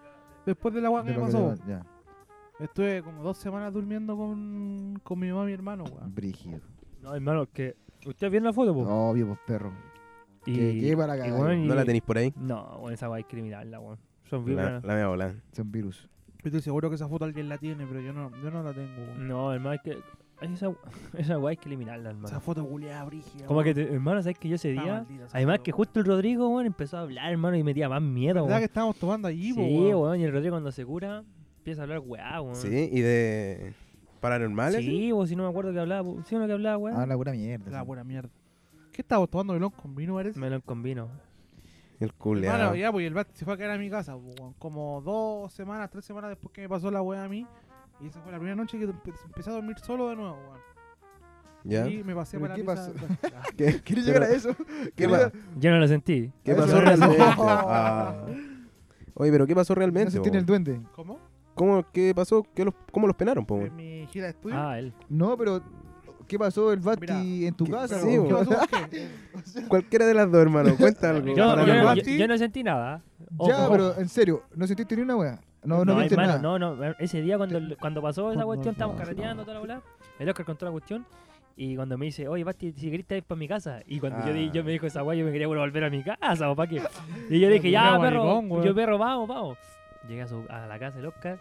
Speaker 5: Después de la guagua
Speaker 3: De
Speaker 5: que me
Speaker 3: lo que
Speaker 5: pasó.
Speaker 3: le- Ya,
Speaker 5: Estuve como dos semanas durmiendo con, con mi mamá y mi hermano,
Speaker 3: Mm.
Speaker 5: weón.
Speaker 3: brígido.
Speaker 4: No, hermano, que. ¿Usted vio la foto, po?
Speaker 3: Obvio, pues perro.
Speaker 4: Y,
Speaker 3: Que- que para
Speaker 4: y,
Speaker 3: cagar.
Speaker 4: weón, y-
Speaker 2: No la tenéis por ahí.
Speaker 4: No, weón, esa weá es criminal, la weón.
Speaker 9: Son
Speaker 2: La,
Speaker 9: vibras.
Speaker 2: la voy a volar.
Speaker 3: Son virus.
Speaker 5: Yo estoy seguro que esa foto alguien la tiene, pero yo no, yo no la tengo, weón.
Speaker 3: Mm,
Speaker 4: No, hermano, hay que. hay Esa, esa weá hay que
Speaker 5: Esa
Speaker 4: eliminarla, hermano.
Speaker 5: foto culiada, brígida.
Speaker 4: Como
Speaker 5: weón.
Speaker 4: que, te- hermano, ¿sabes que yo ese
Speaker 5: Está
Speaker 4: día?
Speaker 5: maldita esa
Speaker 4: Además
Speaker 5: foto,
Speaker 4: que
Speaker 5: weón.
Speaker 4: justo el Rodrigo, weón, empezó a hablar, hermano, y metía más miedo,
Speaker 5: ¿Verdad que
Speaker 4: weón.
Speaker 5: estábamos tomando allí,
Speaker 4: Sí,
Speaker 5: po, weón?
Speaker 4: weón, y el Rodrigo cuando se cura, empieza a hablar weá, weón.
Speaker 2: Sí, y de paranormales.
Speaker 4: Sí, weón, si no me acuerdo que hablaba, po. sí o no que hablaba, weón.
Speaker 3: Ah, la pura mierda.
Speaker 5: La
Speaker 3: sí.
Speaker 5: buena mierda. ¿Qué estábamos tomando melón con vino, parece?
Speaker 4: Me lo combino.
Speaker 2: El culeado.
Speaker 5: Bueno, ya, pues y el Bat se fue a caer a mi casa, po, weón. Como dos semanas, tres semanas después que me pasó la weá a mí. Y esa fue la primera noche que empe- empecé a dormir solo de nuevo, weón.
Speaker 2: ¿Ya?
Speaker 5: Y me pasé
Speaker 3: ¿Pero
Speaker 5: para
Speaker 3: qué
Speaker 5: la pues. Ah, pieza.
Speaker 2: ¿Qué,
Speaker 3: ¿Quieres llegar a
Speaker 2: pero-
Speaker 3: eso?
Speaker 2: ¿Qué,
Speaker 3: ¿Qué
Speaker 2: pa-
Speaker 4: Yo no lo sentí.
Speaker 2: qué
Speaker 3: Eso
Speaker 2: pasó
Speaker 3: era eso.
Speaker 2: realmente? Ah. Oye, pero ¿qué pasó
Speaker 3: No
Speaker 2: realmente?
Speaker 3: se tiene el
Speaker 2: po?
Speaker 3: duende.
Speaker 5: ¿Cómo?
Speaker 2: ¿Cómo, ¿Qué pasó? ¿Qué los, ¿Cómo los penaron, po?
Speaker 5: En mi gira de estudio.
Speaker 4: Ah, él.
Speaker 3: No, pero ¿qué pasó el Basti
Speaker 5: Mira,
Speaker 3: en tu
Speaker 2: ¿qué-
Speaker 3: casa?
Speaker 2: sí,
Speaker 3: weón?
Speaker 5: ¿Qué pasó?
Speaker 2: weón.
Speaker 5: ¿Por qué?
Speaker 2: Cualquiera de las dos, hermano. Cuenta
Speaker 4: Yo,
Speaker 2: algo.
Speaker 4: yo-
Speaker 2: Para
Speaker 4: yo-
Speaker 2: los
Speaker 4: yo-
Speaker 2: Basti.
Speaker 4: yo no sentí nada.
Speaker 3: Ya,
Speaker 4: Ojo,
Speaker 3: pero
Speaker 4: ojo.
Speaker 3: en serio, no sentiste ni una weá. No,
Speaker 4: No,
Speaker 3: no viste
Speaker 4: hermano,
Speaker 3: nada.
Speaker 4: no, no. Ese día cuando, cuando pasó esa
Speaker 5: No,
Speaker 4: cuestión, estábamos
Speaker 5: no,
Speaker 4: carreteando toda la bola. El Oscar contó la cuestión. Y cuando me dice, oye, Basti, si querés te vas para mi casa. Y cuando yo, di-
Speaker 2: Ah.
Speaker 4: yo me dijo esa guay, yo me quería volver a mi casa, ¿o para qué? Y
Speaker 5: Me
Speaker 4: yo le dije, ya,
Speaker 5: culiao
Speaker 4: perro,
Speaker 5: maricón, weón.
Speaker 4: yo, perro, vamos, vamos. Llegué a, su- a la casa del Oscar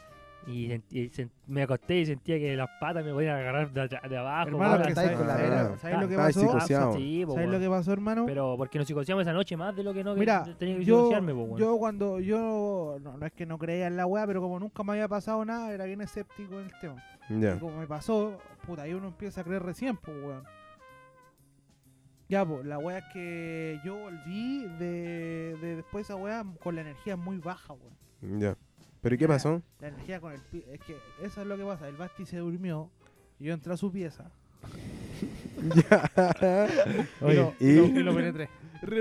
Speaker 4: y, sentí- y sen- me acosté y sentía que las patas me podían agarrar de, atrás- de abajo.
Speaker 5: Hermano,
Speaker 4: weón.
Speaker 5: que
Speaker 3: estáis
Speaker 5: ¿sabes
Speaker 3: con la
Speaker 5: sabes
Speaker 2: verga.
Speaker 5: lo- sabes lo que
Speaker 2: Estáis
Speaker 5: pasó?
Speaker 2: psicoseado.
Speaker 4: Ah, sí, po,
Speaker 5: ¿Sabes lo
Speaker 4: weón.
Speaker 5: que pasó, hermano?
Speaker 4: Pero porque nos psicoseamos esa noche más de lo que no que
Speaker 5: Mira,
Speaker 4: tenía que
Speaker 5: yo-
Speaker 4: psicosearme, po, weón.
Speaker 5: Yo cuando, yo, no, no es que no creía en la weá, pero como nunca me había pasado nada, era bien escéptico en el tema. Y
Speaker 2: Ya.
Speaker 5: como me pasó, puta, ahí uno empieza a creer recién, pues, weón. Ya, pues, la weá es que yo volví de, de después de esa weá con la energía muy baja, weón.
Speaker 2: Ya. ¿Pero y qué pasó?
Speaker 5: La energía con el... pi- Es que eso es lo que pasa. El Basti se durmió y yo entré a su pieza.
Speaker 4: Oye,
Speaker 2: ¿Y?
Speaker 5: lo- lo penetré.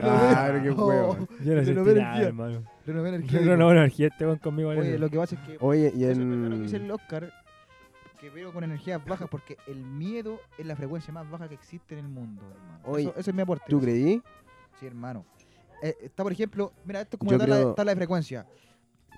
Speaker 2: Ah, pero qué huevo.
Speaker 4: yo no
Speaker 3: Pero
Speaker 4: sentí
Speaker 3: ver el
Speaker 4: nada,
Speaker 3: día.
Speaker 4: hermano.
Speaker 3: Renové energía.
Speaker 4: Yo no, energía este weón conmigo. en
Speaker 3: Oye,
Speaker 4: eso.
Speaker 3: lo que pasa es que
Speaker 2: Oye, y
Speaker 3: Eso es lo primero que dice
Speaker 2: en...
Speaker 3: el Oscar, que veo con energías bajas, porque el miedo es la frecuencia más baja que existe en el mundo, hermano.
Speaker 2: Oye,
Speaker 3: eso, eso es mi aporte.
Speaker 2: ¿Tú creí?
Speaker 3: Sí, hermano. Eh, está, por ejemplo, mira, esto es como
Speaker 2: Yo
Speaker 3: una tabla,
Speaker 2: creo-
Speaker 3: tabla de frecuencia.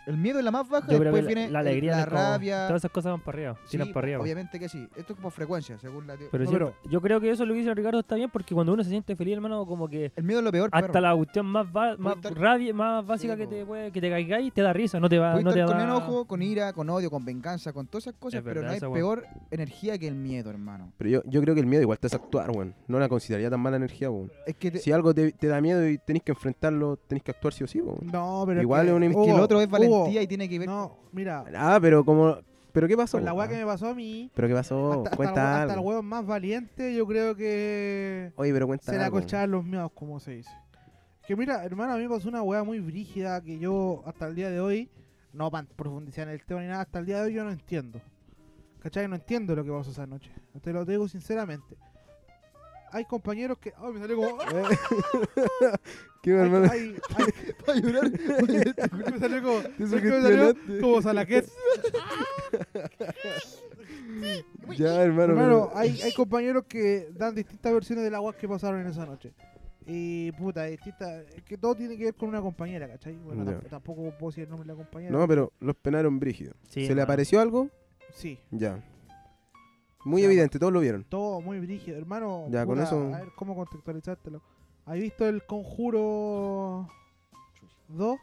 Speaker 3: El miedo es la más baja,
Speaker 4: Yo creo que
Speaker 3: después
Speaker 4: la,
Speaker 3: viene
Speaker 4: la
Speaker 3: el-
Speaker 4: alegría,
Speaker 3: la
Speaker 4: del como-
Speaker 3: rabia.
Speaker 4: todas esas cosas van para arriba, tiran
Speaker 3: Sí,
Speaker 4: para arriba.
Speaker 3: obviamente que sí. Esto es como frecuencia, según la teo-
Speaker 4: Pero,
Speaker 3: No,
Speaker 4: siempre- yo creo que eso lo que dice Ricardo está bien porque cuando uno se siente feliz, hermano, como que
Speaker 3: el miedo es lo peor,
Speaker 4: hasta
Speaker 3: perro.
Speaker 4: la cuestión más va- más
Speaker 3: estar-
Speaker 4: rabia, más básica que
Speaker 3: po.
Speaker 4: te puede, que te caigáis te da risa, no te va,
Speaker 3: Puedes
Speaker 4: no te
Speaker 3: estar con
Speaker 4: da
Speaker 3: enojo, con ira, con odio, con venganza, con todas esas cosas,
Speaker 4: Es
Speaker 3: pero
Speaker 4: verdad
Speaker 3: no hay
Speaker 4: esa weá.
Speaker 3: peor energía que el miedo, hermano.
Speaker 2: Pero yo, yo creo que el miedo igual te hace actuar, weón. No la consideraría tan mala energía, weón.
Speaker 3: Es que, te-
Speaker 2: Si algo te, te da miedo y tenés que enfrentarlo, tenés que actuar sí o sí, weón.
Speaker 5: No, pero
Speaker 2: Igual
Speaker 5: que,
Speaker 2: es un-
Speaker 3: es que el
Speaker 5: Hugo,
Speaker 3: otro es
Speaker 5: Hugo,
Speaker 3: valentía y tiene que ver
Speaker 5: No, mira,
Speaker 2: Ah, pero como... ¿Pero qué pasó?
Speaker 5: con Pues la
Speaker 2: weón?
Speaker 5: weá que me pasó a mí,
Speaker 2: ¿Pero qué pasó?
Speaker 5: hasta, hasta, el,
Speaker 2: cuenta
Speaker 5: hue- hasta el
Speaker 2: algo.
Speaker 5: hueón más valiente, yo creo que...
Speaker 2: Oye, pero cuenta
Speaker 5: Se la
Speaker 2: algo.
Speaker 5: colchaban los miedos, como se dice. Que mira, hermano, a mí me pasó una weá muy brígida que yo hasta el día de hoy, no para profundizar en el tema ni nada, hasta el día de hoy yo no entiendo. ¿Cachai? No entiendo lo que pasó esa noche. Te lo digo sinceramente. Hay compañeros que. ¡Ay, me salió como! hay-
Speaker 2: ¿Qué, Eh, hermano?
Speaker 5: hay- hay-
Speaker 3: para llorar.
Speaker 5: me salió como.
Speaker 2: Eso
Speaker 5: ¿sabes
Speaker 2: que
Speaker 5: qué me salió?
Speaker 2: estoy
Speaker 5: Como Salaquet.
Speaker 2: Ya, hermano.
Speaker 5: Hermano,
Speaker 2: pero-
Speaker 5: hay, hay compañeros que dan distintas versiones de la weá que pasaron en esa noche. Y puta, distintas. Es que todo tiene que ver con una compañera, ¿cachai? Bueno,
Speaker 2: Ya.
Speaker 5: tamp- tampoco puedo decir el nombre de la compañera.
Speaker 2: No, pero los penaron brígido.
Speaker 4: Sí,
Speaker 2: ¿Se le
Speaker 4: hermano.
Speaker 2: apareció algo?
Speaker 5: Sí,
Speaker 2: Ya. Muy
Speaker 5: Ya,
Speaker 2: evidente, todos lo vieron.
Speaker 5: todo muy brígido, hermano.
Speaker 2: Ya, con
Speaker 5: puta,
Speaker 2: eso-
Speaker 5: A ver cómo contextualizártelo. ¿Has visto el conjuro 2?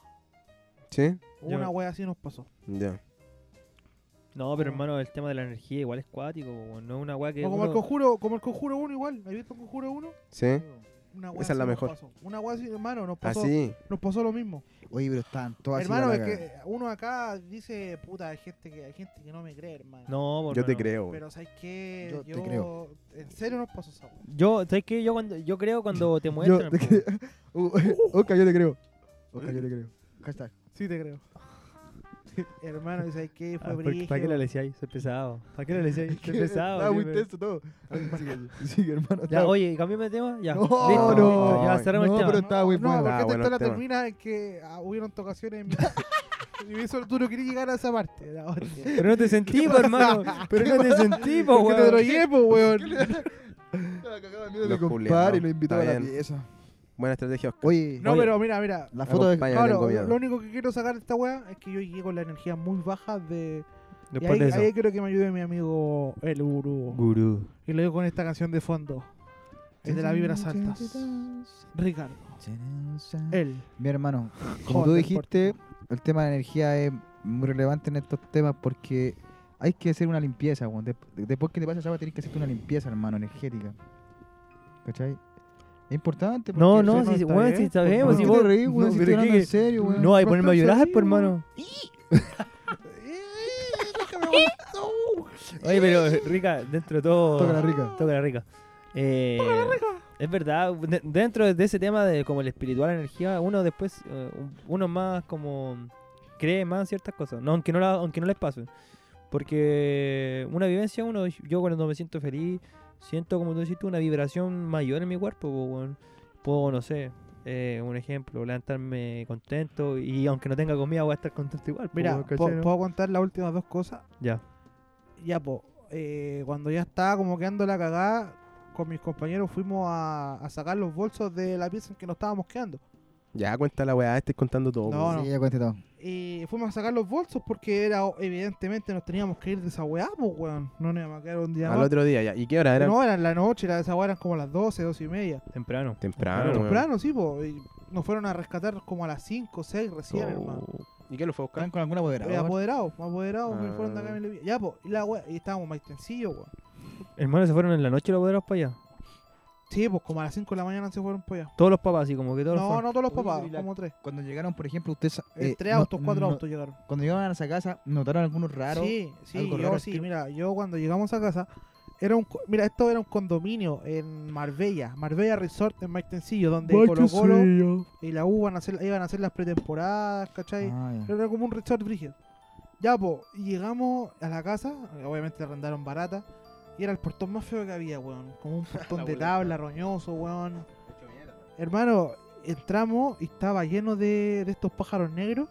Speaker 2: ¿Sí?
Speaker 4: Ya.
Speaker 5: Una wea así nos pasó.
Speaker 2: Ya.
Speaker 4: No, pero hermano, el tema de la energía igual es cuático, po, no es una weá que
Speaker 5: O como el
Speaker 4: uno-
Speaker 5: conjuro, como el conjuro 1 igual. ¿Has visto el conjuro 1?
Speaker 2: ¿Sí?
Speaker 5: Una
Speaker 2: ¿Eh? Esa
Speaker 5: wea
Speaker 2: es
Speaker 5: así
Speaker 2: la
Speaker 5: nos
Speaker 2: mejor. ¿Ah,
Speaker 5: pasó. Una wea así, hermano, nos pasó,
Speaker 2: Así.
Speaker 5: nos pasó lo mismo.
Speaker 3: Oye, pero están todas así
Speaker 5: hermano,
Speaker 3: la
Speaker 5: es
Speaker 3: cagada.
Speaker 5: que uno acá dice, puta, hay gente que, hay gente que no me cree, hermano.
Speaker 4: No, po,
Speaker 2: Yo te
Speaker 4: hermano.
Speaker 2: creo, weón.
Speaker 5: Pero ¿sabes qué?
Speaker 3: Yo te creo.
Speaker 5: En serio nos pasó esa wea.
Speaker 4: Yo, ¿sabes qué? Yo cuando yo creo cuando te muestran. po, weón.
Speaker 3: Uh, Oscar, yo te creo. Oscar, yo te creo. Hashtag.
Speaker 5: Sí, te creo. hermano, ¿y ¿sabes qué? Fue
Speaker 4: Ah, porque- ¿Para qué
Speaker 5: brígido.
Speaker 4: la leseáis? Soy pesado. ¿Para qué la leseáis? Soy pesado.
Speaker 3: Estaba muy
Speaker 4: dime.
Speaker 3: tenso todo. Sigue, sigue, hermano.
Speaker 4: Ya,
Speaker 3: estaba-
Speaker 4: oye, cambiame de tema. Ya.
Speaker 3: No,
Speaker 4: Listo,
Speaker 3: no,
Speaker 4: listo, Ya cerramos
Speaker 3: no,
Speaker 4: el tema.
Speaker 3: pero estaba muy
Speaker 5: no,
Speaker 3: bueno.
Speaker 5: porque
Speaker 2: Ah,
Speaker 5: esta
Speaker 2: bueno,
Speaker 5: historia
Speaker 2: el tema.
Speaker 5: termina en que ah, hubieron tocaciones en mi Y eso tú no querías llegar a esa parte. la otra.
Speaker 4: Pero no te sentí, po, hermano. Pero no te sentí, po,
Speaker 5: Porque te
Speaker 4: weón.
Speaker 5: drogué, po, weón.
Speaker 3: Estaba cagado de miedo
Speaker 2: Los
Speaker 3: de compadre
Speaker 2: culiados.
Speaker 3: y lo invitó a
Speaker 2: Está
Speaker 3: la
Speaker 2: bien.
Speaker 3: pieza.
Speaker 2: Buena estrategia, Oscar.
Speaker 3: Oye,
Speaker 5: No,
Speaker 3: oye,
Speaker 5: pero mira, mira.
Speaker 3: la foto de...
Speaker 2: Acompáñame,
Speaker 5: Claro,
Speaker 2: tengo
Speaker 5: lo,
Speaker 2: miedo.
Speaker 5: lo único que quiero sacar de esta weá es que yo llegué con la energía muy baja de... y
Speaker 4: Después de
Speaker 5: ahí,
Speaker 4: eso.
Speaker 5: ahí creo que me ayude mi amigo el Uru.
Speaker 4: Gurú.
Speaker 5: Y lo digo con esta canción de fondo. Es de las vibras altas. Ricardo. Él.
Speaker 3: Mi hermano, como tú
Speaker 5: Joder,
Speaker 3: dijiste, el tema de la energía es muy relevante en estos temas porque hay que hacer una limpieza, weón. Dep- de- después que te pasa esa agua tenés que hacerte una limpieza, hermano, energética. ¿Cachai? Es importante.
Speaker 4: No,
Speaker 3: porque-
Speaker 5: no
Speaker 4: no, si,
Speaker 5: está
Speaker 4: weón,
Speaker 5: bien,
Speaker 4: si
Speaker 5: pues,
Speaker 4: sabemos,
Speaker 3: ¿Por
Speaker 4: si
Speaker 3: qué
Speaker 4: vos-
Speaker 3: te reís, weón?
Speaker 4: no,
Speaker 3: Si
Speaker 4: pero
Speaker 3: estoy hablando
Speaker 4: ¿qué?
Speaker 3: en serio, weón.
Speaker 4: No, hay
Speaker 3: Ponte
Speaker 4: ponerme a
Speaker 3: en
Speaker 4: llorar,
Speaker 3: serio,
Speaker 4: pues,
Speaker 3: weón.
Speaker 4: hermano. Oye, pero eh, rica, dentro de todo.
Speaker 3: Toca la rica.
Speaker 4: Toca la rica. Eh, Es verdad, de- dentro de ese tema de como el espiritual, la energía, uno después, eh, uno más como cree más en ciertas cosas, no, aunque, no la- aunque no les pasen. Porque una vivencia, uno, yo cuando me siento feliz, siento como tú dijiste, una vibración mayor en mi cuerpo. po, weón. Puedo, no sé, eh, un ejemplo, levantarme contento y aunque no tenga comida voy a estar contento igual. po,
Speaker 5: Mira,
Speaker 4: weón, ¿cachai,
Speaker 5: ¿puedo-
Speaker 4: no?
Speaker 5: ¿puedo contar las últimas dos cosas?
Speaker 4: Ya.
Speaker 5: Ya, po. eh, cuando ya estaba como quedando la cagada, con mis compañeros fuimos a, a sacar los bolsos de la pieza en que nos estábamos quedando.
Speaker 2: Ya cuenta la weá, estés contando todo.
Speaker 5: No,
Speaker 2: po.
Speaker 5: no.
Speaker 3: Sí, ya cuente todo.
Speaker 5: Y fuimos a sacar los bolsos porque era o- evidentemente nos teníamos que ir de esa weá, pues weón. No nos íbamos a quedar un día
Speaker 2: Al
Speaker 5: más.
Speaker 2: otro día ya. ¿Y qué hora era?
Speaker 5: No, era en la noche, era esa weá eran como las 12, 12 y media.
Speaker 4: Temprano.
Speaker 2: Temprano, weón.
Speaker 5: Temprano, sí, po. Y nos fueron a rescatar como a las 5, 6 recién, hermano.
Speaker 2: Oh. ¿Y qué lo fue a buscar?
Speaker 3: Están con alguna
Speaker 5: Eh,
Speaker 3: poderada.
Speaker 5: Apoderados, apoderados, me
Speaker 2: Ah.
Speaker 5: fueron de acá en el- Ya, po. Y la weá, y estábamos más sencillos, weón.
Speaker 4: Hermanos, se fueron en la noche los poderos para allá.
Speaker 5: Sí, pues como a las 5 de la mañana se fueron para allá.
Speaker 4: Todos los papás, así como que todos los
Speaker 5: No,
Speaker 4: fueron.
Speaker 5: no todos los
Speaker 3: Uy,
Speaker 5: papás,
Speaker 3: la-
Speaker 5: como tres.
Speaker 3: Cuando llegaron, por ejemplo, ustedes.
Speaker 5: Eh,
Speaker 3: eh,
Speaker 5: tres
Speaker 3: no-
Speaker 5: autos, cuatro
Speaker 3: no-
Speaker 5: autos llegaron.
Speaker 3: Cuando llegaron a esa casa, notaron algunos raros.
Speaker 5: sí, sí,
Speaker 3: algo
Speaker 5: yo
Speaker 3: raro
Speaker 5: sí,
Speaker 3: es que-
Speaker 5: mira, yo cuando llegamos a casa, era un, co- mira, esto era un condominio en Marbella, Marbella Resort en Maitencillo, donde Colo Colo y la U van a hacer, iban a hacer las pretemporadas, ¿cachai?
Speaker 3: Ah, ya.
Speaker 5: Era como un resort brígido. Ya, po, y llegamos a la casa, obviamente la arrendaron barata, y era el portón más feo que había, weón. Como un portón de tabla, roñoso, weón. Hermano, entramos y estaba lleno de, de estos pájaros negros.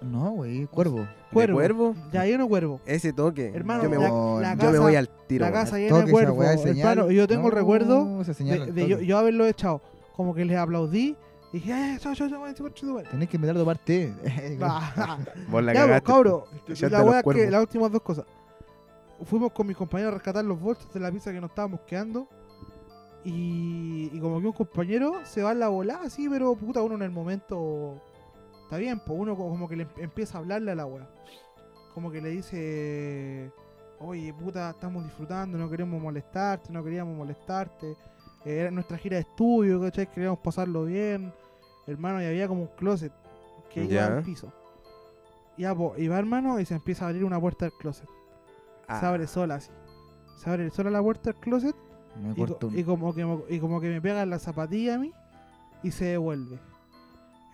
Speaker 3: No, güey, cuervo.
Speaker 5: Cuervo.
Speaker 2: cuervo?
Speaker 5: Ya lleno de cuervo.
Speaker 2: Ese toque.
Speaker 5: Hermano,
Speaker 2: yo me,
Speaker 5: la,
Speaker 2: voy,
Speaker 5: la
Speaker 2: yo
Speaker 5: casa,
Speaker 2: me voy al tiro.
Speaker 5: la
Speaker 2: weón.
Speaker 5: casa llena
Speaker 3: Toque
Speaker 5: de
Speaker 3: esa
Speaker 5: cuervo.
Speaker 3: weá de señal.
Speaker 5: Hermano, yo tengo el
Speaker 3: No,
Speaker 5: recuerdo
Speaker 3: esa señal
Speaker 5: de,
Speaker 3: al
Speaker 5: de yo,
Speaker 3: toque.
Speaker 5: yo haberlo echado. Como que les aplaudí. Y dije, ¡eh, chao, chao, chao, chao, chao, chao".
Speaker 3: Tenés que meterlo parte.
Speaker 5: Bah.
Speaker 2: Vos la
Speaker 5: Ya, pues,
Speaker 2: cagaste.
Speaker 5: cabro.
Speaker 2: Echaste
Speaker 5: La
Speaker 2: a los
Speaker 5: wea es que
Speaker 2: cuervos.
Speaker 5: las últimas dos cosas. Fuimos con mis compañeros a rescatar los bolsos de la pizza que nos estábamos quedando. Y, y como que un compañero se va en la volada así, pero puta, uno en el momento. Está bien, pues uno co- como que le em- empieza a hablarle a la wea. Como que le dice. Oye, puta, estamos disfrutando, no queremos molestarte, no queríamos molestarte. Eh, Era nuestra gira de estudio, ¿cachai? Queríamos pasarlo bien. Hermano, y había como un closet que iba
Speaker 2: Ya.
Speaker 5: al piso. Ya, po, y va hermano y se empieza a abrir una puerta del closet. Se
Speaker 2: Ah.
Speaker 5: abre sola así. Se abre sola la puerta del closet
Speaker 3: Me
Speaker 5: y, co-
Speaker 3: corto un.
Speaker 5: y como que mo- y como que me pega en la zapatilla a mí y se devuelve.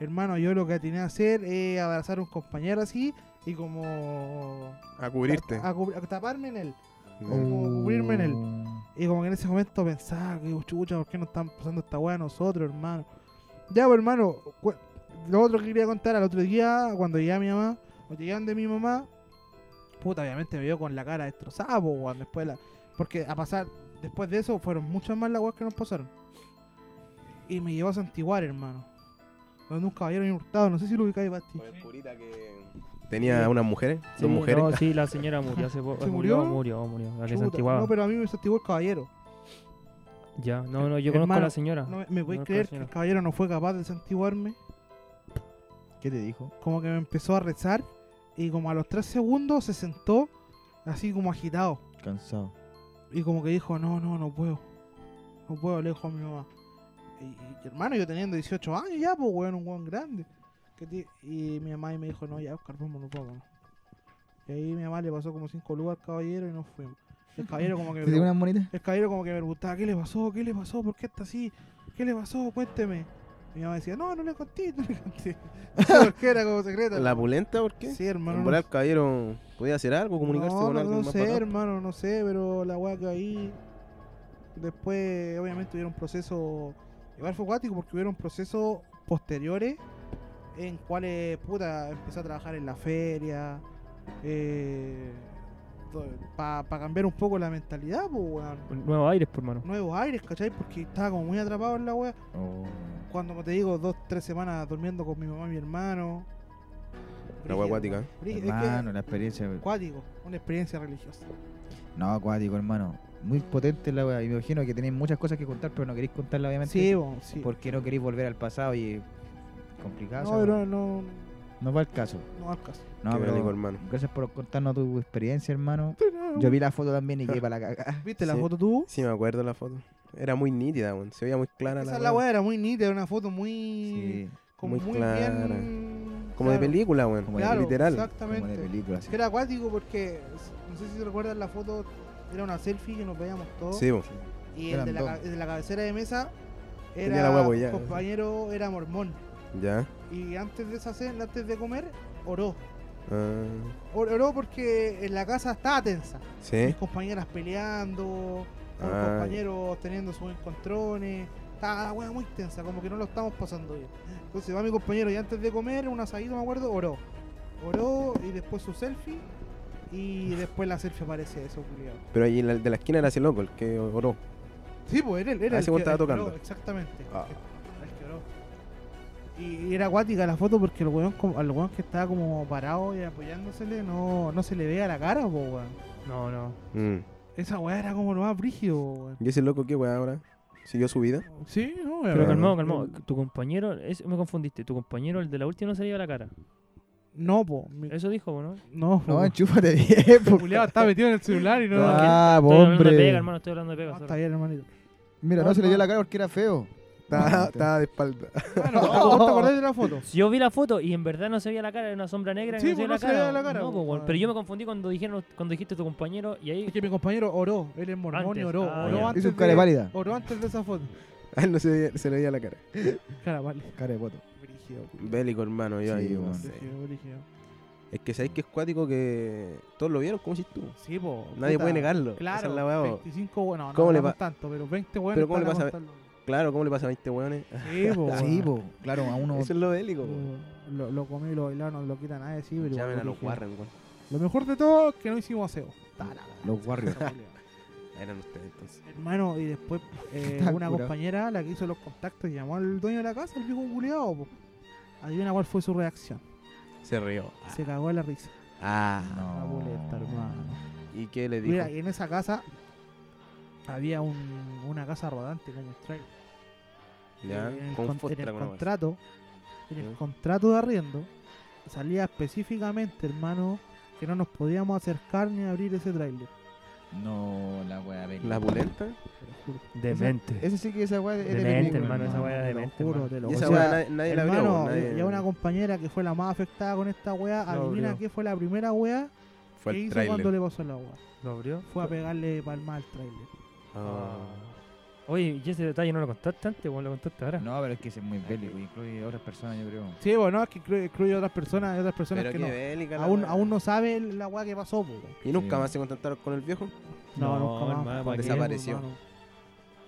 Speaker 5: Hermano, yo lo que atiné a hacer es abrazar a un compañero así y como
Speaker 2: A cubrirte.
Speaker 5: a, cub- a taparme en él.
Speaker 2: Ya.
Speaker 5: Como cubrirme en él. Y como que en ese momento pensaba que "Oh, chucha, ¿por qué no están pasando esta weá a nosotros, hermano? Ya, pues, hermano, cu- lo otro que quería contar al otro día, cuando llegué a mi mamá, cuando llegué de mi mamá, puta, obviamente me vio con la cara destrozada, po, weón, después de la- Porque a pasar, después de eso, fueron muchas más las weas que nos pasaron. Y me llevó a Santiguar, hermano. Donde un caballero bien hurtado, no sé si lo ubicáis, Basti.
Speaker 2: Con el curita que tenía unas mujeres,
Speaker 4: Sí,
Speaker 2: dos mujeres.
Speaker 4: No, sí, la señora murió hace poco.
Speaker 5: ¿Se
Speaker 4: murió?
Speaker 5: murió?
Speaker 4: Murió, murió. La que
Speaker 5: Chuta,
Speaker 4: se antiguaba.
Speaker 5: no, pero a mí me santiguó el caballero.
Speaker 4: Ya, no, no, yo conozco a
Speaker 5: Hermano,
Speaker 4: la señora.
Speaker 5: No, me- ¿Me podéis
Speaker 4: Conozco a la
Speaker 5: creer que
Speaker 4: señora.
Speaker 5: el caballero no fue capaz de santiguarme?
Speaker 3: ¿Qué te dijo?
Speaker 5: como que me empezó a rezar y como a los tres segundos se sentó así como agitado
Speaker 3: Cansado.
Speaker 5: y como que dijo, no, no, no puedo, no puedo, le dijo a mi mamá. Y, y, hermano, yo teniendo 18 años ya, pues, weón, un weón grande. Que ti- Y mi mamá y me dijo, no, ya, Oscar, vámonos, vámonos. Y ahí mi mamá le pasó como cinco lugares al caballero y nos fuimos. El caballero como que...
Speaker 3: ¿Te dio unas monitas?
Speaker 5: El caballero como que me preguntaba, ¿qué le pasó? ¿Qué le pasó? ¿Por qué está así? ¿Qué le pasó? Cuénteme. Mi mamá decía, no, no le conté, no le conté. Porque era como secreta.
Speaker 2: ¿La pulenta por qué?
Speaker 5: Sí,
Speaker 2: ¿En
Speaker 5: hermano. no
Speaker 2: volar el caballero podía hacer algo? ¿Comunicarse
Speaker 5: no,
Speaker 2: con
Speaker 5: no,
Speaker 2: alguien
Speaker 5: no
Speaker 2: más
Speaker 5: sé,
Speaker 2: bacán?
Speaker 5: hermano, no sé, pero la weá que ahí. Después, obviamente, tuvieron un proceso. Igual fue cuático porque hubieron procesos posteriores en cuales, puta, empecé a trabajar en la feria. eh, para cambiar un poco la mentalidad, pues, weón.
Speaker 4: Nuevos aires, por mano.
Speaker 5: Nuevos aires, ¿cachai? Porque estaba como muy atrapado en la weá. Cuando, como te digo, dos, tres semanas durmiendo con mi mamá y mi hermano.
Speaker 2: La weá cuática.
Speaker 5: Brígido, es que-
Speaker 3: Hermano, la experiencia.
Speaker 5: Acuático, una experiencia religiosa.
Speaker 3: No, acuático, hermano. Muy potente la weá. Y Me imagino que tenéis muchas cosas que contar, pero no queréis contarla, obviamente.
Speaker 5: Sí, bo, sí.
Speaker 3: Porque no queréis volver al pasado y. Complicado.
Speaker 5: no,
Speaker 3: esa weá.
Speaker 5: pero no.
Speaker 3: No va el caso.
Speaker 5: No al caso.
Speaker 3: No,
Speaker 2: Qué
Speaker 3: pero
Speaker 2: verónico, hermano.
Speaker 3: gracias por contarnos tu experiencia, hermano. Yo vi la foto también y quedé para la cagada.
Speaker 5: ¿Viste la
Speaker 2: Sí.
Speaker 5: foto tú?
Speaker 2: Sí, me acuerdo la foto. Era muy nítida, weón. Se veía muy clara
Speaker 5: Esa
Speaker 2: la,
Speaker 5: es la
Speaker 2: weá.
Speaker 5: weá, era muy nítida, era una foto muy.
Speaker 3: Sí,
Speaker 5: como
Speaker 2: muy
Speaker 5: muy
Speaker 2: clara.
Speaker 5: bien.
Speaker 2: Como de
Speaker 5: claro,
Speaker 2: película, weón.
Speaker 3: Como de
Speaker 5: Claro,
Speaker 2: literal.
Speaker 3: como de
Speaker 5: Exactamente.
Speaker 3: película. sí.
Speaker 5: Que era acuático porque, s- no sé si se recuerdan la foto, era una selfie que nos veíamos todos.
Speaker 2: Sí, weón.
Speaker 5: y el de, la,
Speaker 3: eran
Speaker 5: ca- el de la cabecera de mesa
Speaker 2: Tenía
Speaker 5: era
Speaker 2: la hueá apoyada.
Speaker 5: compañero, era mormón.
Speaker 2: Ya.
Speaker 5: Y antes de esa cena, antes de comer, oró.
Speaker 2: Ah,
Speaker 5: Or- Oró porque en la casa estaba tensa.
Speaker 2: sí.
Speaker 5: Mis compañeras peleando, mis
Speaker 2: ¿Eh? Ah,
Speaker 5: compañeros teniendo sus encontrones. Estaba la wea muy tensa, como que no lo estamos pasando bien. Entonces va mi compañero y antes de comer, un asadito, me acuerdo, oró. Oró y después su selfie. Y después la selfie aparece eso, culiado.
Speaker 2: Pero ahí la- de la esquina era ese loco, el que oró.
Speaker 5: Sí, pues era él, era
Speaker 2: Ah,
Speaker 5: el
Speaker 2: ese weón
Speaker 5: que-
Speaker 2: estaba
Speaker 5: el que oró,
Speaker 2: tocando.
Speaker 5: exactamente.
Speaker 2: Ah.
Speaker 5: el que- el que oró. Y era acuática la foto porque el weón, como- al weón que estaba como parado y apoyándosele no, no se le veía la cara, po, weón. No, no.
Speaker 2: Mm.
Speaker 5: Esa weá era como lo más brígido, weón.
Speaker 2: ¿Y ese loco qué weón ahora? ¿Siguió su vida?
Speaker 5: Sí, no,
Speaker 4: Pero
Speaker 2: Claro.
Speaker 4: calmado, calmado. Tu compañero, es- me confundiste. Tu compañero, el de la última, no salía a la cara.
Speaker 5: No, po. mi-
Speaker 4: Eso dijo, ¿no?
Speaker 5: No,
Speaker 3: No,
Speaker 5: po.
Speaker 3: enchúfate bien, po.
Speaker 5: Julián está metido en el celular y no.
Speaker 4: No,
Speaker 3: Ah,
Speaker 4: Estoy hablando de pega,
Speaker 3: hombre.
Speaker 4: hermano. Estoy hablando de pega.
Speaker 5: No, está
Speaker 4: sorry.
Speaker 5: bien, hermanito.
Speaker 3: Mira, no se le vio la cara porque era feo. Ah,
Speaker 2: Estaba estaba de espalda.
Speaker 5: Bueno, Ah, ¿vos te acordás de la foto?
Speaker 4: Si Yo vi la foto y en verdad no se veía la cara, era una sombra negra.
Speaker 5: Sí,
Speaker 4: y no se
Speaker 5: pues
Speaker 4: veía
Speaker 5: no se
Speaker 4: la,
Speaker 5: veía
Speaker 4: cara.
Speaker 5: la cara,
Speaker 4: No,
Speaker 5: pues,
Speaker 4: pues, bueno,
Speaker 5: ah.
Speaker 4: Pero yo me confundí cuando dijeron cuando dijiste tu compañero y ahí.
Speaker 5: Es que mi compañero oró, él es mormón y
Speaker 4: Antes,
Speaker 5: oró.
Speaker 4: ah,
Speaker 5: oró
Speaker 4: ya.
Speaker 5: antes
Speaker 3: Hizo un
Speaker 5: de-
Speaker 3: cara pálida.
Speaker 5: Oró antes de esa foto.
Speaker 2: A él no se, veía- se le veía la cara.
Speaker 5: Cara pálida.
Speaker 3: Cara de voto.
Speaker 5: Brígido, culiao.
Speaker 2: Bélico, hermano. Yo
Speaker 3: Sí,
Speaker 2: ahí,
Speaker 3: weón.
Speaker 2: weón.
Speaker 5: Brígido, brígido.
Speaker 2: Es que sabéis que es cuático que todos lo vieron, ¿cómo si tú?
Speaker 5: Sí, po.
Speaker 2: Nadie
Speaker 5: puta.
Speaker 2: puede negarlo. Esa
Speaker 5: Claro,
Speaker 2: es la weá, weón.
Speaker 5: 25 bueno, no,
Speaker 2: ¿Cómo
Speaker 5: no
Speaker 2: le
Speaker 5: hablamos
Speaker 2: pa-
Speaker 5: tanto, pero 20 buenos.
Speaker 2: Pero ¿cómo le
Speaker 5: para
Speaker 2: pasa a-
Speaker 5: contarlo.
Speaker 2: Claro, ¿cómo le pasa a 20 weones?
Speaker 5: Sí, po.
Speaker 3: Sí, po. Claro, a uno.
Speaker 2: Eso es lo bélico, weón.
Speaker 5: po. Lo, lo comí y lo bailaron, no lo quita nadie, sí, pero.
Speaker 2: Llamen
Speaker 5: igual
Speaker 2: a los
Speaker 5: brígido.
Speaker 2: Warren, weón.
Speaker 5: Lo mejor de todo es que no hicimos aseo.
Speaker 3: Los Warriors.
Speaker 2: Eran ustedes entonces.
Speaker 5: Hermano, y después eh,
Speaker 3: Está
Speaker 5: una
Speaker 3: curado.
Speaker 5: compañera, la que hizo los contactos, llamó al dueño de la casa, el viejo culiado. po. Adivina cuál fue su reacción.
Speaker 2: Se rió.
Speaker 5: Se cagó de la risa.
Speaker 2: Ah.
Speaker 5: La boleta, hermano.
Speaker 2: ¿Y qué le dijo?
Speaker 5: Mira, y en esa casa había un- una casa rodante como un trailer.
Speaker 2: ya,
Speaker 5: Y en Eh, el,
Speaker 2: con
Speaker 5: con- en
Speaker 2: fostra,
Speaker 5: el
Speaker 2: con una
Speaker 5: contrato, en el
Speaker 2: Ya.
Speaker 5: contrato de arriendo, salía específicamente, hermano, que no nos podíamos acercar ni abrir ese trailer.
Speaker 3: No, la wea
Speaker 2: wea. ¿La pulenta?
Speaker 4: Demente.
Speaker 3: Ese sí que esa wea es de
Speaker 4: Demente,
Speaker 3: película,
Speaker 4: hermano, esa weá
Speaker 5: Te lo
Speaker 4: demente,
Speaker 5: juro,
Speaker 4: hermano.
Speaker 5: te lo
Speaker 2: Este, Y esa
Speaker 5: juro.
Speaker 2: weá
Speaker 5: O sea,
Speaker 2: nadie, nadie la abrió.
Speaker 5: Hermano,
Speaker 2: nadie...
Speaker 5: y a una compañera que fue la más afectada con esta weá,
Speaker 4: No,
Speaker 5: adivina
Speaker 4: bro.
Speaker 5: qué fue la primera weá
Speaker 2: Fue
Speaker 5: que
Speaker 2: el
Speaker 5: hizo
Speaker 2: trailer.
Speaker 5: cuando le pasó la weá.
Speaker 4: ¿Lo abrió?
Speaker 5: Fue a pegarle palma al trailer.
Speaker 2: Ah.
Speaker 4: Oye, y ese detalle no lo contaste antes, bueno, lo contaste ahora.
Speaker 3: No, pero es que ese es muy bélico. Incluye otras personas, yo creo.
Speaker 5: Sí, bueno, es que incluye, incluye otras personas y otras personas
Speaker 2: Pero qué
Speaker 5: que no.
Speaker 2: bélica la
Speaker 5: Aún,
Speaker 2: wea.
Speaker 5: aún no sabe la weá que pasó, po.
Speaker 2: ¿Y nunca
Speaker 3: Sí.
Speaker 2: más se contactaron con el viejo?
Speaker 5: No,
Speaker 4: No,
Speaker 5: nunca más.
Speaker 4: hermano, ¿para qué,
Speaker 2: Desapareció.
Speaker 5: hermano?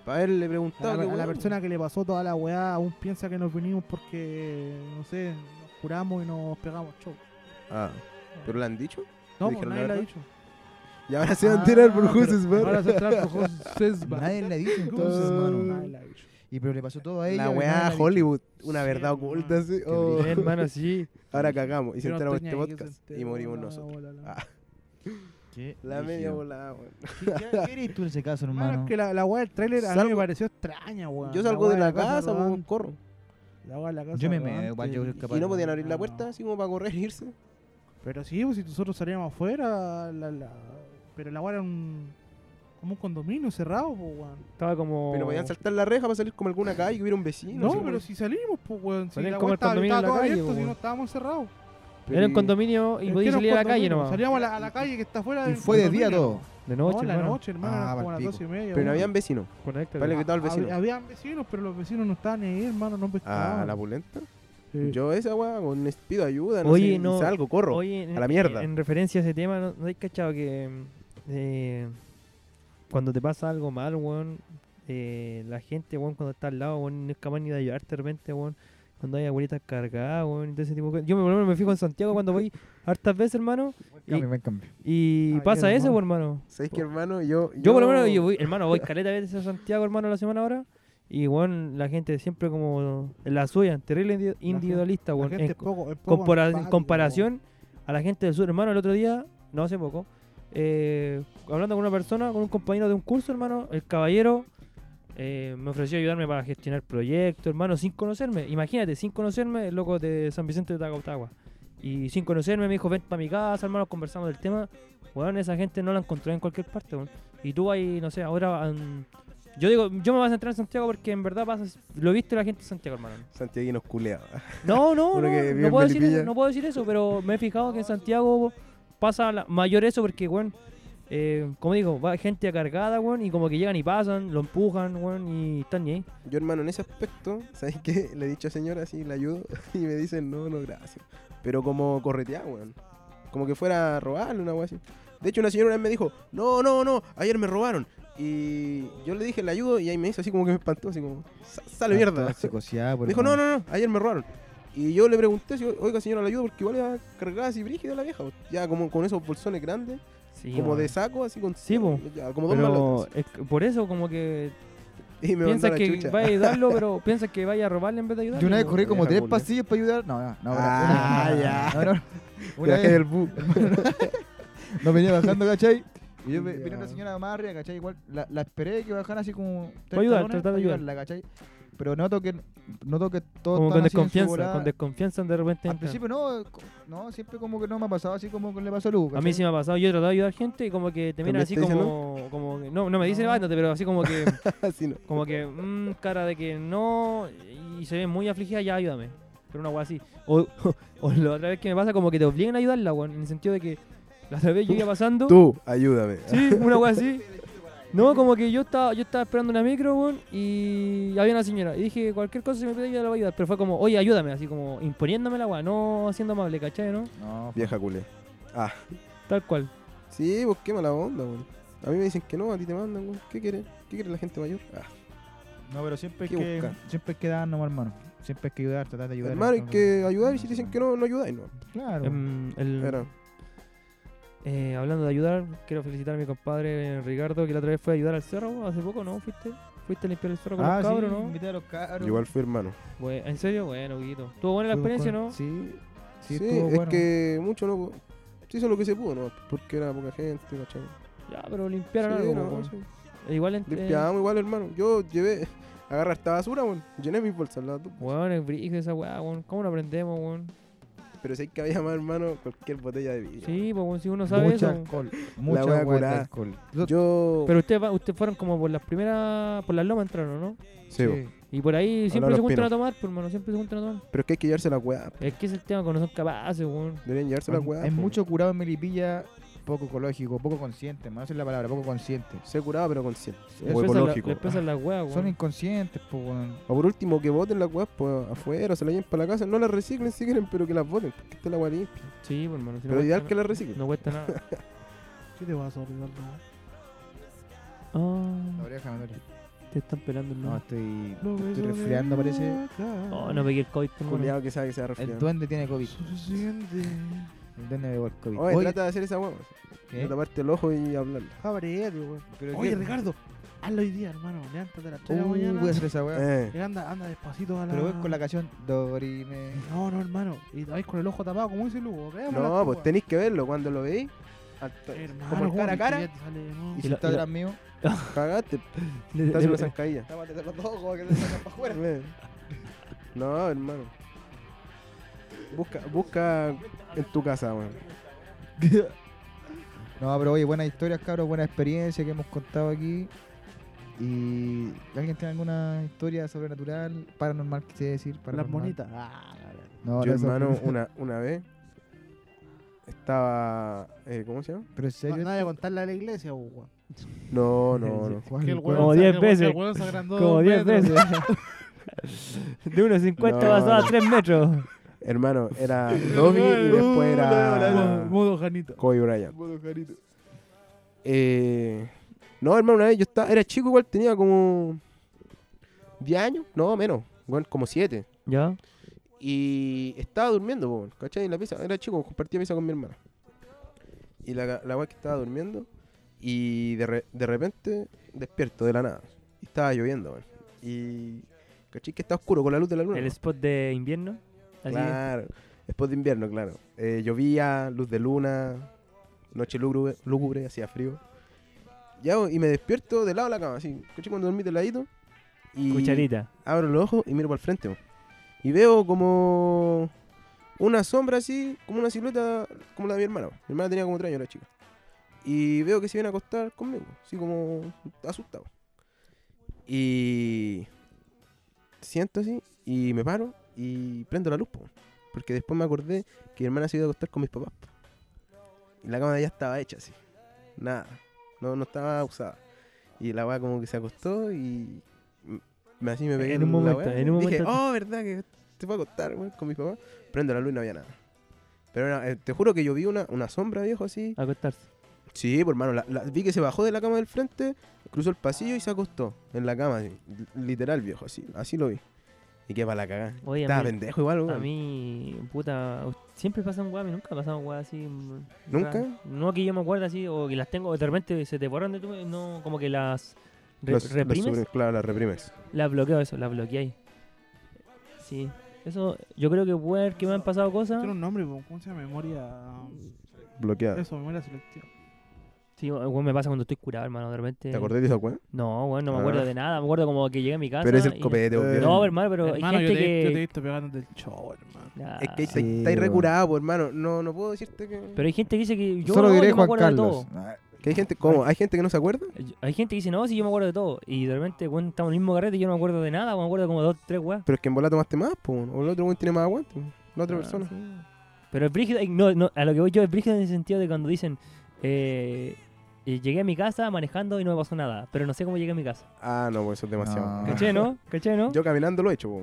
Speaker 2: Para él le
Speaker 5: A la,
Speaker 2: preguntaba.
Speaker 5: a
Speaker 2: qué
Speaker 5: la
Speaker 2: weón.
Speaker 5: persona que le pasó toda la weá aún piensa que nos venimos porque, no sé, nos curamos y nos pegamos show.
Speaker 2: Ah. ¿Pero le han dicho?
Speaker 5: No,
Speaker 2: ¿Le dijeron
Speaker 5: nadie
Speaker 2: la
Speaker 5: lo ha
Speaker 2: verdad?
Speaker 5: dicho.
Speaker 2: Y ahora se van a tirar por
Speaker 5: Ah, pero-
Speaker 2: jueces, weón.
Speaker 5: Ahora se entrar por jueces, va.
Speaker 3: Nadie le dijo entonces,
Speaker 5: Entonces,
Speaker 3: hermano.
Speaker 5: nadie lo ha dicho.
Speaker 3: Y pero le pasó todo a ella.
Speaker 2: La
Speaker 3: y
Speaker 2: weá
Speaker 3: nadie le
Speaker 2: Hollywood, una
Speaker 5: Sí,
Speaker 2: verdad
Speaker 5: hermano.
Speaker 2: oculta, sí. Oh,
Speaker 4: Eh, hermano, sí.
Speaker 2: Ahora cagamos y se
Speaker 5: Yo no
Speaker 2: enteramos
Speaker 5: tenía
Speaker 2: este
Speaker 5: que
Speaker 2: podcast
Speaker 5: sentir
Speaker 2: y morimos
Speaker 5: la
Speaker 2: nosotros.
Speaker 5: bola, la-
Speaker 2: Ah,
Speaker 3: dijo. Qué
Speaker 2: La media
Speaker 3: brígido.
Speaker 2: volada, weón.
Speaker 3: ¿Qué- ¿Qué qué eres tú en ese caso,
Speaker 5: Hermano,
Speaker 3: hermano?
Speaker 5: es que la, la weá del trailer a mí me
Speaker 2: Salgo-
Speaker 5: pareció extraña, weón.
Speaker 2: Yo salgo
Speaker 5: weá
Speaker 2: de la casa, weón,
Speaker 5: rodante,
Speaker 2: corro.
Speaker 5: La weá de la casa.
Speaker 3: Yo me
Speaker 5: rodante.
Speaker 3: meo, igual yo creo que
Speaker 2: Y no podían abrir la
Speaker 5: No.
Speaker 2: puerta así como para correr e irse.
Speaker 5: Pero sí, pues si nosotros salíamos afuera, la, la- pero la weá era un. como un condominio cerrado, po, weón.
Speaker 4: Estaba como.
Speaker 2: Pero podían saltar la reja para salir como alguna calle que hubiera un vecino.
Speaker 5: No,
Speaker 2: así como-
Speaker 5: pero si salimos, pues, weón. Si
Speaker 4: Salían
Speaker 5: la
Speaker 4: como
Speaker 5: weá
Speaker 4: el
Speaker 5: estaba,
Speaker 4: condominio
Speaker 5: estaba
Speaker 4: en la
Speaker 5: todo
Speaker 4: calle,
Speaker 5: abierto,
Speaker 4: po,
Speaker 5: si no
Speaker 4: weón.
Speaker 5: estábamos cerrados.
Speaker 4: Era un condominio y
Speaker 5: Es
Speaker 4: podías
Speaker 5: que era un
Speaker 4: salir a la calle
Speaker 5: condominio,
Speaker 4: nomás.
Speaker 5: Salíamos a la, a la calle que está afuera
Speaker 3: Y
Speaker 5: del
Speaker 3: fue de día
Speaker 5: condominio.
Speaker 3: todo.
Speaker 4: De
Speaker 5: No,
Speaker 4: noche,
Speaker 5: en la
Speaker 4: hermano.
Speaker 5: noche, hermano,
Speaker 3: Ah,
Speaker 5: eran como a las
Speaker 3: palpico.
Speaker 5: 12 y media.
Speaker 2: Pero no
Speaker 5: weón.
Speaker 2: habían vecinos.
Speaker 4: Conéctate.
Speaker 2: Vale, que todo el vecino.
Speaker 5: Hab- Habían vecinos, pero los vecinos no estaban ahí, hermano,
Speaker 3: Ah,
Speaker 5: no pescaban.
Speaker 2: A la pulenta.
Speaker 5: Sí.
Speaker 2: Yo esa weá, con les pido ayuda, no
Speaker 4: Oye,
Speaker 2: sé, y
Speaker 4: no.
Speaker 2: salgo, corro.
Speaker 4: Oye, en, eh,
Speaker 2: a la mierda.
Speaker 4: En, referencia a ese tema, ¿no, no hay cachado que mm, eh, cuando te pasa algo mal, weón, eh, la gente, weón, cuando está al lado, weón, no es capaz ni de ayudarte de repente, weón. Cuando hay abuelitas cargadas, weón, y todo ese tipo de cosas. Yo me, por lo menos me fijo en Santiago cuando voy hartas veces, hermano,
Speaker 3: Cambio, buen cambio.
Speaker 4: y
Speaker 5: Ay,
Speaker 4: pasa eso,
Speaker 5: hermano.
Speaker 4: weón, hermano.
Speaker 2: ¿Sabes qué, hermano? Yo,
Speaker 4: Yo por lo menos, yo voy, hermano, voy caleta veces a Santiago, hermano, la semana ahora. Y, weón, la gente siempre como... en La suya, terrible indi- individualista,
Speaker 5: La
Speaker 4: weón.
Speaker 5: gente
Speaker 4: En-
Speaker 5: es poco, es poco
Speaker 4: compara- en
Speaker 5: empática,
Speaker 4: comparación a la gente del sur, hermano, el otro día, no hace poco, eh, hablando con una persona, con un compañero de un curso, hermano, el caballero eh, me ofreció ayudarme para gestionar proyectos, hermano, sin conocerme. Imagínate, sin conocerme, el loco de San Vicente de Tacotagua. Y sin conocerme me dijo, ven para mi casa, hermano, conversamos del tema. Weón, esa gente no la encontré en cualquier parte, weón. Y tú ahí, no sé, ahora... mm, yo digo, yo me voy a centrar en Santiago porque en verdad pasa, lo viste la gente de Santiago, hermano.
Speaker 2: Santiaguinos culeados.
Speaker 4: No, no,
Speaker 2: Uno
Speaker 4: no,
Speaker 2: que
Speaker 4: no
Speaker 2: vive en
Speaker 4: puedo decir
Speaker 2: Melipilla.
Speaker 4: eso, no puedo decir eso, pero me he fijado que en Santiago pasa la- mayor eso porque, weón, eh, como digo, va gente cargada, weón, y como que llegan y pasan, lo empujan, weón, y están ni ahí.
Speaker 2: Yo, hermano, en ese aspecto, ¿sabes qué? Le he dicho a señora así, le ayudo, y me dicen, no, no, gracias. Pero como corretear, weón. Como que fuera a robarle una weá así. De hecho, una señora una vez me dijo, no, no, no, ayer me robaron. Y yo le dije, le ayudo, y ahí me hizo así como que me espantó, así como, "Sa- sale mierda.
Speaker 3: Tóxico, sí, ah,
Speaker 2: Me
Speaker 3: por
Speaker 2: dijo, no,
Speaker 3: favor.
Speaker 2: no, no, ayer me robaron. Y yo le pregunté, si, oiga, señora, le ayudo, porque igual iba cargada así brígida la vieja, pues. ya como con esos bolsones grandes,
Speaker 4: Sí,
Speaker 2: como
Speaker 4: weón.
Speaker 2: de saco, así con.
Speaker 4: Sí, po.
Speaker 2: ya, como dos
Speaker 4: Pero
Speaker 2: malotas.
Speaker 4: es que por eso como que
Speaker 2: Y me mandó a
Speaker 4: piensas
Speaker 2: la
Speaker 4: que
Speaker 2: chucha.
Speaker 4: vaya a ayudarlo, pero piensas que vaya a robarle en vez de ayudarlo.
Speaker 3: Yo una vez
Speaker 4: weón.
Speaker 3: corrí como
Speaker 2: Vieja
Speaker 3: tres
Speaker 2: culia.
Speaker 3: pasillos para ayudar. No, no, no.
Speaker 2: Ah,
Speaker 3: gracias. No, no. Una
Speaker 2: La que
Speaker 3: vez
Speaker 2: del bu-
Speaker 3: nos venía bajando, ¿cachai? Y yo ve-
Speaker 2: Ya.
Speaker 3: vino una señora más arriba, ¿cachai? Igual la, la esperé que bajara así como.
Speaker 4: Pa' ayudar,
Speaker 3: talones
Speaker 4: tratar de
Speaker 3: pa'
Speaker 4: ayudar.
Speaker 3: ayudarla, ¿cachai? Pero noto que, noto que todo.
Speaker 4: Como con desconfianza, con desconfianza de repente.
Speaker 3: Al
Speaker 4: entran.
Speaker 3: principio no, eh, co- no, siempre como que no me ha pasado así como que le pasó a Lugo.
Speaker 4: A mí
Speaker 3: ¿cachai?
Speaker 4: sí me ha pasado, yo he tratado de ayudar gente y como que te
Speaker 2: ¿También
Speaker 4: miran así
Speaker 2: te dicen
Speaker 4: como, como que- no, no me dicen levántate, pero así como que
Speaker 2: Así no.
Speaker 4: como que mm, cara de que no y se ve muy afligida, ya ayúdame. Pero una weá así. O, o la otra vez que me pasa como que te obligan a ayudarla, weón, en el sentido de que la otra vez yo iba pasando.
Speaker 2: Tú, ayúdame. ah,
Speaker 4: Sí, una weá así. No, como que yo estaba, yo estaba esperando una micro, weón, y había una señora. Y dije, cualquier cosa si me pide ayuda, la voy a ayudar. Pero fue como, oye, ayúdame, así como imponiéndome la weá, no siendo amable, ¿cachai, no?
Speaker 3: No,
Speaker 2: Vieja culé. Ah,
Speaker 4: Tal cual.
Speaker 2: Sí, pues qué mala onda, weón. A mí me dicen que no, a ti te mandan, weón. ¿Qué quieres? ¿Qué quiere la gente mayor? Ah,
Speaker 3: pues, no, pero siempre es
Speaker 2: ¿Qué
Speaker 3: que.
Speaker 2: busca?
Speaker 3: Siempre es que dar nomás, hermano. Siempre es que ayudar, tratar de ayudar.
Speaker 2: hermano, hay
Speaker 3: entonces-
Speaker 2: que ayudar y si dicen que no, no ayudáis, no.
Speaker 3: Claro.
Speaker 4: Em, el-
Speaker 2: Era.
Speaker 4: Eh, hablando de ayudar, quiero felicitar a mi compadre eh, Ricardo que la otra vez fue a ayudar al cerro hace poco, ¿no? ¿Fuiste? ¿Fuiste a limpiar el cerro con
Speaker 3: ah,
Speaker 4: los cabros,
Speaker 3: sí,
Speaker 4: no?
Speaker 3: invité a los cabros.
Speaker 2: Igual fui hermano.
Speaker 4: Bue- ¿En serio? Bueno, Guito. Tuvo buena la
Speaker 3: Fuimos
Speaker 4: experiencia,
Speaker 3: con-
Speaker 4: ¿no?
Speaker 3: Sí, sí,
Speaker 2: Sí,
Speaker 3: estuvo
Speaker 2: es
Speaker 3: bueno.
Speaker 2: que mucho no. Se hizo lo que se pudo, ¿no? Porque era poca gente, ¿cachai?
Speaker 4: Ya, pero limpiaron
Speaker 2: Sí,
Speaker 4: algo.
Speaker 2: no,
Speaker 4: weón.
Speaker 2: sí.
Speaker 4: E Igual en.
Speaker 2: Limpiábamos igual, hermano. Yo llevé, agarré esta basura, weón. Llené mis bolsas, las dos.
Speaker 4: Weón, el brillo de esa weá, weón. ¿Cómo lo aprendemos, weón?
Speaker 2: Pero si hay que había más, hermano, cualquier botella de vidrio.
Speaker 4: Sí, pues weón, si uno sabe
Speaker 3: Mucho
Speaker 4: eso. weón.
Speaker 3: alcohol. Mucha
Speaker 2: wea
Speaker 3: agua
Speaker 2: curada.
Speaker 3: alcohol.
Speaker 2: Yo.
Speaker 4: Pero ustedes usted fueron como por las primeras. Por las lomas entraron, ¿no?
Speaker 2: Sí, po.
Speaker 4: Y por ahí
Speaker 2: lado de
Speaker 4: siempre se
Speaker 2: los
Speaker 4: juntan a tomar, pues hermano, siempre se juntan a tomar.
Speaker 2: Pero es que hay que llevarse la weá.
Speaker 4: Es que es el tema, que no son capaces, weón.
Speaker 2: Deberían llevarse la weá.
Speaker 3: Hay
Speaker 2: po.
Speaker 3: mucho curado en Melipilla, poco ecológico, poco consciente, más es la palabra, poco consciente.
Speaker 2: Se curado, pero consciente.
Speaker 4: Les
Speaker 2: O
Speaker 4: pesan la-
Speaker 2: ecológico.
Speaker 4: les pesan las weas, weón.
Speaker 3: Son inconscientes, pues, weón.
Speaker 2: O por último, que voten las weas pues, afuera, se la lleven para la casa. No las reciclen si quieren, pero que las voten, porque esta es la wea limpia.
Speaker 4: Sí, pues hermano. si no
Speaker 2: pero ideal
Speaker 4: cuesta
Speaker 2: que
Speaker 4: na-
Speaker 2: las reciclen.
Speaker 4: No cuesta nada.
Speaker 5: ¿Qué te vas a Ricardo?
Speaker 3: La
Speaker 4: Ah,
Speaker 3: oreja me duele.
Speaker 4: te están pelando el
Speaker 3: No,
Speaker 4: no.
Speaker 3: estoy,
Speaker 5: Lo beso
Speaker 3: estoy
Speaker 5: de
Speaker 3: resfriando,
Speaker 5: la
Speaker 3: parece.
Speaker 5: cara.
Speaker 4: No, no pegué el COVID, hermano.
Speaker 2: Culeado que sabe que se va a
Speaker 3: El
Speaker 2: resfriar.
Speaker 3: duende tiene COVID.
Speaker 5: Suficiente.
Speaker 3: El duende me dio el COVID.
Speaker 2: Oye,
Speaker 3: Oye,
Speaker 2: trata de hacer esa wea. weón.
Speaker 3: ¿qué?
Speaker 2: De taparte el ojo y hablarlo.
Speaker 5: Ábrete, weón.
Speaker 3: Pero
Speaker 5: Oye,
Speaker 3: qué-
Speaker 5: Ricardo, hazlo hoy día, hermano. Levántate a las 3 de la
Speaker 3: Uh,
Speaker 5: mañana.
Speaker 3: voy a hacer esa weá.
Speaker 2: Eh.
Speaker 5: y anda, anda despacito a la.
Speaker 3: Pero voy con la canción Dorime.
Speaker 5: No, no, hermano. Y vais con el ojo tapado, como dice Lugo. Veámosla,
Speaker 2: No,
Speaker 5: weón.
Speaker 2: pues tenéis que verlo. Cuando lo veis, hasta-
Speaker 5: Hermano,
Speaker 3: como el
Speaker 5: ¿cómo
Speaker 3: cara a
Speaker 5: te-
Speaker 3: cara?
Speaker 5: ya te sale, no?
Speaker 3: Y
Speaker 4: Y
Speaker 3: si
Speaker 4: la-
Speaker 3: está
Speaker 4: y la-
Speaker 3: atrás mío,
Speaker 2: cagaste.
Speaker 4: Le-
Speaker 2: Estás
Speaker 4: le-
Speaker 2: en una zancadilla.
Speaker 3: tápate los dos ojos que te sacan para afuera.
Speaker 2: Eh. No, hermano. Busca, busca en tu casa, weón.
Speaker 3: No, pero oye, buenas historias, cabros, buena experiencia que hemos contado aquí. Y alguien tiene alguna historia sobrenatural, paranormal, quise decir.
Speaker 5: Las
Speaker 3: paranormal?
Speaker 5: monitas. Ah, la verdad.
Speaker 3: No,
Speaker 2: Yo,
Speaker 3: no, eso-
Speaker 2: hermano, una, una vez estaba. eh, ¿Cómo se llama?
Speaker 3: Pero en
Speaker 5: No,
Speaker 3: serio.
Speaker 5: no voy a contarla a la iglesia, pues, weón.
Speaker 2: No, no, no.
Speaker 3: ¿cuál-
Speaker 5: Que el
Speaker 3: cuál-
Speaker 5: weón
Speaker 4: Como
Speaker 5: se-
Speaker 4: 10
Speaker 5: que el weón se
Speaker 4: veces.
Speaker 5: agrandó dos
Speaker 4: Como 10
Speaker 5: metros.
Speaker 4: veces. De 1,50
Speaker 2: No,
Speaker 4: pasó a
Speaker 2: no.
Speaker 4: 3 metros.
Speaker 2: Hermano, era Dobby y después era.
Speaker 5: Modo Janito.
Speaker 2: Kobe Bryant. Eh, no, hermano, una vez yo estaba. Era chico, igual tenía como. 10 años, no, menos. Igual como 7.
Speaker 4: ¿Ya?
Speaker 2: Y estaba durmiendo, po, weón, ¿cachai? En la pieza, era chico, compartía pieza con mi hermana. Y la, la weá que estaba durmiendo. Y de, re- de repente despierto de la nada. Y estaba lloviendo, weón. Y. ¿cachai? Que está oscuro con la luz de la luna.
Speaker 4: El
Speaker 2: po.
Speaker 4: spot de invierno. Así
Speaker 2: Claro. Después de invierno, claro. Eh, llovía, luz de luna, noche lúgubre, lúgubre, hacía frío. Ya, y me despierto del lado de la cama, así. ¿Cachai? Cuando dormí del ladito. Y
Speaker 4: Cucharita.
Speaker 2: abro los ojos y miro para el frente. po. Y veo como una sombra así, como una silueta, como la de mi hermana. po. Mi hermana tenía como 3 años, la chica. Y veo que se viene a acostar conmigo, así como asustado. Y siento así, y me paro y prendo la luz, po, porque después me acordé que mi hermana se iba a acostar con mis papás. po. Y la cama ya estaba hecha así. Nada, no, no estaba usada. Y la weá como que se acostó y m- me así me pegué
Speaker 9: En un
Speaker 2: la
Speaker 9: momento,
Speaker 2: weá.
Speaker 9: en un
Speaker 2: Dije,
Speaker 9: momento-
Speaker 2: oh, verdad que te puedo acostar, weón, con mis papás. Prendo la luz y no había nada. Pero era- eh, te juro que yo vi una, una sombra, viejo, así.
Speaker 9: Acostarse.
Speaker 2: Sí, por hermano, la- la- vi que se bajó de la cama del frente, cruzó el pasillo y se acostó en la cama, así, li- literal, viejo, así, así lo vi. Y qué para la cagada.
Speaker 4: Oye, a
Speaker 2: Estaba
Speaker 4: mí,
Speaker 2: pendejo igual,
Speaker 4: a
Speaker 2: weón.
Speaker 4: mí, puta, siempre pasan weas, a mí nunca ha pasado weas así. mm,
Speaker 2: ¿Nunca?
Speaker 4: raras. No que yo me acuerdo así, o que las tengo, o de repente se te borran de tu. No, como que las re-
Speaker 2: Los- los
Speaker 4: reprimes.
Speaker 2: suprim- claro, las reprimes.
Speaker 4: Las bloqueo, eso, las bloqueáis. Sí, eso, yo creo que puede haber que me han pasado cosas.
Speaker 5: Tiene un nombre, po, ¿cómo se llama? Memoria. um,
Speaker 2: Bloqueadas.
Speaker 5: Eso, memoria selectiva.
Speaker 4: Sí, weón, me pasa cuando estoy curado, hermano, de repente.
Speaker 2: ¿Te acordás de esa weón?
Speaker 4: No, weón, no me
Speaker 2: Ah.
Speaker 4: acuerdo de nada, me acuerdo como que llegué a mi casa.
Speaker 2: Pero es
Speaker 4: y-
Speaker 2: el copete, weón.
Speaker 4: No, hermano, pero
Speaker 5: hermano,
Speaker 4: hay
Speaker 5: yo
Speaker 4: gente
Speaker 5: te, yo te he
Speaker 4: que.
Speaker 5: visto pegando del show, hermano.
Speaker 4: Ah,
Speaker 2: Es que
Speaker 11: Sí,
Speaker 2: estáis
Speaker 11: weón.
Speaker 2: recurado, po, hermano. No, no puedo decirte que.
Speaker 4: Pero hay gente que dice que yo,
Speaker 3: Solo
Speaker 4: no,
Speaker 3: diré
Speaker 4: yo me
Speaker 3: Juan
Speaker 4: acuerdo de
Speaker 3: Carlos.
Speaker 4: todo.
Speaker 3: Ah,
Speaker 2: que hay gente, ¿Cómo? ¿Hay gente que no se acuerda?
Speaker 4: Hay- Hay gente que dice, no, sí, yo me acuerdo de todo. Y de repente, weón, estamos en el mismo carrete y yo no me acuerdo de nada, me acuerdo como de dos, tres weas.
Speaker 2: Pero es que en bola tomaste más, po, o el otro weón tiene más aguante. La otra
Speaker 4: Ah,
Speaker 2: persona.
Speaker 4: sí. Pero es brígido, eh, no, no, a lo que voy yo es brígido en el sentido de cuando dicen, eh, eh, llegué a mi casa manejando y no me pasó nada, pero no sé cómo llegué a mi casa.
Speaker 2: Ah, no, pues eso es demasiado.
Speaker 3: No.
Speaker 4: ¿Caché, no? ¿Caché, no?
Speaker 2: Yo caminando lo he hecho, po,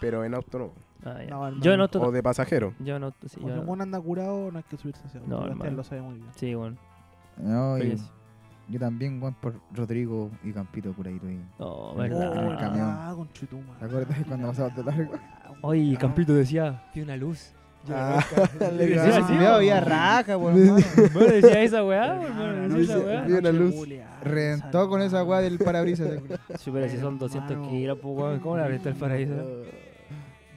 Speaker 2: pero en auto no.
Speaker 4: Ah, ya.
Speaker 5: No, hermano.
Speaker 4: yo en auto-
Speaker 2: O de pasajero.
Speaker 4: Yo en auto, sí, yo
Speaker 5: Cuando
Speaker 4: en-
Speaker 5: un anda curado, no hay que subirse hacia
Speaker 4: No,
Speaker 5: otro.
Speaker 4: hermano.
Speaker 5: Sebastián lo sabe muy bien.
Speaker 4: Sí, bueno.
Speaker 3: No, y-
Speaker 4: Feliz.
Speaker 3: yo también, Juan, por Rodrigo y Campito curadito ahí.
Speaker 4: No,
Speaker 3: en el
Speaker 4: verdad.
Speaker 3: camión.
Speaker 5: Ah, con Chutuma.
Speaker 3: ¿Te acuerdas cuando pasabas de largo?
Speaker 5: Ah.
Speaker 4: Oye, Campito decía, vi una luz. Yo la
Speaker 2: Ah, le
Speaker 4: Sí,
Speaker 2: cagaste.
Speaker 4: sí, sí, weón.
Speaker 3: raja, por hermano.
Speaker 4: ¿Vos decía esa weá?
Speaker 5: Hermano,
Speaker 4: hermano,
Speaker 5: no
Speaker 4: decía esa
Speaker 5: dice-
Speaker 4: weá.
Speaker 2: vi una
Speaker 5: noche
Speaker 2: luz.
Speaker 5: buleada,
Speaker 3: Reventó con
Speaker 5: ah.
Speaker 3: esa weá del parabrisas. ese culiao.
Speaker 4: Sí, pero si son 200
Speaker 5: Hermano.
Speaker 4: kilos, pues, weón, ¿cómo le abriste el paraíso?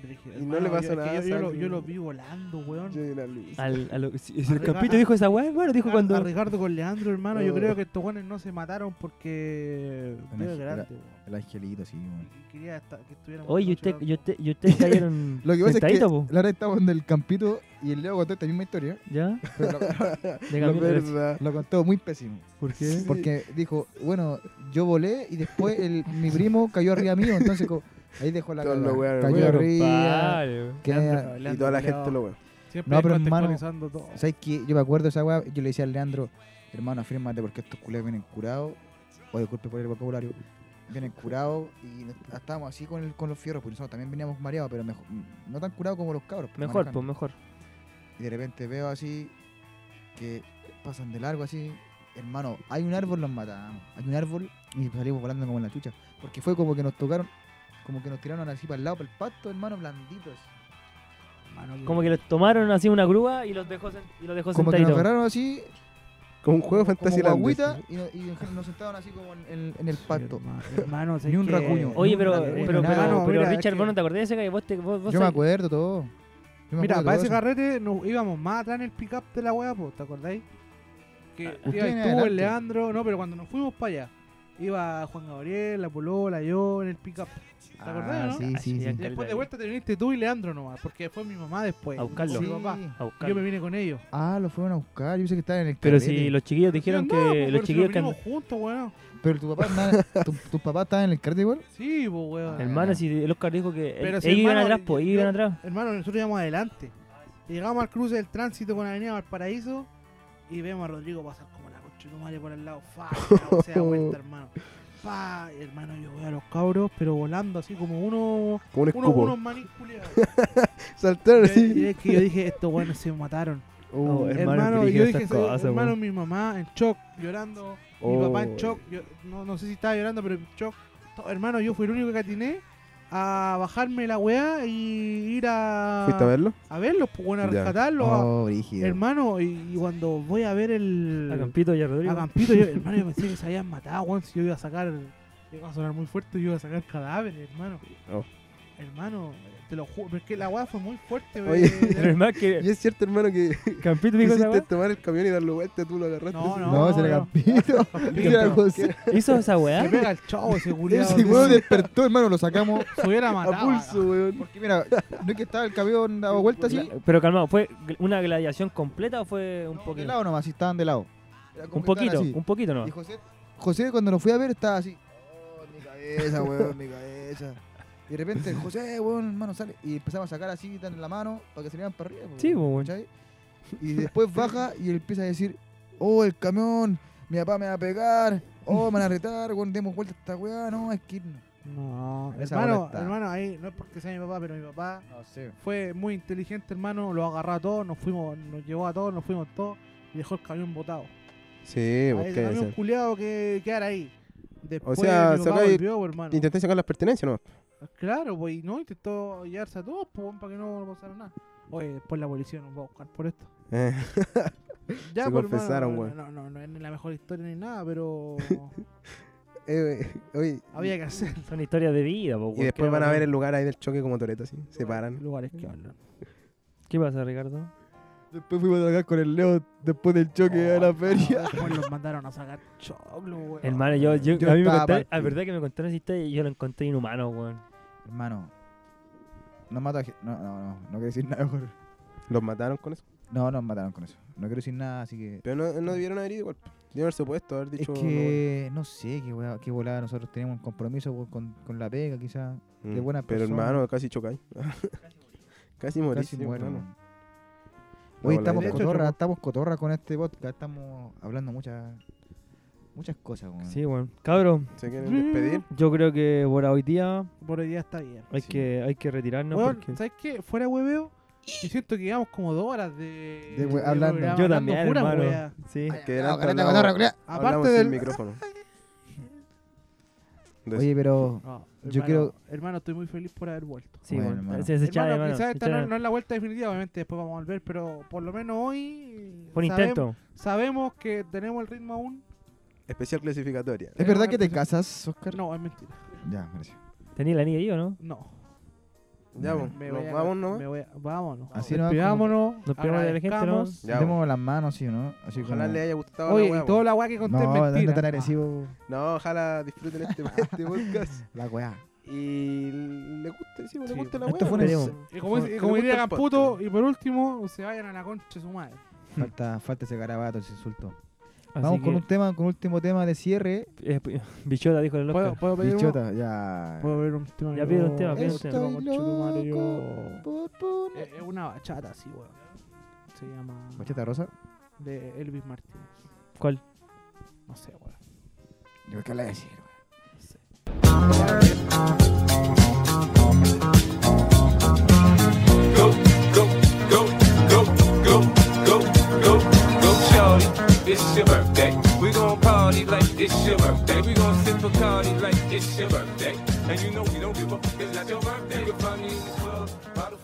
Speaker 5: Brígido.
Speaker 2: Y no le
Speaker 5: Hermano,
Speaker 2: pasó
Speaker 5: yo- es
Speaker 2: nada,
Speaker 5: que Yo, yo lo,
Speaker 2: ¿sabes?
Speaker 5: yo lo vi volando, weón.
Speaker 2: "Ah, Yo era Luis.
Speaker 4: Al, a lo- si-
Speaker 5: A
Speaker 4: si el
Speaker 5: Ricardo-
Speaker 4: Campito dijo esa weá, bueno, dijo
Speaker 5: A-
Speaker 4: cuando.
Speaker 5: A Ricardo con Leandro, hermano, yo
Speaker 2: Oh.
Speaker 5: creo que estos guanes no se mataron porque.
Speaker 3: Era-
Speaker 5: Dios
Speaker 3: era-
Speaker 5: grande, weón.
Speaker 3: El angelito, sí, weón.
Speaker 5: Y Quería hasta que estuviéramos.
Speaker 4: Oye, ¿y
Speaker 5: noche
Speaker 4: usted,
Speaker 5: hablando.
Speaker 4: y usted, y usted cayeron
Speaker 3: Lo que pasa es que
Speaker 4: sentaditos, po,
Speaker 3: la hora estábamos en el Campito y el Leo contó esta misma historia,
Speaker 4: ¿Ya?
Speaker 3: pero lo,
Speaker 4: De
Speaker 2: La
Speaker 4: Campito,
Speaker 2: verdad.
Speaker 3: lo contó muy pésimo.
Speaker 4: ¿Por qué?
Speaker 3: Porque dijo, bueno, yo volé y después el- mi primo cayó arriba mío, entonces co- ahí dejó la
Speaker 2: Todos
Speaker 3: cagada.
Speaker 2: los weones,
Speaker 3: Cayó
Speaker 2: weón.
Speaker 3: arriba.
Speaker 4: Compadre.
Speaker 3: que-
Speaker 5: Leandro,
Speaker 2: Y
Speaker 5: Leandro
Speaker 2: toda la
Speaker 5: culiao.
Speaker 2: gente lo ve.
Speaker 5: Siempre
Speaker 3: No, pero hermano-
Speaker 5: contextualizando todo.
Speaker 3: ¿Sabes qué? Yo me acuerdo de esa weá, yo le decía a Leandro, hermano, afírmate porque estos culeros vienen curados, o disculpe por el vocabulario, vienen curados y nos- ah, estábamos así con, el- con los fierros, porque nosotros también veníamos mareados, pero mejo- no tan curados como los cabros. pues,
Speaker 4: Mejor,
Speaker 3: manejando.
Speaker 4: pues mejor.
Speaker 3: Y de repente veo así que pasan de largo así. Hermano, hay un árbol, los matamos. Hay un árbol y salimos volando como en la chucha. Porque fue como que nos tocaron, como que nos tiraron así para el lado, para el pasto, hermano, blanditos.
Speaker 4: Como que los tomaron así una grúa y los dejó, sen- y los dejó
Speaker 3: Como que nos
Speaker 4: sentaditos.
Speaker 3: agarraron así,
Speaker 2: Como un juego
Speaker 3: como
Speaker 2: fantasy
Speaker 3: guaguita, y, no- y nos sentaron así como en, el- en el pasto.
Speaker 5: Hermano, hermano, sé
Speaker 3: Ni un
Speaker 5: que-
Speaker 3: racuño.
Speaker 4: Oye,
Speaker 3: No,
Speaker 4: pero,
Speaker 3: la-
Speaker 4: pero,
Speaker 3: bueno,
Speaker 4: pero,
Speaker 3: nada.
Speaker 5: Hermano,
Speaker 4: pero
Speaker 5: mira, es
Speaker 4: Richard,
Speaker 5: que-
Speaker 4: vos no te acordás de ese que vos te. Vos, vos
Speaker 3: Yo me
Speaker 4: sabés-
Speaker 3: acuerdo todo. Yo me
Speaker 5: Mira, para
Speaker 3: acuerdo todo
Speaker 5: ese
Speaker 3: eso.
Speaker 5: carrete nos íbamos más atrás en el pick-up de la weá, po, ¿te acordáis? Que ibas
Speaker 3: ustedes Ah, en
Speaker 5: tú,
Speaker 3: adelante.
Speaker 5: el Leandro, no, pero cuando nos fuimos para allá, iba Juan Gabriel, la Polola, yo en el pick-up. ¿Te acordás,
Speaker 3: Ah,
Speaker 5: no?
Speaker 3: Sí, sí,
Speaker 4: ya
Speaker 3: sí.
Speaker 5: Y después de vuelta te viniste tú y Leandro nomás, porque fue mi mamá después.
Speaker 4: A buscarlo.
Speaker 5: o mi papá.
Speaker 3: Sí.
Speaker 4: A
Speaker 5: Y Yo me
Speaker 4: buscarlo.
Speaker 5: vine con ellos.
Speaker 3: Ah, lo fueron a buscar. Yo pensé que estaban en el
Speaker 4: Pero
Speaker 3: carrete.
Speaker 4: si los chiquillos dijeron
Speaker 5: No, po,
Speaker 4: que.
Speaker 5: pues, pero
Speaker 4: Los
Speaker 5: si
Speaker 4: chiquillos
Speaker 5: nos
Speaker 4: que.
Speaker 5: vinimos juntos, weón.
Speaker 3: Pero tu papá, andaba- tu, tu papá estaba en el carrete igual.
Speaker 5: Sí, pues, weón.
Speaker 3: Ah.
Speaker 4: Hermano, si el Oscar dijo que.
Speaker 5: Pero
Speaker 4: ellos
Speaker 5: si,
Speaker 4: iban
Speaker 5: hermano,
Speaker 4: atrás, pues, ellos
Speaker 5: yo-
Speaker 4: iban atrás.
Speaker 5: Hermano, nosotros íbamos adelante. Llegamos al cruce del tránsito con Avenida Valparaíso y vemos a Rodrigo pasar como la concha de tu madre por el lado. Fa, o sea, vuelta, hermano. Fa, y, hermano, yo veo a los cabros, pero volando así como uno,
Speaker 2: Como un
Speaker 5: uno, unos
Speaker 2: escupo.
Speaker 5: maní culiados.
Speaker 2: Saltaron
Speaker 5: Y- y
Speaker 2: así.
Speaker 5: es que yo dije, estos buenos se mataron.
Speaker 2: Oh,
Speaker 4: hermano,
Speaker 5: Hermano,
Speaker 4: brígido
Speaker 5: yo dije,
Speaker 4: estas
Speaker 5: se-
Speaker 4: cosas,
Speaker 5: hermano,
Speaker 4: weón.
Speaker 5: mi mamá en shock, llorando. Mi
Speaker 2: Oh.
Speaker 5: papá en shock, yo- no, no sé si estaba llorando, pero en shock. To- hermano, yo fui el único que atiné a bajarme la weá y ir a...
Speaker 2: ¿Fuiste a verlo?
Speaker 5: a verlos, pues bueno, a
Speaker 2: Ya.
Speaker 5: rescatarlos, a-
Speaker 3: Oh, brígido.
Speaker 5: hermano. Y, y cuando voy a ver el.
Speaker 4: A Campito y a Rodrigo.
Speaker 5: a Campito, yo, hermano, yo pensé que se habían matado, weón. Si yo iba a sacar. Iba a sonar muy fuerte, yo iba a sacar cadáveres, hermano.
Speaker 2: Oh.
Speaker 5: Hermano, Te lo juro, porque la weá fue muy fuerte, wey.
Speaker 2: Oye.
Speaker 9: Pero es más
Speaker 4: Ah.
Speaker 9: que
Speaker 2: Y es cierto, hermano, que
Speaker 9: Campito dijo esa
Speaker 2: quisiste
Speaker 9: weá.
Speaker 2: tomar el camión y darle vuelta, tú lo agarraste.
Speaker 5: No,
Speaker 2: así.
Speaker 5: no,
Speaker 3: No, se le
Speaker 5: no.
Speaker 3: campito. Era algo así.
Speaker 4: ¿Hizo esa
Speaker 5: Se
Speaker 4: weá?
Speaker 5: pega el chavo ese culiado.
Speaker 3: Ese weón despertó, hermano, lo sacamos.
Speaker 5: Se hubiera
Speaker 2: A
Speaker 5: matado.
Speaker 2: pulso, weón.
Speaker 3: Porque mira, no es que estaba el camión daba vuelta así.
Speaker 4: Pero calmado, ¿fue gl- una gladiación completa o fue un
Speaker 3: De
Speaker 4: poquito?
Speaker 3: lado nomás, si estaban de lado. Era como
Speaker 4: Un
Speaker 3: que estaban
Speaker 4: poquito,
Speaker 3: así.
Speaker 4: un poquito no.
Speaker 3: Y José, José, cuando nos fui a ver, estaba así. "Oh, mi cabeza, weón, mi cabeza. Y de repente, José, weón, hermano, sale. Y empezamos a sacar así, tan en la mano, para que se le vean para arriba.
Speaker 4: Sí, po, weón.
Speaker 3: ¿cachai? Y después baja y él empieza a decir, oh, el camión, mi papá me va a pegar, oh, me van a retar, weón, demos vuelta a esta weá, no, es que irnos.
Speaker 5: No,
Speaker 3: Esa
Speaker 5: hermano,
Speaker 3: bola está.
Speaker 5: hermano, ahí no es porque sea mi papá, pero mi papá
Speaker 3: No sé.
Speaker 5: fue muy inteligente, hermano. Lo agarró a todos, nos fuimos, nos llevó a todos, nos fuimos todos y dejó el camión botado.
Speaker 2: Sí,
Speaker 5: Ahí
Speaker 2: pues
Speaker 5: el
Speaker 2: qué
Speaker 5: camión
Speaker 2: hacer.
Speaker 5: culiado que quedara ahí. Después
Speaker 2: sea,
Speaker 5: mi papá
Speaker 2: sacáis-
Speaker 5: volvió, pues, hermano.
Speaker 2: Intenté sacar las pertenencias, ¿no?
Speaker 5: Claro, pues, y no, intentó llevarse a todos, pues, weón, para que no pasara nada. Oye, después la policía nos va a buscar por esto.
Speaker 2: Eh,
Speaker 5: Ya,
Speaker 2: Se
Speaker 5: pues, hermano,
Speaker 2: confesaron, weón.
Speaker 5: no, no, no es ni la mejor historia ni nada, pero
Speaker 2: eh, oye,
Speaker 5: había que hacer.
Speaker 4: Son historias de vida, po,
Speaker 2: y
Speaker 4: weón.
Speaker 2: después
Speaker 4: ¿Qué
Speaker 2: van a
Speaker 4: pasa?
Speaker 2: ver el lugar ahí del choque como Toreto, así. Se paran.
Speaker 5: Lugares que hablan.
Speaker 4: ¿Qué pasa, Ricardo?
Speaker 3: Después fuimos a trabajar con el Leo después del choque a la feria.
Speaker 5: Oh, Después los mandaron a sacar choclo, weón.
Speaker 4: Hermano, yo, yo-
Speaker 3: Yo
Speaker 4: a mí me
Speaker 3: estaba
Speaker 4: contaron,
Speaker 3: partido.
Speaker 4: la verdad que me contaron esa historia y yo lo encontré inhumano, weón.
Speaker 3: Hermano, nos mató a gente. No, no, no, no quiero decir nada mejor.
Speaker 2: Los mataron con eso.
Speaker 3: No, nos mataron con eso. No quiero decir nada, así que
Speaker 2: Pero no, no debieron haber ido igual. Debieron haberse puesto, haber
Speaker 3: Es
Speaker 2: dicho. no, weón.
Speaker 3: que no sé qué, volada, qué volada. Nosotros teníamos un compromiso con, con- con la pega, quizás.
Speaker 2: Mm,
Speaker 3: Qué buena
Speaker 2: Pero
Speaker 3: persona.
Speaker 2: hermano, casi chocáis. casi morís.
Speaker 3: Casi
Speaker 2: sí,
Speaker 3: muero.
Speaker 2: hermano.
Speaker 3: Hoy
Speaker 2: No, la
Speaker 3: estamos
Speaker 2: derecha,
Speaker 3: cotorra,
Speaker 2: chocó.
Speaker 3: estamos cotorra con este podcast. Estamos hablando muchas muchas cosas. weón.
Speaker 4: Sí, weón. Cabrón,
Speaker 2: ¿Se quieren despedir?
Speaker 4: yo creo que por hoy día
Speaker 5: Por hoy día está bien.
Speaker 4: hay, que, hay que retirarnos
Speaker 5: Weón,
Speaker 4: porque...
Speaker 5: ¿sabes qué? Fuera hueveo, yo siento que llevamos como dos horas de,
Speaker 3: De we- hablando.
Speaker 5: programa,
Speaker 4: Yo
Speaker 5: hablando
Speaker 4: también,
Speaker 5: puras
Speaker 4: hermano.
Speaker 5: weas.
Speaker 4: Sí.
Speaker 2: Que
Speaker 3: Ah,
Speaker 2: delante
Speaker 3: carata,
Speaker 2: hablamos-
Speaker 3: cotorra, culiá.
Speaker 5: Aparte
Speaker 2: hablamos sin
Speaker 5: del-
Speaker 2: micrófono. De-
Speaker 3: Oye, pero
Speaker 5: No,
Speaker 3: Yo
Speaker 5: hermano,
Speaker 3: quiero-
Speaker 5: Hermano, estoy muy feliz por haber vuelto.
Speaker 4: Sí,
Speaker 3: Bueno,
Speaker 4: weón.
Speaker 3: hermano.
Speaker 4: Se, se echaba de
Speaker 5: hermano,
Speaker 4: mano.
Speaker 5: quizás
Speaker 4: se
Speaker 5: esta
Speaker 4: echaba
Speaker 5: no,
Speaker 4: de
Speaker 5: no
Speaker 4: mano.
Speaker 5: es la vuelta definitiva, obviamente después vamos a volver, pero por lo menos hoy. eh,
Speaker 4: Por
Speaker 5: sabem-
Speaker 4: intento.
Speaker 5: Sabemos que tenemos el ritmo aún.
Speaker 2: especial clasificatoria.
Speaker 3: ¿es verdad que te casas, Oscar?
Speaker 5: No, es mentira.
Speaker 3: Ya, gracias.
Speaker 4: ¿Tenía la niña ahí o no?
Speaker 5: No.
Speaker 2: Ya, pues,
Speaker 5: Me
Speaker 2: nos
Speaker 5: voy a-
Speaker 2: vamos, ¿no?
Speaker 5: Me voy a- vámonos.
Speaker 3: ¿eh? Así no
Speaker 5: Despidámonos.
Speaker 4: Nos pegamos de la gente, ¿no?
Speaker 5: agradezcamos.
Speaker 2: Ya, pues.
Speaker 3: Demos las manos, sí, o ¿no? Así
Speaker 2: Ojalá
Speaker 3: como-
Speaker 2: le haya gustado la
Speaker 5: Oye,
Speaker 2: weá,
Speaker 5: y toda
Speaker 2: pues.
Speaker 5: la weá que
Speaker 3: No,
Speaker 5: conté es
Speaker 3: no, no
Speaker 5: mentira.
Speaker 3: tan agresivo
Speaker 2: No, ojalá disfruten este, este podcast.
Speaker 3: Ah. la weá.
Speaker 2: Y le guste, sí, le
Speaker 5: Sí,
Speaker 2: guste la
Speaker 3: Esto
Speaker 2: weá,
Speaker 3: fue
Speaker 2: pues.
Speaker 3: un...
Speaker 5: Y como, y
Speaker 2: Me
Speaker 5: como
Speaker 2: gusta
Speaker 5: diría
Speaker 2: el
Speaker 5: Camputo,
Speaker 2: podcast.
Speaker 5: y por último, se vayan a la concha de su madre.
Speaker 3: falta, falta ese garabato, ese insulto.
Speaker 4: Así
Speaker 3: Vamos con
Speaker 4: que,
Speaker 3: un tema, con último tema de cierre.
Speaker 4: eh, p- Bichota dijo el
Speaker 5: ¿Puedo,
Speaker 4: Oscar.
Speaker 5: puedo pedir uno?
Speaker 3: Bichota, ya.
Speaker 5: ¿Puedo pedir un tema?
Speaker 4: Ya pide un tema, pide un
Speaker 5: Estoy
Speaker 4: tema.
Speaker 5: concha de tu madre, yo-
Speaker 3: Por poner-
Speaker 5: Es es Eh, una bachata, sí, weón. Se llama...
Speaker 3: ¿Bachata rosa?
Speaker 5: De Elvis Martínez.
Speaker 4: ¿Cuál?
Speaker 5: No sé, weón.
Speaker 3: Yo qué le decir.
Speaker 5: No sé.
Speaker 12: It's your birthday. We gon' party like it's your birthday. We gon' sip a party like it's your birthday. And you know we don't give up. It's not your birthday. You'll find me in the club, bottle